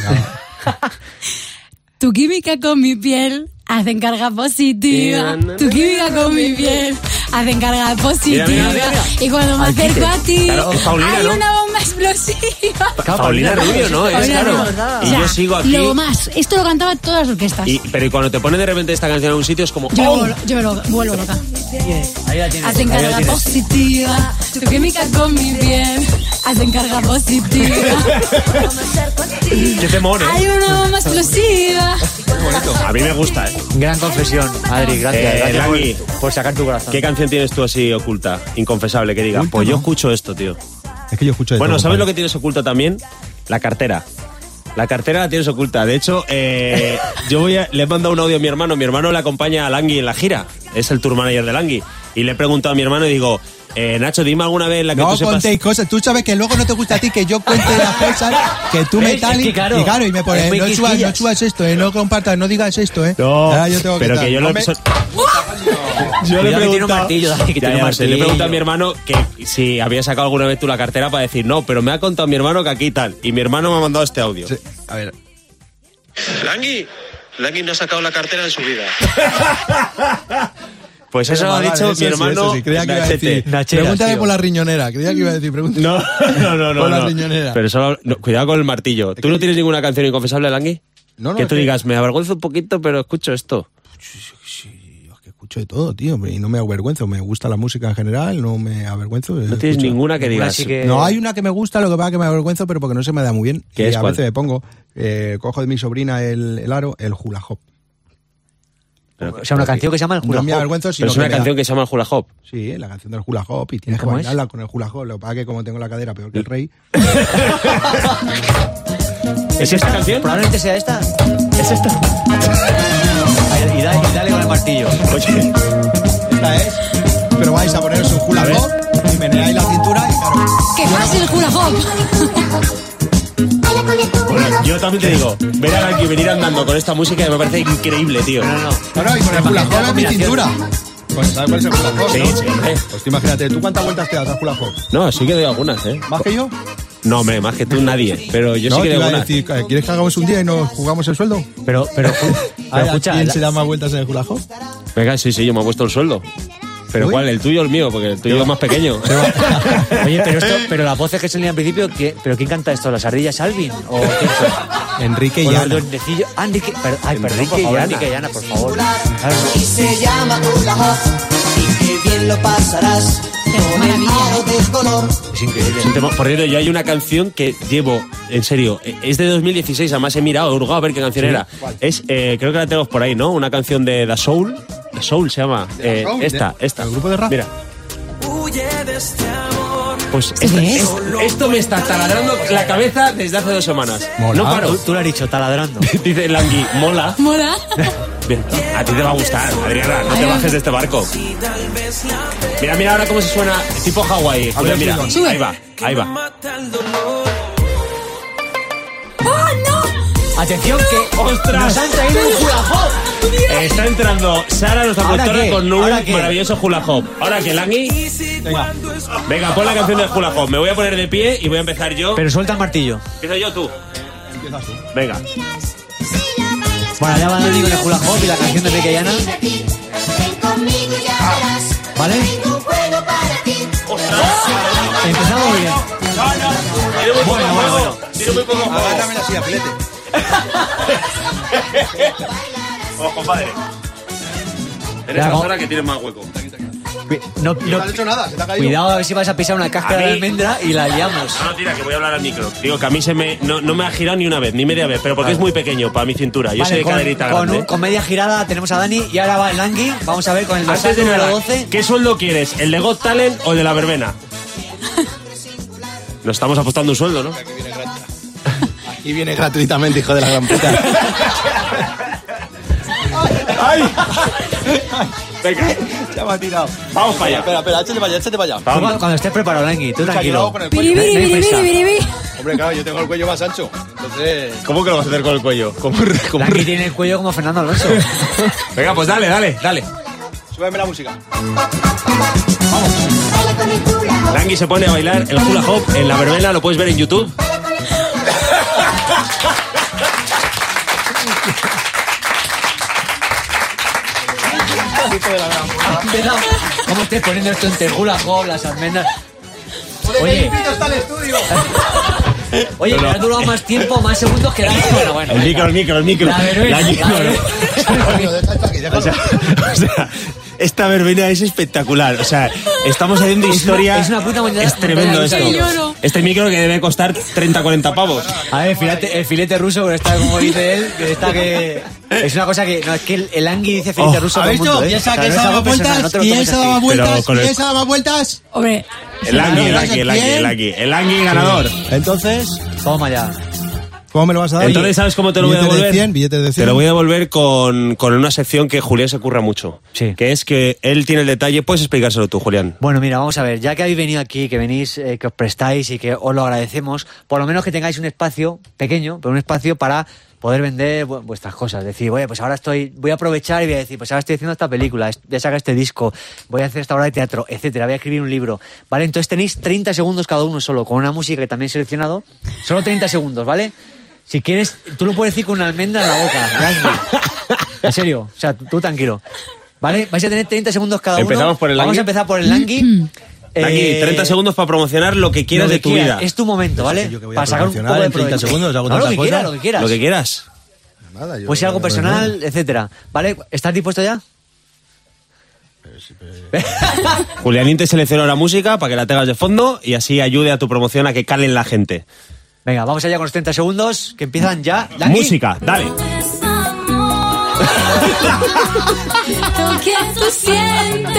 [SPEAKER 9] tu química con mi piel hacen carga positiva. Tu química con mi piel hacen carga positiva.
[SPEAKER 3] Mira, mira, mira,
[SPEAKER 9] Y cuando me acerco a ti,
[SPEAKER 3] Claro, Paulina,
[SPEAKER 9] hay
[SPEAKER 3] ¿no?
[SPEAKER 9] una bomba explosiva.
[SPEAKER 3] Paulina Rubio, ¿no? Es
[SPEAKER 9] Paulina
[SPEAKER 3] claro.
[SPEAKER 9] Rubio.
[SPEAKER 3] Y
[SPEAKER 9] O sea,
[SPEAKER 3] yo sigo aquí.
[SPEAKER 9] Lo más. Esto lo cantaba todas las orquestas.
[SPEAKER 3] y- pero y cuando te pone de repente esta canción en algún sitio es como...
[SPEAKER 9] Yo, me
[SPEAKER 3] ¡oh!
[SPEAKER 9] vuelvo- yo me lo vuelvo loca.
[SPEAKER 1] Ahí la tienes.
[SPEAKER 9] Hacen carga positiva. Tu química con mi piel hacen carga positiva.
[SPEAKER 3] ¡Qué temor, eh!
[SPEAKER 9] Hay una bomba explosiva.
[SPEAKER 3] A mí me gusta, ¿eh?
[SPEAKER 1] Gran confesión, Adri, gracias.
[SPEAKER 3] Eh,
[SPEAKER 1] gracias
[SPEAKER 3] Langui.
[SPEAKER 1] por, por sacar tu corazón.
[SPEAKER 3] ¿Qué canción tienes tú así oculta, inconfesable, que diga?
[SPEAKER 8] Oculta,
[SPEAKER 3] Pues yo
[SPEAKER 8] ¿no?
[SPEAKER 3] escucho esto, tío.
[SPEAKER 8] Es que yo escucho de
[SPEAKER 3] Bueno,
[SPEAKER 8] todo,
[SPEAKER 3] ¿sabes
[SPEAKER 8] compadre.
[SPEAKER 3] lo que tienes oculta también? La cartera. La cartera la tienes oculta. De hecho, [LAUGHS] eh, yo voy a- le he mandado un audio a mi hermano. Mi hermano le acompaña a Langui en la gira. Es el tour manager de Langui. Y le he preguntado a mi hermano y digo, eh, Nacho, dime alguna vez en la que tú
[SPEAKER 8] No
[SPEAKER 3] sepas...
[SPEAKER 8] contéis cosas. Tú sabes que luego no te gusta a ti que yo cuente
[SPEAKER 3] [LAUGHS]
[SPEAKER 8] las cosas que tú me
[SPEAKER 1] ¿Ves?
[SPEAKER 8] tal
[SPEAKER 1] Es
[SPEAKER 8] y
[SPEAKER 1] que claro,
[SPEAKER 8] y claro, y me
[SPEAKER 1] es
[SPEAKER 8] pones
[SPEAKER 1] muy
[SPEAKER 8] no subas,
[SPEAKER 1] quisquillas.
[SPEAKER 8] no subas esto, eh, no compartas, no digas esto, eh.
[SPEAKER 3] No,
[SPEAKER 8] Ahora yo tengo
[SPEAKER 3] pero que
[SPEAKER 8] tal.
[SPEAKER 3] Ah, [LAUGHS] yo lo
[SPEAKER 8] Hombre,
[SPEAKER 3] Yo
[SPEAKER 1] Cuidado que tiene un martillo, Dani, que
[SPEAKER 3] Ya,
[SPEAKER 1] tiene
[SPEAKER 3] ya,
[SPEAKER 1] un
[SPEAKER 3] sí, le he
[SPEAKER 1] martillo.
[SPEAKER 3] preguntado a mi hermano que si había sacado alguna vez tú la cartera para decir no, pero me ha contado mi hermano que aquí tal. Y mi hermano me ha mandado este audio.
[SPEAKER 8] Sí, A ver,
[SPEAKER 2] Langui, Langui no ha sacado la cartera en su vida.
[SPEAKER 3] Pues eso lo ha
[SPEAKER 8] vale,
[SPEAKER 3] dicho
[SPEAKER 8] eso
[SPEAKER 3] mi
[SPEAKER 8] sí,
[SPEAKER 3] hermano.
[SPEAKER 8] eso sí, creía que iba a
[SPEAKER 3] Nachete.
[SPEAKER 8] decir.
[SPEAKER 1] Nacheras,
[SPEAKER 8] pregúntale
[SPEAKER 1] tío.
[SPEAKER 8] por la riñonera, creía que iba a decir,
[SPEAKER 3] [LAUGHS]
[SPEAKER 8] pregúntale.
[SPEAKER 3] No, no, no, no.
[SPEAKER 8] Por la
[SPEAKER 3] no.
[SPEAKER 8] riñonera.
[SPEAKER 3] Pero solo, no, cuidado con el martillo. ¿Tú no tienes ninguna canción inconfesable, Langui?
[SPEAKER 8] No, no,
[SPEAKER 3] Que
[SPEAKER 8] es
[SPEAKER 3] tú
[SPEAKER 8] que-
[SPEAKER 3] digas, me avergüenzo un poquito, pero escucho esto.
[SPEAKER 8] Yo es que escucho de todo, tío, hombre, y no me avergüenzo, me gusta la música en general, no me avergüenzo. eh,
[SPEAKER 3] No tienes ninguna que digas.
[SPEAKER 1] así que-
[SPEAKER 8] No, hay una que me gusta, lo que pasa es que me avergüenzo, pero porque no se me da muy bien.
[SPEAKER 3] ¿Qué
[SPEAKER 8] y
[SPEAKER 3] es
[SPEAKER 8] a
[SPEAKER 3] cuál?
[SPEAKER 8] veces me pongo, eh, cojo de mi sobrina el, el aro, el hula hop.
[SPEAKER 1] O sea, una canción que se llama El Hula
[SPEAKER 8] No me
[SPEAKER 1] Hop.
[SPEAKER 8] avergüenzo, sino
[SPEAKER 3] Pero es una
[SPEAKER 8] que me da-
[SPEAKER 3] canción que se llama el Hula Hop.
[SPEAKER 8] Sí, la canción del hula hop y tienes que
[SPEAKER 1] ¿Cómo es?
[SPEAKER 8] bailarla con el hula hop. Lo que pasa es que como tengo la cadera peor que el rey,
[SPEAKER 3] ¿Es esta canción?
[SPEAKER 1] Probablemente sea esta. Es esta. Y dale, y dale con el martillo.
[SPEAKER 3] Oye,
[SPEAKER 8] esta es. Pero vais a poneros un hula
[SPEAKER 3] A ver.
[SPEAKER 8] hop y meneáis la cintura y claro.
[SPEAKER 9] ¡Qué fácil el hula hop!
[SPEAKER 3] bueno, yo también te digo, ver a Langui venir andando con esta música que me parece increíble, tío.
[SPEAKER 1] No, no.
[SPEAKER 8] Claro, y con el hula
[SPEAKER 1] Imagínate la
[SPEAKER 8] hop en mi
[SPEAKER 1] combinación.
[SPEAKER 8] cintura. Pues sabes cuál es el hula hop.
[SPEAKER 3] Sí,
[SPEAKER 8] ¿no?
[SPEAKER 3] sí, hombre.
[SPEAKER 8] Pues tú imagínate, ¿tú cuántas vueltas te das al hula hop?
[SPEAKER 3] No, sí que doy algunas, ¿eh?
[SPEAKER 8] ¿Más que yo?
[SPEAKER 3] No, hombre, más que tú nadie. Pero yo
[SPEAKER 8] no,
[SPEAKER 3] sí que
[SPEAKER 8] te
[SPEAKER 3] doy
[SPEAKER 8] iba a
[SPEAKER 3] algunas.
[SPEAKER 8] decir, eh, ¿quieres que hagamos un día y nos jugamos el sueldo?
[SPEAKER 1] Pero,
[SPEAKER 8] [LAUGHS]
[SPEAKER 1] pero, pero
[SPEAKER 8] A ver, ¿a
[SPEAKER 1] escucha.
[SPEAKER 8] ¿Quién
[SPEAKER 1] la-
[SPEAKER 8] se da más vueltas en el hula hop?
[SPEAKER 3] Venga, sí, sí, yo me he puesto el sueldo. Pero
[SPEAKER 8] Uy.
[SPEAKER 3] ¿cuál? ¿El tuyo o el mío? Porque el tuyo es más
[SPEAKER 8] [LAUGHS]
[SPEAKER 3] pequeño.
[SPEAKER 1] Oye, pero esto, pero las voces que se leían al principio, ¿qué- ¿pero quién canta esto? ¿Las ardillas Alvin? ¿O quién son?
[SPEAKER 8] Enrique
[SPEAKER 1] O
[SPEAKER 8] y
[SPEAKER 1] los
[SPEAKER 8] Ana.
[SPEAKER 1] duendecillos. Ah, Enrique, per- ay, perdón,
[SPEAKER 3] Enrique
[SPEAKER 1] por favor,
[SPEAKER 3] y Ana.
[SPEAKER 1] Enrique y Ana, por favor. Claro.
[SPEAKER 10] Y se llama hula hop y qué bien lo pasarás con el aro de color.
[SPEAKER 1] Es increíble.
[SPEAKER 3] Es un tema- Por cierto, yo hay una canción que llevo, en serio, eh, es de 2016, además he mirado, he hurgado a ver qué canción era. Es, eh, creo que la tenemos por ahí, ¿no? Una canción de The Soul. The Soul se llama.
[SPEAKER 8] The
[SPEAKER 3] Eh,
[SPEAKER 8] Soul,
[SPEAKER 3] esta,
[SPEAKER 8] de-
[SPEAKER 3] esta.
[SPEAKER 8] del grupo de rap.
[SPEAKER 3] Mira. Pues
[SPEAKER 9] ¿Qué
[SPEAKER 3] esta-
[SPEAKER 9] es?
[SPEAKER 3] esto me está taladrando la cabeza desde hace dos semanas.
[SPEAKER 8] Mola.
[SPEAKER 3] No
[SPEAKER 1] Tú,
[SPEAKER 3] paro. [LAUGHS]
[SPEAKER 1] tú lo has dicho, taladrando.
[SPEAKER 3] Dice Langui, mola.
[SPEAKER 1] [LAUGHS]
[SPEAKER 9] ¿Mola?
[SPEAKER 3] Bien, a ti te va a gustar, Adriana, no te
[SPEAKER 9] Ay,
[SPEAKER 3] bajes de este barco. Mira, mira ahora cómo se suena, tipo Hawái. Mira, mira,
[SPEAKER 9] Sube.
[SPEAKER 3] ahí va, ahí va.
[SPEAKER 9] ¡Oh, no!
[SPEAKER 1] Atención que
[SPEAKER 3] ¡Ostras!
[SPEAKER 1] nos han traído un hula hoop.
[SPEAKER 3] Eh, Está entrando Sara, nuestra
[SPEAKER 1] ¿Ahora
[SPEAKER 3] productora,
[SPEAKER 1] qué?
[SPEAKER 3] con un
[SPEAKER 1] ¿Ahora qué?
[SPEAKER 3] maravilloso hula hop. Ahora que Langui. Venga. Venga, pon la canción del hula hop. Me voy a poner de pie y voy a empezar yo.
[SPEAKER 1] Pero suelta el martillo.
[SPEAKER 3] Empiezo yo o tú. Venga.
[SPEAKER 1] Bueno, ya va a con el hula hoop y la canción de Peque Llana.
[SPEAKER 5] Ah.
[SPEAKER 1] ¿Vale? Empezamos muy bien.
[SPEAKER 3] Tiene muy poco juego. Tiene muy poco juego.
[SPEAKER 2] Agárrame la silla, filete.
[SPEAKER 1] [LAUGHS]
[SPEAKER 3] Ojo, Oh, compadre. Eres
[SPEAKER 1] Ya,
[SPEAKER 3] la
[SPEAKER 1] no.
[SPEAKER 3] zona que tiene más hueco.
[SPEAKER 1] Cui- No,
[SPEAKER 8] No
[SPEAKER 1] no,
[SPEAKER 8] has hecho nada, se te ha caído.
[SPEAKER 1] cuidado a ver si vas a pisar una cáscara
[SPEAKER 3] A
[SPEAKER 1] de
[SPEAKER 3] mí-
[SPEAKER 1] almendra y la liamos.
[SPEAKER 3] No, no, tira, que voy a hablar al micro. Digo que a mí se me, no, no me ha girado ni una vez, ni media vez, pero porque es muy pequeño para mi cintura. Yo
[SPEAKER 1] Vale,
[SPEAKER 3] soy de
[SPEAKER 1] con,
[SPEAKER 3] caderita
[SPEAKER 1] con
[SPEAKER 3] grande.
[SPEAKER 1] un- con media girada tenemos a Dani y ahora va el Langui. Vamos a ver con el dorsal
[SPEAKER 3] Antes de
[SPEAKER 1] número
[SPEAKER 3] nada,
[SPEAKER 1] 12.
[SPEAKER 3] ¿qué sueldo quieres? ¿El de Got Talent o el de la verbena? Nos estamos apostando un sueldo, ¿no?
[SPEAKER 8] Aquí viene gratuitamente, hijo de la
[SPEAKER 4] [LAUGHS]
[SPEAKER 8] gran puta.
[SPEAKER 3] Venga,
[SPEAKER 8] ya me ha tirado.
[SPEAKER 3] vamos para allá.
[SPEAKER 4] Espera, espera, échate para allá, échate para allá.
[SPEAKER 1] Tú
[SPEAKER 3] Vamos.
[SPEAKER 1] cuando, cuando estés preparado, Langui, tú
[SPEAKER 8] yo
[SPEAKER 1] tranquilo.
[SPEAKER 8] con el
[SPEAKER 1] No hay
[SPEAKER 9] Piribiri,
[SPEAKER 1] prisa.
[SPEAKER 9] piribiri, piribiri.
[SPEAKER 8] Hombre, claro, yo tengo el cuello más ancho. Entonces.
[SPEAKER 3] ¿Cómo que lo vas a hacer con el cuello?
[SPEAKER 1] Langui tiene el cuello como Fernando Alonso.
[SPEAKER 3] [LAUGHS] Venga, pues dale, dale, dale.
[SPEAKER 8] Súbeme la música.
[SPEAKER 3] Langui se pone a bailar el hula hop en la verbena, lo puedes ver en YouTube.
[SPEAKER 1] ¿Cómo estés poniendo esto entre el hula hoop, las almendras? Oye,
[SPEAKER 8] está el estudio!
[SPEAKER 1] [LAUGHS] oye, que ha durado más tiempo, más segundos que Dani. Bueno, bueno.
[SPEAKER 3] El micro,
[SPEAKER 1] venga.
[SPEAKER 3] el micro, el micro.
[SPEAKER 1] La verbena,
[SPEAKER 3] Langui,
[SPEAKER 1] la
[SPEAKER 3] no, no.
[SPEAKER 1] verbena.
[SPEAKER 3] O sea, o sea, esta verbena es espectacular. O sea, estamos haciendo historia.
[SPEAKER 1] es una puta montaña-
[SPEAKER 3] Es tremendo
[SPEAKER 1] montaña
[SPEAKER 3] esto.
[SPEAKER 1] rusa. Yo lloro.
[SPEAKER 3] Este micro que debe costar 30, 40 pavos.
[SPEAKER 1] A ver, el filete, el filete ruso, que está como dice él, que está que. Es una cosa que. No, es que el, el Angui dice filete
[SPEAKER 3] Oh,
[SPEAKER 1] ruso.
[SPEAKER 4] ¿Habéis
[SPEAKER 1] todo
[SPEAKER 4] visto?
[SPEAKER 1] el mundo,
[SPEAKER 4] Y
[SPEAKER 1] ¿eh?
[SPEAKER 4] esa
[SPEAKER 1] O sea,
[SPEAKER 4] que
[SPEAKER 1] no
[SPEAKER 4] se
[SPEAKER 1] es
[SPEAKER 4] daba
[SPEAKER 1] algo personal, no
[SPEAKER 4] vueltas,
[SPEAKER 1] te lo
[SPEAKER 4] y
[SPEAKER 1] tomes
[SPEAKER 4] esa daba
[SPEAKER 1] así.
[SPEAKER 4] vueltas,
[SPEAKER 3] con
[SPEAKER 4] y
[SPEAKER 3] el-
[SPEAKER 4] esa daba vueltas.
[SPEAKER 1] [LAUGHS]
[SPEAKER 9] Hombre,
[SPEAKER 3] El Angui, el Angui, el Angui,
[SPEAKER 4] ¿Quién?
[SPEAKER 3] el Angui. El Angui ganador.
[SPEAKER 8] Entonces,
[SPEAKER 1] Toma ya.
[SPEAKER 8] ¿cómo me lo vas a dar?
[SPEAKER 3] Entonces, ¿sabes cómo te lo voy a
[SPEAKER 8] Billetes de
[SPEAKER 3] devolver?
[SPEAKER 8] 100, billetes de 100.
[SPEAKER 3] Te lo voy a devolver con, con una sección que Julián se curra mucho.
[SPEAKER 1] Sí.
[SPEAKER 3] Que es que él tiene el detalle. Puedes explicárselo tú, Julián.
[SPEAKER 1] Bueno, mira, vamos a ver, ya que habéis venido aquí, que venís, eh, que os prestáis y que os lo agradecemos, por lo menos que tengáis un espacio pequeño, pero un espacio para poder vender vu- vuestras cosas. Decir, oye, pues ahora estoy, voy a aprovechar y voy a decir, pues ahora estoy haciendo esta película, es- voy a sacar este disco, voy a hacer esta obra de teatro, etcétera, voy a escribir un libro, ¿vale? Entonces tenéis 30 segundos cada uno solo, con una música que también he seleccionado, solo 30 segundos, ¿vale? Si quieres, tú lo puedes decir con una almendra en la boca, Rasmi. En serio, o sea, tú tranquilo. ¿Vale? Vais a tener 30 segundos cada uno.
[SPEAKER 3] Empezamos por el
[SPEAKER 1] Vamos
[SPEAKER 3] Langui.
[SPEAKER 1] a empezar por el Langui.
[SPEAKER 3] Aquí,
[SPEAKER 1] Eh,
[SPEAKER 3] 30 segundos para promocionar lo que quieras
[SPEAKER 1] lo que
[SPEAKER 3] de tu
[SPEAKER 1] quieras.
[SPEAKER 3] vida.
[SPEAKER 1] Es tu momento, ¿vale?
[SPEAKER 8] yo que voy a
[SPEAKER 1] Para sacar un poco
[SPEAKER 8] promocionar
[SPEAKER 1] de
[SPEAKER 8] en 30
[SPEAKER 1] provecho.
[SPEAKER 8] segundos, hago
[SPEAKER 1] No, lo
[SPEAKER 8] tantas
[SPEAKER 1] que quieras,
[SPEAKER 8] cosas.
[SPEAKER 1] lo que quieras.
[SPEAKER 3] Lo que quieras.
[SPEAKER 8] Nada, yo-
[SPEAKER 1] Pues si algo personal, etcétera. ¿Vale? ¿Estás dispuesto ya?
[SPEAKER 3] Julianín te selecciona la música para que la tengas de fondo y así ayude a tu promoción a que calen la gente.
[SPEAKER 1] Venga, vamos allá con los 30 segundos que empiezan ya. Langui.
[SPEAKER 3] Música, dale.
[SPEAKER 7] Lo que tú sientes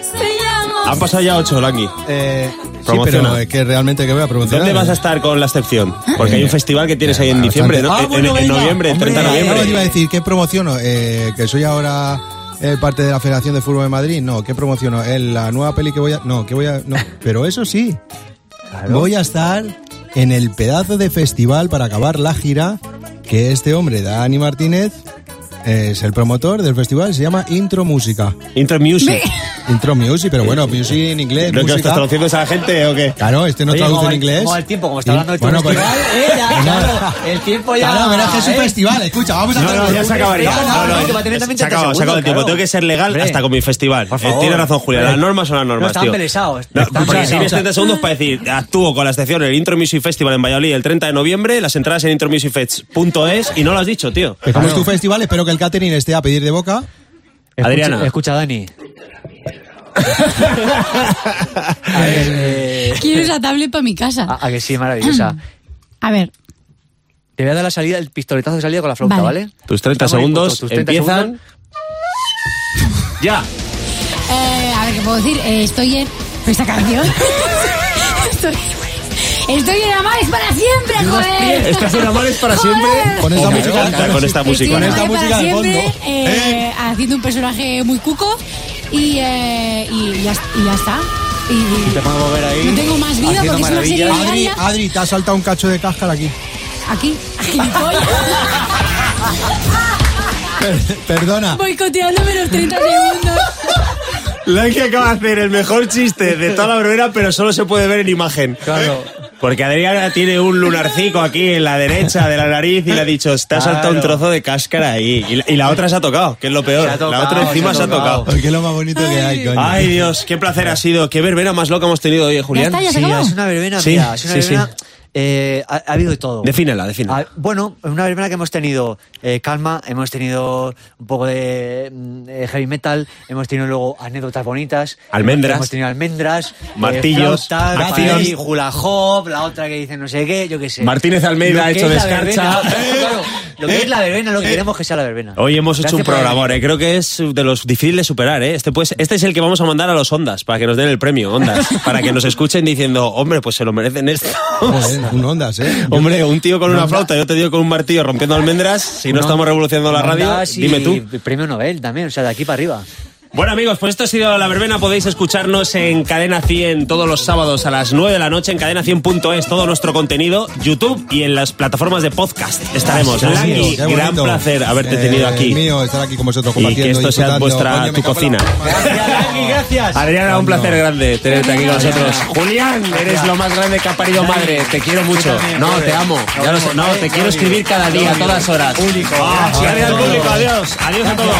[SPEAKER 7] se llama
[SPEAKER 3] Han pasado ya 8, Langui.
[SPEAKER 8] Eh, sí,
[SPEAKER 3] Promociona.
[SPEAKER 8] pero es que realmente que voy a promocionar.
[SPEAKER 3] ¿Dónde vas a estar con la excepción? Porque hay un festival que tienes ahí en diciembre, ¿no?
[SPEAKER 8] Eh, Ah,
[SPEAKER 3] En-
[SPEAKER 8] bueno,
[SPEAKER 3] en, en
[SPEAKER 8] venga.
[SPEAKER 3] noviembre, el
[SPEAKER 8] Hombre,
[SPEAKER 3] 30 de
[SPEAKER 8] ahora Eh, te iba a
[SPEAKER 3] noviembre.
[SPEAKER 8] decir, ¿qué promociono? Eh, que soy ahora eh, parte de la Federación de Fútbol de Madrid. No, ¿qué promociono? Eh, la nueva peli que voy a... No, que voy a... No, pero eso sí. Voy a estar en el pedazo de festival para acabar la gira que este hombre, Dani Martínez, es el promotor del festival. Se llama Intro Música.
[SPEAKER 3] Intro Music.
[SPEAKER 8] Intro Music, pero bueno, music en inglés.
[SPEAKER 3] ¿Lo que os estás
[SPEAKER 8] música.
[SPEAKER 3] traduciendo es a la gente o qué?
[SPEAKER 8] Claro, este no
[SPEAKER 1] Oye,
[SPEAKER 8] traduce
[SPEAKER 1] como
[SPEAKER 8] en
[SPEAKER 1] al-
[SPEAKER 8] inglés.
[SPEAKER 1] Como al tiempo, como está
[SPEAKER 8] Y-
[SPEAKER 1] hablando de tu
[SPEAKER 8] bueno, pues-
[SPEAKER 3] este
[SPEAKER 8] [LAUGHS]
[SPEAKER 1] festival, eh, ya, claro, el tiempo ya.
[SPEAKER 8] Claro, verás que es un
[SPEAKER 1] ¿eh?
[SPEAKER 8] festival. Escucha, vamos a
[SPEAKER 3] No, no,
[SPEAKER 8] hacer-
[SPEAKER 3] ya se acabaría.
[SPEAKER 1] No, no,
[SPEAKER 3] No, no,
[SPEAKER 1] no, que va a tener también
[SPEAKER 3] se ha acabado, se ha
[SPEAKER 1] 30
[SPEAKER 3] acabado el
[SPEAKER 1] segundos,
[SPEAKER 3] tiempo.
[SPEAKER 1] claro.
[SPEAKER 3] Tengo que ser legal
[SPEAKER 1] Hombre.
[SPEAKER 3] hasta con mi festival.
[SPEAKER 1] Por
[SPEAKER 3] Eh,
[SPEAKER 1] favor.
[SPEAKER 3] Tiene razón, Julián.
[SPEAKER 1] Hombre.
[SPEAKER 3] Las normas son las normas,
[SPEAKER 1] No, estaban
[SPEAKER 3] tío.
[SPEAKER 1] pelesados.
[SPEAKER 3] No,
[SPEAKER 1] Estaban
[SPEAKER 3] porque
[SPEAKER 1] pelesados.
[SPEAKER 3] tienes 30 segundos para decir, actúo con la excepción en el Intro Music Festival en Valladolid el 30 de noviembre, las entradas en intromusicfest.es y no lo has dicho, tío.
[SPEAKER 8] Pues como es tu festival, espero que el catering esté a pedir de boca.
[SPEAKER 1] Escucha-
[SPEAKER 3] Adriana. [LAUGHS]
[SPEAKER 1] Escucha, Dani. Eh,
[SPEAKER 9] quiero esa tablet para mi casa.
[SPEAKER 1] a, a que sí, maravillosa. ah.
[SPEAKER 9] A ver,
[SPEAKER 1] Te voy a dar la salida, el pistoletazo de salida con la flauta,
[SPEAKER 9] Vale.
[SPEAKER 1] ¿vale?
[SPEAKER 3] Tus 30
[SPEAKER 1] Estamos
[SPEAKER 3] segundos
[SPEAKER 1] dispuestos, tus 30
[SPEAKER 3] empiezan.
[SPEAKER 1] segundos.
[SPEAKER 3] ¡Ya!
[SPEAKER 9] Eh, a ver, ¿qué puedo decir? Eh, estoy en... ¿Esta canción? estoy... Estoy en Amares para siempre, joder.
[SPEAKER 3] Estás en Amares para siempre.
[SPEAKER 8] Con esta música.
[SPEAKER 3] Canta con esta
[SPEAKER 9] Estoy
[SPEAKER 3] música.
[SPEAKER 9] en Amares
[SPEAKER 8] esta
[SPEAKER 9] para
[SPEAKER 8] música de
[SPEAKER 9] siempre,
[SPEAKER 8] fondo.
[SPEAKER 9] eh, haciendo un personaje muy cuco y, eh, y, ya, y ya está. Y,
[SPEAKER 1] Te pongo a mover ahí.
[SPEAKER 9] no tengo más vida
[SPEAKER 1] haciendo
[SPEAKER 9] porque es una serie
[SPEAKER 1] maravillas.
[SPEAKER 9] de
[SPEAKER 8] Adri, Adri, te ha saltado un cacho de cáscara aquí.
[SPEAKER 9] aquí. [LAUGHS]
[SPEAKER 7] gilipollas.
[SPEAKER 8] Per- perdona.
[SPEAKER 7] Boicoteando menos 30 segundos.
[SPEAKER 3] que acaba de hacer el mejor chiste de toda la verbena, pero solo se puede ver en imagen. Claro. Porque Adriana tiene un lunarcico aquí en la derecha de la nariz y le ha dicho, te has saltado un trozo de cáscara ahí. Y la, y la otra se ha tocado, que es lo peor.
[SPEAKER 8] Se ha
[SPEAKER 3] la
[SPEAKER 8] tocado,
[SPEAKER 3] otra encima
[SPEAKER 8] se
[SPEAKER 3] se
[SPEAKER 8] ha
[SPEAKER 3] ha tocado.
[SPEAKER 8] Ay, que es lo más bonito que hay, coño.
[SPEAKER 3] Ay, Dios, qué placer ha sido. Qué verbena más loca hemos tenido hoy, eh, Julián.
[SPEAKER 9] está, ya se
[SPEAKER 1] Sí,
[SPEAKER 9] acabó.
[SPEAKER 1] es una verbena,
[SPEAKER 3] Sí,
[SPEAKER 1] mira, es una
[SPEAKER 3] sí, sí.
[SPEAKER 1] verbena, eh, ha, ha habido de todo.
[SPEAKER 3] Defínela, defínela.
[SPEAKER 1] Ah, bueno, una verbena que hemos tenido eh, calma, hemos tenido un poco de mm, eh, heavy metal, hemos tenido luego anécdotas bonitas.
[SPEAKER 3] Almendras.
[SPEAKER 1] Hemos tenido almendras. eh,
[SPEAKER 3] Martillos,
[SPEAKER 1] flautas,
[SPEAKER 3] ácidos.
[SPEAKER 1] palay, hula hop, la otra que dice no sé qué, yo qué sé.
[SPEAKER 3] Martínez Almeida
[SPEAKER 1] Lo
[SPEAKER 3] ha
[SPEAKER 1] que
[SPEAKER 3] hecho
[SPEAKER 1] es la
[SPEAKER 3] descarcha. Eh,
[SPEAKER 1] verbena, claro, lo que es la verbena, lo que queremos que sea la verbena.
[SPEAKER 3] Hoy hemos hecho
[SPEAKER 1] Gracias
[SPEAKER 3] un
[SPEAKER 1] por
[SPEAKER 3] programa,
[SPEAKER 1] venir.
[SPEAKER 3] eh. creo que es de los difíciles de superar. Eh. Este, pues, este es el que vamos a mandar a los Ondas, para que nos den el premio, Ondas, para que nos escuchen diciendo, hombre, pues se lo merecen esto.
[SPEAKER 8] Joder, un ondas, ¿eh?
[SPEAKER 3] Hombre, un tío con una flauta, yo te digo con un martillo rompiendo almendras, si no
[SPEAKER 1] Una-
[SPEAKER 3] estamos revolucionando la radio,
[SPEAKER 1] Ondas y
[SPEAKER 3] dime tú.
[SPEAKER 1] Premio Nobel también, o sea, de aquí para arriba.
[SPEAKER 3] Bueno amigos, pues esto ha sido La Verbena, podéis escucharnos en Cadena 100 todos los sábados a las 9 de la noche en cadena100.es, todo nuestro contenido, YouTube y en las plataformas de podcast estaremos.
[SPEAKER 8] Qué bonito,
[SPEAKER 3] Langui,
[SPEAKER 8] qué
[SPEAKER 3] gran
[SPEAKER 8] bonito.
[SPEAKER 3] placer haberte
[SPEAKER 8] Eh,
[SPEAKER 3] tenido aquí.
[SPEAKER 8] mío estar aquí con vosotros
[SPEAKER 3] Y
[SPEAKER 8] compartiendo.
[SPEAKER 3] que esto sea
[SPEAKER 8] disfrutando.
[SPEAKER 3] vuestra-
[SPEAKER 8] Coño, me
[SPEAKER 3] tu
[SPEAKER 8] cago en la-
[SPEAKER 3] cocina.
[SPEAKER 1] gracias.
[SPEAKER 3] Adriana, un placer grande tenerte aquí con nosotros. Julián, eres
[SPEAKER 1] Gracias.
[SPEAKER 3] lo más grande que ha parido madre. Te quiero mucho.
[SPEAKER 1] también,
[SPEAKER 3] No,
[SPEAKER 1] joder.
[SPEAKER 3] te amo.
[SPEAKER 1] Nos
[SPEAKER 3] Ya lo
[SPEAKER 1] vemos,
[SPEAKER 3] sé. No,
[SPEAKER 1] ¿eh?
[SPEAKER 3] te quiero
[SPEAKER 1] Love
[SPEAKER 3] escribir
[SPEAKER 1] you.
[SPEAKER 3] cada día,
[SPEAKER 1] Love
[SPEAKER 3] a
[SPEAKER 1] you.
[SPEAKER 3] todas horas.
[SPEAKER 1] Público.
[SPEAKER 3] Ah,
[SPEAKER 1] Gracias.
[SPEAKER 3] Gracias al
[SPEAKER 1] Gracias.
[SPEAKER 3] público. Adiós. Adiós a todos.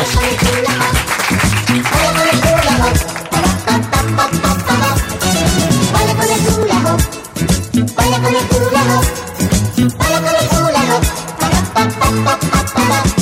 [SPEAKER 7] Baila con el hula hoop. Baila con el hula hoop. Pa, pa, pa, pa, pa, pa, pa.